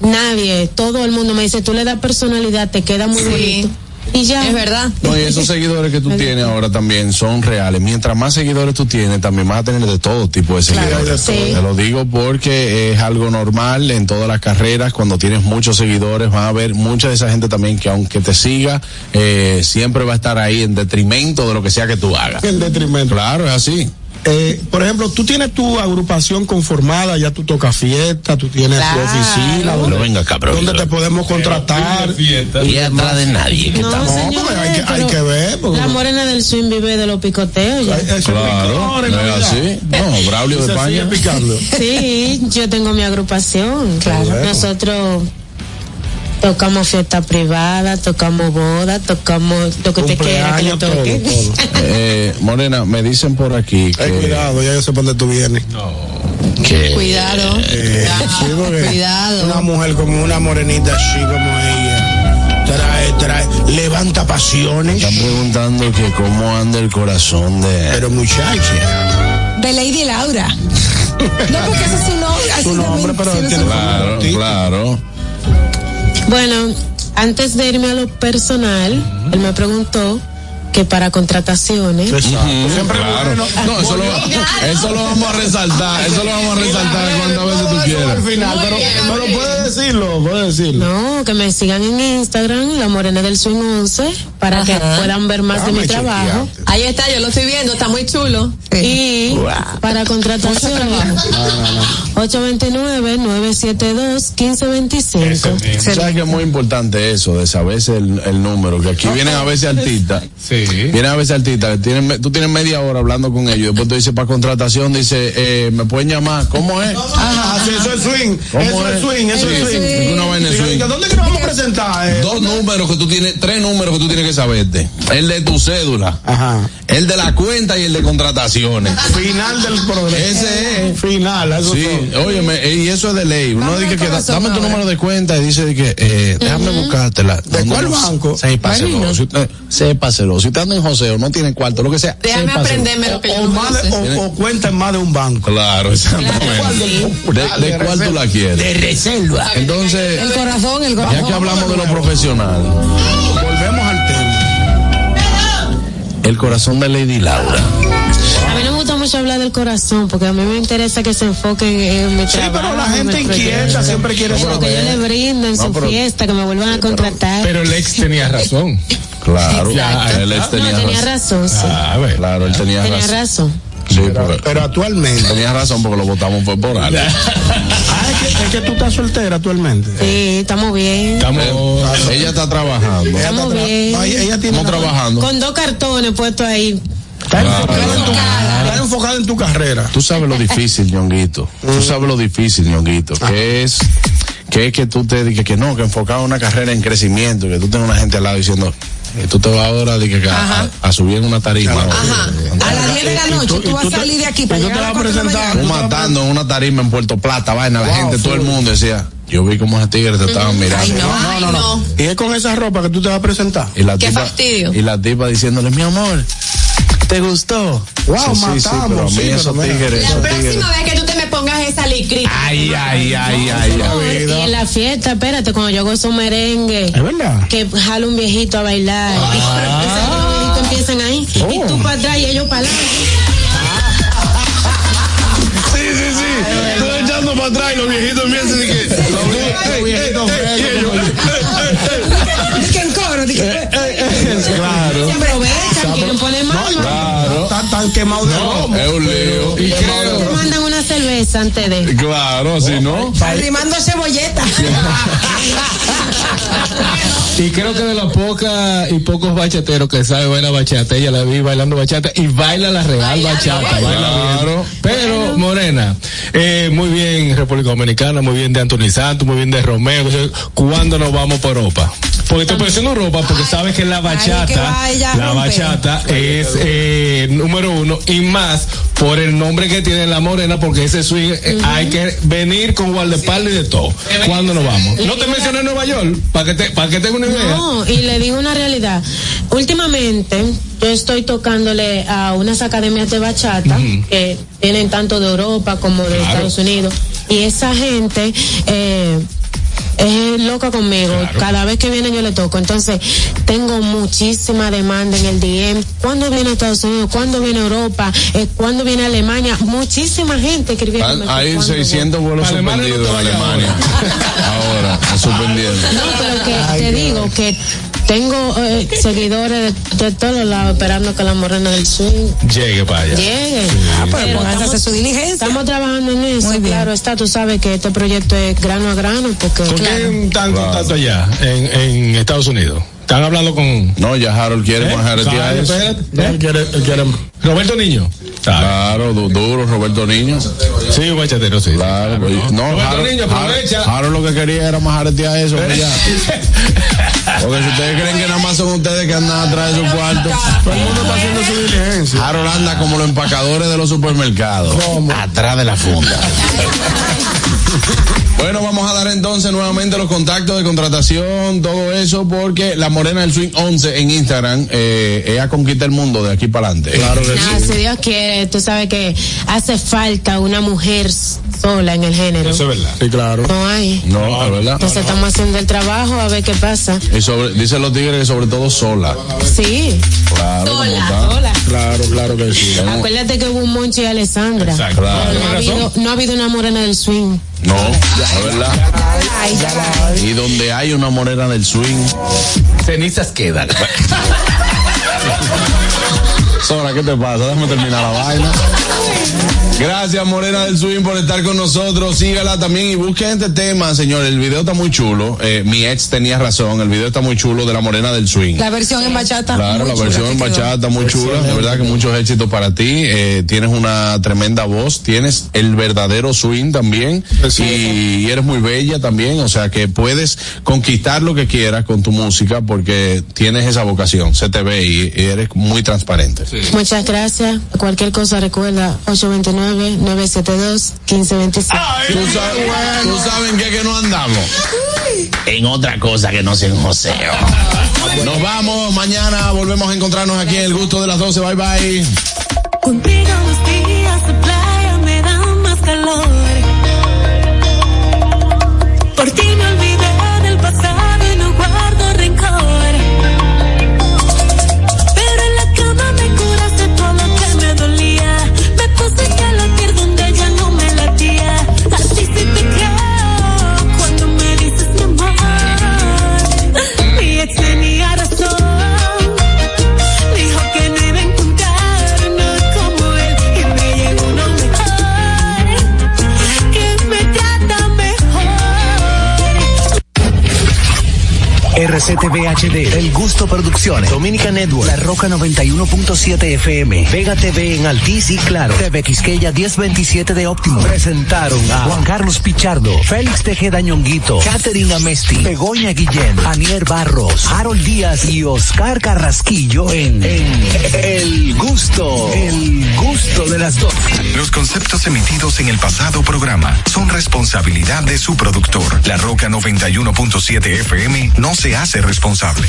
S8: Nadie, todo el mundo me dice, tú le das personalidad, te queda muy bonito. Y ya. Es verdad.
S4: No, y esos seguidores que tú tienes ahora también son reales. Mientras más seguidores tú tienes, también vas a tener de todo tipo de
S8: Claro,
S4: seguidores.
S8: de todo. Sí.
S4: Te lo digo porque es algo normal en todas las carreras. Cuando tienes muchos seguidores, van a haber mucha de esa gente también que aunque te siga, eh, siempre va a estar ahí en detrimento de lo que sea que tú hagas.
S6: En detrimento.
S4: Claro, es así.
S8: Eh,
S6: por ejemplo, tú tienes tu agrupación conformada, ya tú tocas fiesta, tú tienes
S4: Claro.
S6: tu oficina, donde,
S4: Pero venga, cabrón.
S6: donde te podemos contratar.
S4: Y atrás de nadie,
S6: No, porque hay, que, hay que ver. porque-
S8: La morena del swing vive de los picoteos. ya.
S4: Claro, no es así. No, Braulio de España.
S8: Sí, yo tengo mi agrupación. Claro.
S4: bueno.
S8: Nosotros tocamos fiesta privada, tocamos boda, tocamos lo que te quiera que le toque.
S4: Eh, Morena, me dicen por aquí que.
S6: cuidado, ya yo sé por dónde tú vienes.
S4: Que
S7: eh,
S6: Cuidado.
S9: cuidado.
S6: Eh, Una mujer como una morenita así como ella. Trae, trae, levanta pasiones.
S4: Están preguntando que cómo anda el corazón de. Pero
S6: muchacha.
S5: De Lady Laura. No, porque ese es su nombre. así también, sí, no sé.
S4: Claro, claro.
S8: Bueno, antes de irme a lo personal, él me preguntó que para contrataciones.
S4: Ujú, claro. No, eso lo, va- eso lo vamos a resaltar. Eso lo vamos a resaltar cuantas veces tú quieras.
S6: Al final, pero, pero puedes decirlo, puedes decirlo.
S8: No, que me sigan en Instagram, la morena del swing 11, para que puedan ver más de mi trabajo.
S7: Ahí está, yo lo estoy viendo, está muy chulo.
S8: Y para contrataciones, 829-972-1525.
S4: ¿Sabes que es muy importante eso de saberse el, el número? Que aquí vienen a veces artistas. Sí. Vienen a veces artistas. que tienen me- tú tienes media hora hablando con ellos. y Después tú dices para contratación, dice, eh, ¿me pueden llamar? ¿Cómo es?
S6: Ajá, sí, eso es swing.
S4: ¿Cómo
S6: Eso es swing, eso es swing.
S4: Es una vaina de
S6: Diga,
S4: swing.
S6: diga, ¿Dónde que nos vamos a presentar? eh?
S4: Dos números que tú tienes, tres números que tú tienes que saberte. El de tu cédula. El de la cuenta y el de contrataciones.
S6: Final del programa.
S4: Ese es.
S6: Final, eso
S4: Sí, óyeme, eh, y eso es de ley. Uno dice que da- dame tu número de cuenta y dice de que eh, déjame buscártela. ¿De
S6: cuál banco?
S4: Sépaselo.
S6: Marino.
S4: Si usted, sépaselo. Si usted anda en joseo, no tiene cuarto, lo que sea.
S7: Déjame
S4: sépaselo.
S7: aprenderme lo que yo
S6: O,
S7: no
S6: más de-
S7: sé.
S6: o- o cuenta en más de un banco.
S4: Claro, exactamente. ¿De, de cuál tú la quieres?
S6: De reserva.
S4: Entonces,
S5: El corazón, el corazón.
S4: ya que hablamos de lo profesional.
S6: Volvemos al
S4: tema. El corazón de Lady Laura.
S8: A mí no me gusta mucho hablar del corazón, porque a mí me interesa que se enfoquen en mi
S6: Sí,
S8: trabajo.
S6: pero la
S8: en
S6: gente
S8: el proyecto.
S6: inquieta siempre quiere
S8: Lo que yo
S6: saber.
S8: le brindo en
S6: No,
S8: su
S6: pero-
S8: fiesta, que me vuelvan a contratar.
S2: Pero el ex tenía razón.
S4: Claro,
S2: Ya,
S4: él
S8: no, tenía razón, sí.
S6: Ah,
S4: Claro, él tenía,
S8: Tenía
S4: razón.
S8: razón.
S4: Sí, pero,
S6: actualmente.
S4: Tenía razón porque lo votamos fue por algo.
S6: Ah, es que, es que tú estás soltera actualmente.
S8: Sí, estamos bien.
S4: Estamos- ella está trabajando.
S6: Ella está
S8: Estamos
S6: tra-
S8: bien.
S6: No, Ah, ella- ella tiene-
S4: Estamos trabajando.
S8: Con dos cartones puestos ahí.
S6: Estás enfocada en tu carrera. Mm.
S4: Tú sabes lo difícil, ñonguito. Tú sabes lo difícil, ñonguito.
S6: Ah.
S4: Que es que, es que tú te digas que no, que enfocado en una carrera en crecimiento, que tú tengas una gente al lado diciendo, eh, tú te vas ahora de que, que a, a subir en una tarima.
S5: A las 10 de la noche Eh, tú vas a salir de aquí para
S4: Yo
S5: llegar a las cuatro de la mañana.
S4: Tú matando en una tarima en Puerto Plata, vaina, la gente, todo el mundo decía, yo vi cómo ese tigre te estaban mirando.
S6: No, no, no. Y es con esa ropa que tú te vas a presentar.
S4: Y la
S6: Qué
S4: tipa,
S6: fastidio.
S4: Y la tipa diciéndole, mi amor, ¿te gustó?
S6: Wow,
S4: sí, sí, pero a mí
S6: matamos, sí,
S4: esos
S6: pero mira.
S4: tigres, esos tigres.
S7: Próxima vez que tú te me pongas esa licrita.
S4: Ay, ay, ay, ay, ay.
S8: Y en la fiesta, espérate, cuando yo hago esos merengue,
S6: verdad?
S8: que jalo un viejito a bailar.
S11: Ah.
S8: Y esos viejitos empiezan ahí. Y tú para atrás y ellos para adelante.
S4: Sí, sí, sí. Estoy echando para atrás y los viejitos empiezan y que. Los viejitos
S5: Que en coro, dije,
S4: "Eh, Claro.
S5: se aprovechan, quieren poner mano.
S4: Claro.
S6: Están tan quemados de ropa.
S4: Es un lío.
S8: Te mandan una cerveza. interesante de.
S4: Claro, si no.
S5: Arrimando cebolleta.
S2: Y creo que de los pocas y pocos bachateros que sabe bailar bachata, ella la vi bailando bachata y baila la real bachata, baila bien. Pero, Morena, eh, muy bien República Dominicana, muy bien de Anthony Santos, muy bien de Romeo. ¿Cuándo nos vamos para Europa? Porque estoy pensando en Europa porque sabes que la
S5: que
S2: bachata,
S5: va ella a
S2: la
S5: romper.
S2: bachata es eh, número uno y más por el nombre que tiene la Morena porque ese swing eh, hay que venir con guardaespaldas y de todo. ¿Cuándo nos vamos? No te mencioné Nueva York para que te, para que tenga una idea.
S8: No, y le digo una realidad. Últimamente, yo estoy tocándole a unas academias de bachata que tienen tanto de Europa como de Estados Unidos. Y esa gente eh, es loca conmigo. Cada vez que vienen yo le toco. Entonces, tengo muchísima demanda en el DM. ¿Cuándo viene Estados Unidos? ¿Cuándo viene Europa? Eh, ¿Cuándo viene Alemania? Muchísima gente escribiendo.
S4: Hay 600 vuelos suspendidos en Alemania. Ahora, se suspendieron.
S8: No, pero que te digo que tengo eh, seguidores de, de todos lados esperando que la morena del swing
S2: Llegue para allá.
S8: llegue.
S2: Ah,
S4: pues,
S2: pero
S8: Pero
S2: pónganse a
S8: estamos- Estamos trabajando en eso. Claro está, tú sabes que este proyecto es grano a grano porque
S2: ¿Con
S8: claro,
S2: quién están en contacto allá en, en Estados Unidos? ¿Están hablando con.?
S4: No, ya Harold quiere
S2: ¿Eh?
S4: con Jared
S2: Claro,
S4: Díaz.
S2: espérate. ¿Eh?
S4: Roberto Niño. Claro, du- duro, Roberto Niño.
S2: Sí, bachatero, sí.
S4: Claro, pues, no,
S2: Roberto
S4: Harold-
S2: Niño, aprovecha.
S4: Harold- Harold lo que quería era más aretear eso, pues ya. Porque si ustedes creen que nada más son ustedes que andan atrás de su cuarto, todo el mundo está haciendo su diligencia. Harold anda como los empacadores de los supermercados. Atrás de la funda. Bueno, vamos a dar entonces nuevamente los contactos de contratación, todo eso, porque la Morena del Swing 11 en Instagram, eh, ella conquista el mundo de aquí Ah, para adelante. Claro
S8: nada, si Dios quiere, tú sabes que hace falta una mujer s- sola en el género.
S4: verdad. Sí, claro.
S8: No hay.
S4: No, es verdad.
S8: Entonces estamos haciendo el trabajo a ver qué pasa.
S4: Y sobre, dicen los tigres que sobre todo sola.
S8: Sí.
S4: Claro, ¿cómo
S8: Sola,
S4: está?
S8: sola.
S4: Claro, claro que sí.
S8: Acuérdate que hubo un Monchi y Alessandra.
S4: Exacto. Claro.
S8: No, ha
S4: Tienes razón.
S8: habido, no ha habido una morena del swing.
S4: No, es verdad. Y donde hay una morena del swing,
S2: cenizas quedan.
S4: Sora, ¿qué te pasa? Déjame terminar la vaina. Gracias, Morena del Swing, por estar con nosotros. Sígala también y busquen este tema, señor. El video está muy chulo. Eh, mi ex tenía razón. El video está muy chulo de la Morena del Swing.
S5: La versión en bachata.
S4: Claro,
S5: muy
S4: la
S5: chula
S4: versión
S5: que
S4: en
S5: quedó.
S4: bachata muy chula. De verdad que muchos éxitos para ti. Eh, tienes una tremenda voz. Tienes el verdadero swing también. Y, y eres muy bella también. O sea que puedes conquistar lo que quieras con tu música porque tienes esa vocación. Se te ve y, y eres muy transparente.
S8: Muchas gracias. Cualquier cosa recuerda 829-972-1525.
S4: Tú, sa- tú saben que, que no andamos. En otra cosa que no sea en joseo. Nos vamos. Mañana volvemos a encontrarnos aquí en el gusto de las 12. Bye bye.
S11: Contigo los días de playa me dan más calor. Por ti me olvidé del pasado y no guardo rencor. Pero en la cama me curaste todo lo que me dolía. Me pusiste a latir donde ya no me latía. Así sí te creo cuando me dices mi amor. Mi ex tenía razón. Dijo que no iba a encontrarnos como él y me llegó uno mejor que me trata mejor.
S1: RCTV HD, El Gusto Producciones, Dominica Network, La Roca 91.7 FM, Vega TV en Altiz y Claro, TV Quisqueya 1027 de Óptimo. Presentaron a Juan Carlos Pichardo, Félix Tejeda Ñonguito, Katherine Amesti, Begoña Guillén, Anier Barros, Harold Díaz y Oscar Carrasquillo en, en El Gusto, El Gusto de las Dos.
S15: Los conceptos emitidos en el pasado programa son responsabilidad de su productor. La Roca 91.7 FM no se hace responsable.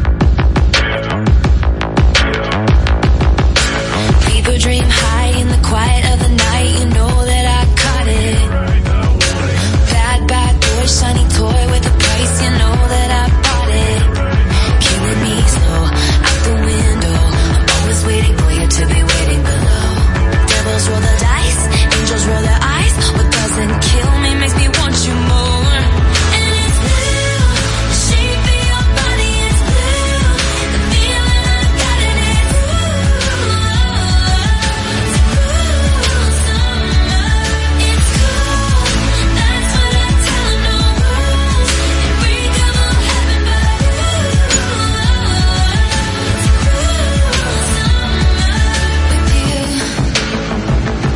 S32: People dream high in the quiet of the night. You know that I caught it. Bad, bad boy, shiny toy with a price. You know that I bought it. Killing me slow, out the window. I'm always waiting for you to be waiting below. Devils roll the dice, angels roll their eyes. What doesn't kill me makes me want you more. And it's blue, the shape of your body is blue. The feeling I got in it's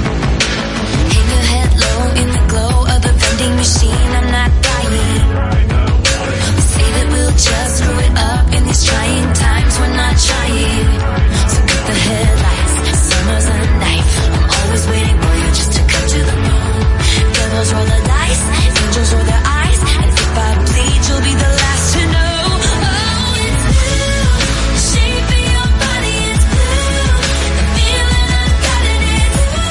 S32: Hang your head low in the glow of the vending machine. I'm not dying. Say that we'll just screw it up in these trying times. We're not trying. So cut the headlights. Summer's a night. I'm always waiting for you just to cut to the bone. Devils roll the dice. Angels roll their eyes. And if I bleed, you'll be the last to know. Oh, it's blue. The shape of your body is blue. The feeling I got in it's blue.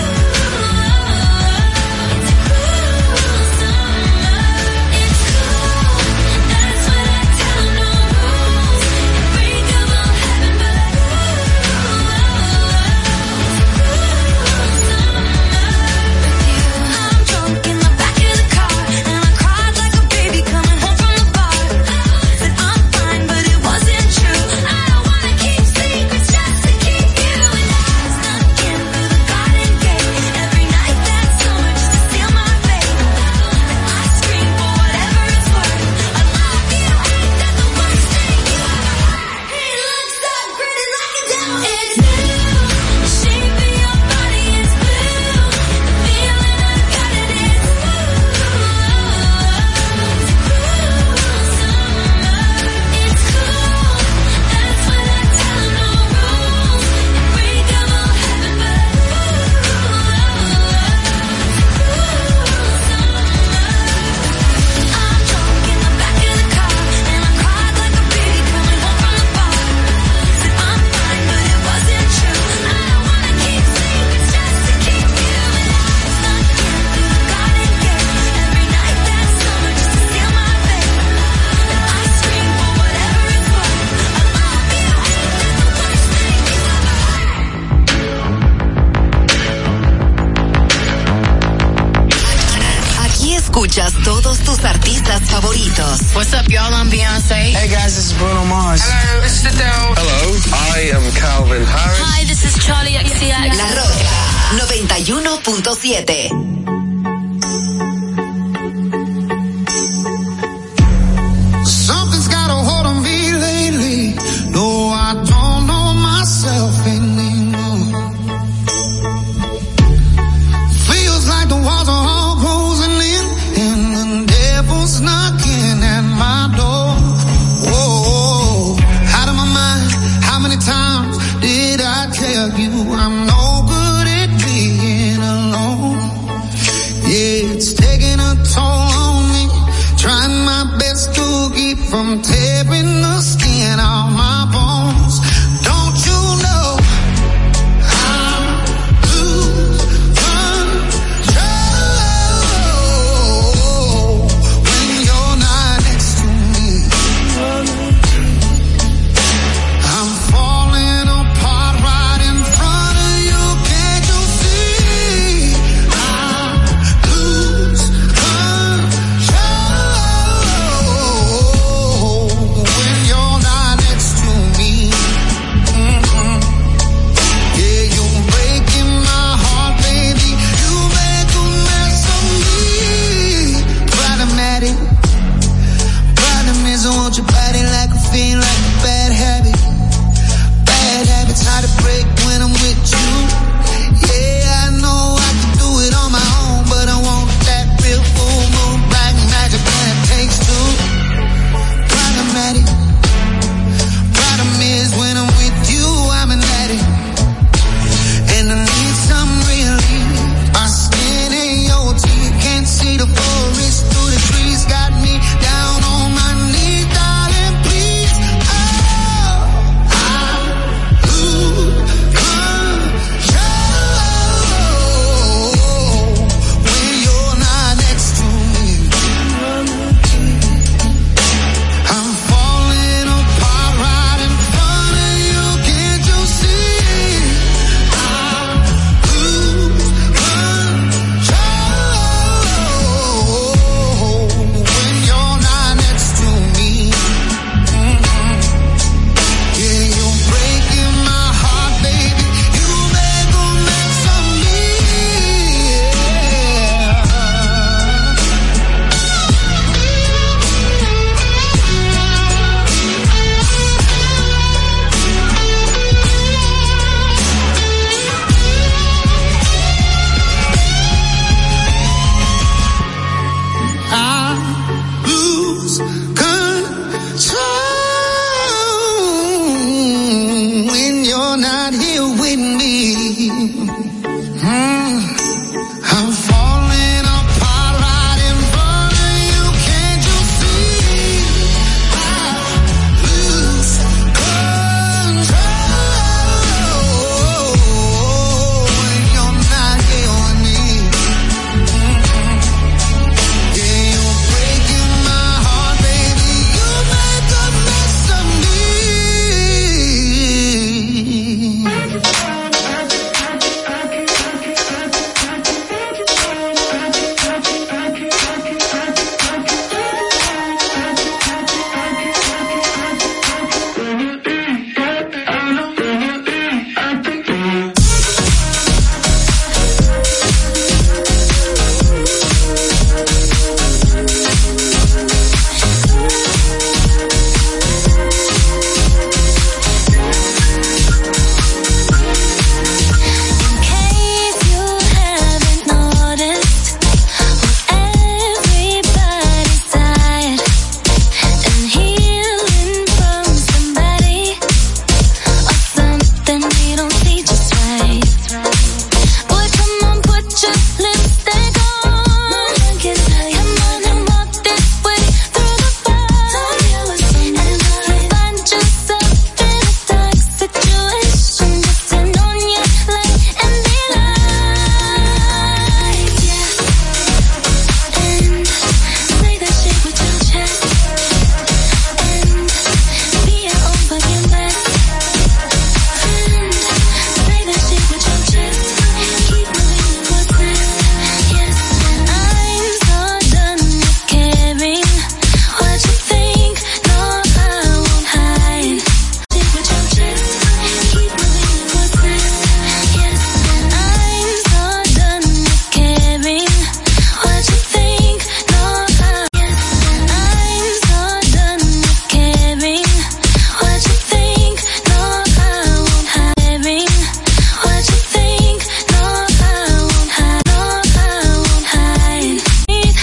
S33: Aquí escuchas todos tus artistas favoritos.
S11: What's up, y'all? I'm Beyonce. Hey, guys, this is Bruno Mars. Hello, this is Adele.
S33: Hello, I am Calvin Harris.
S11: Hi, this is Charlie XCX.
S33: La Roca 91.7.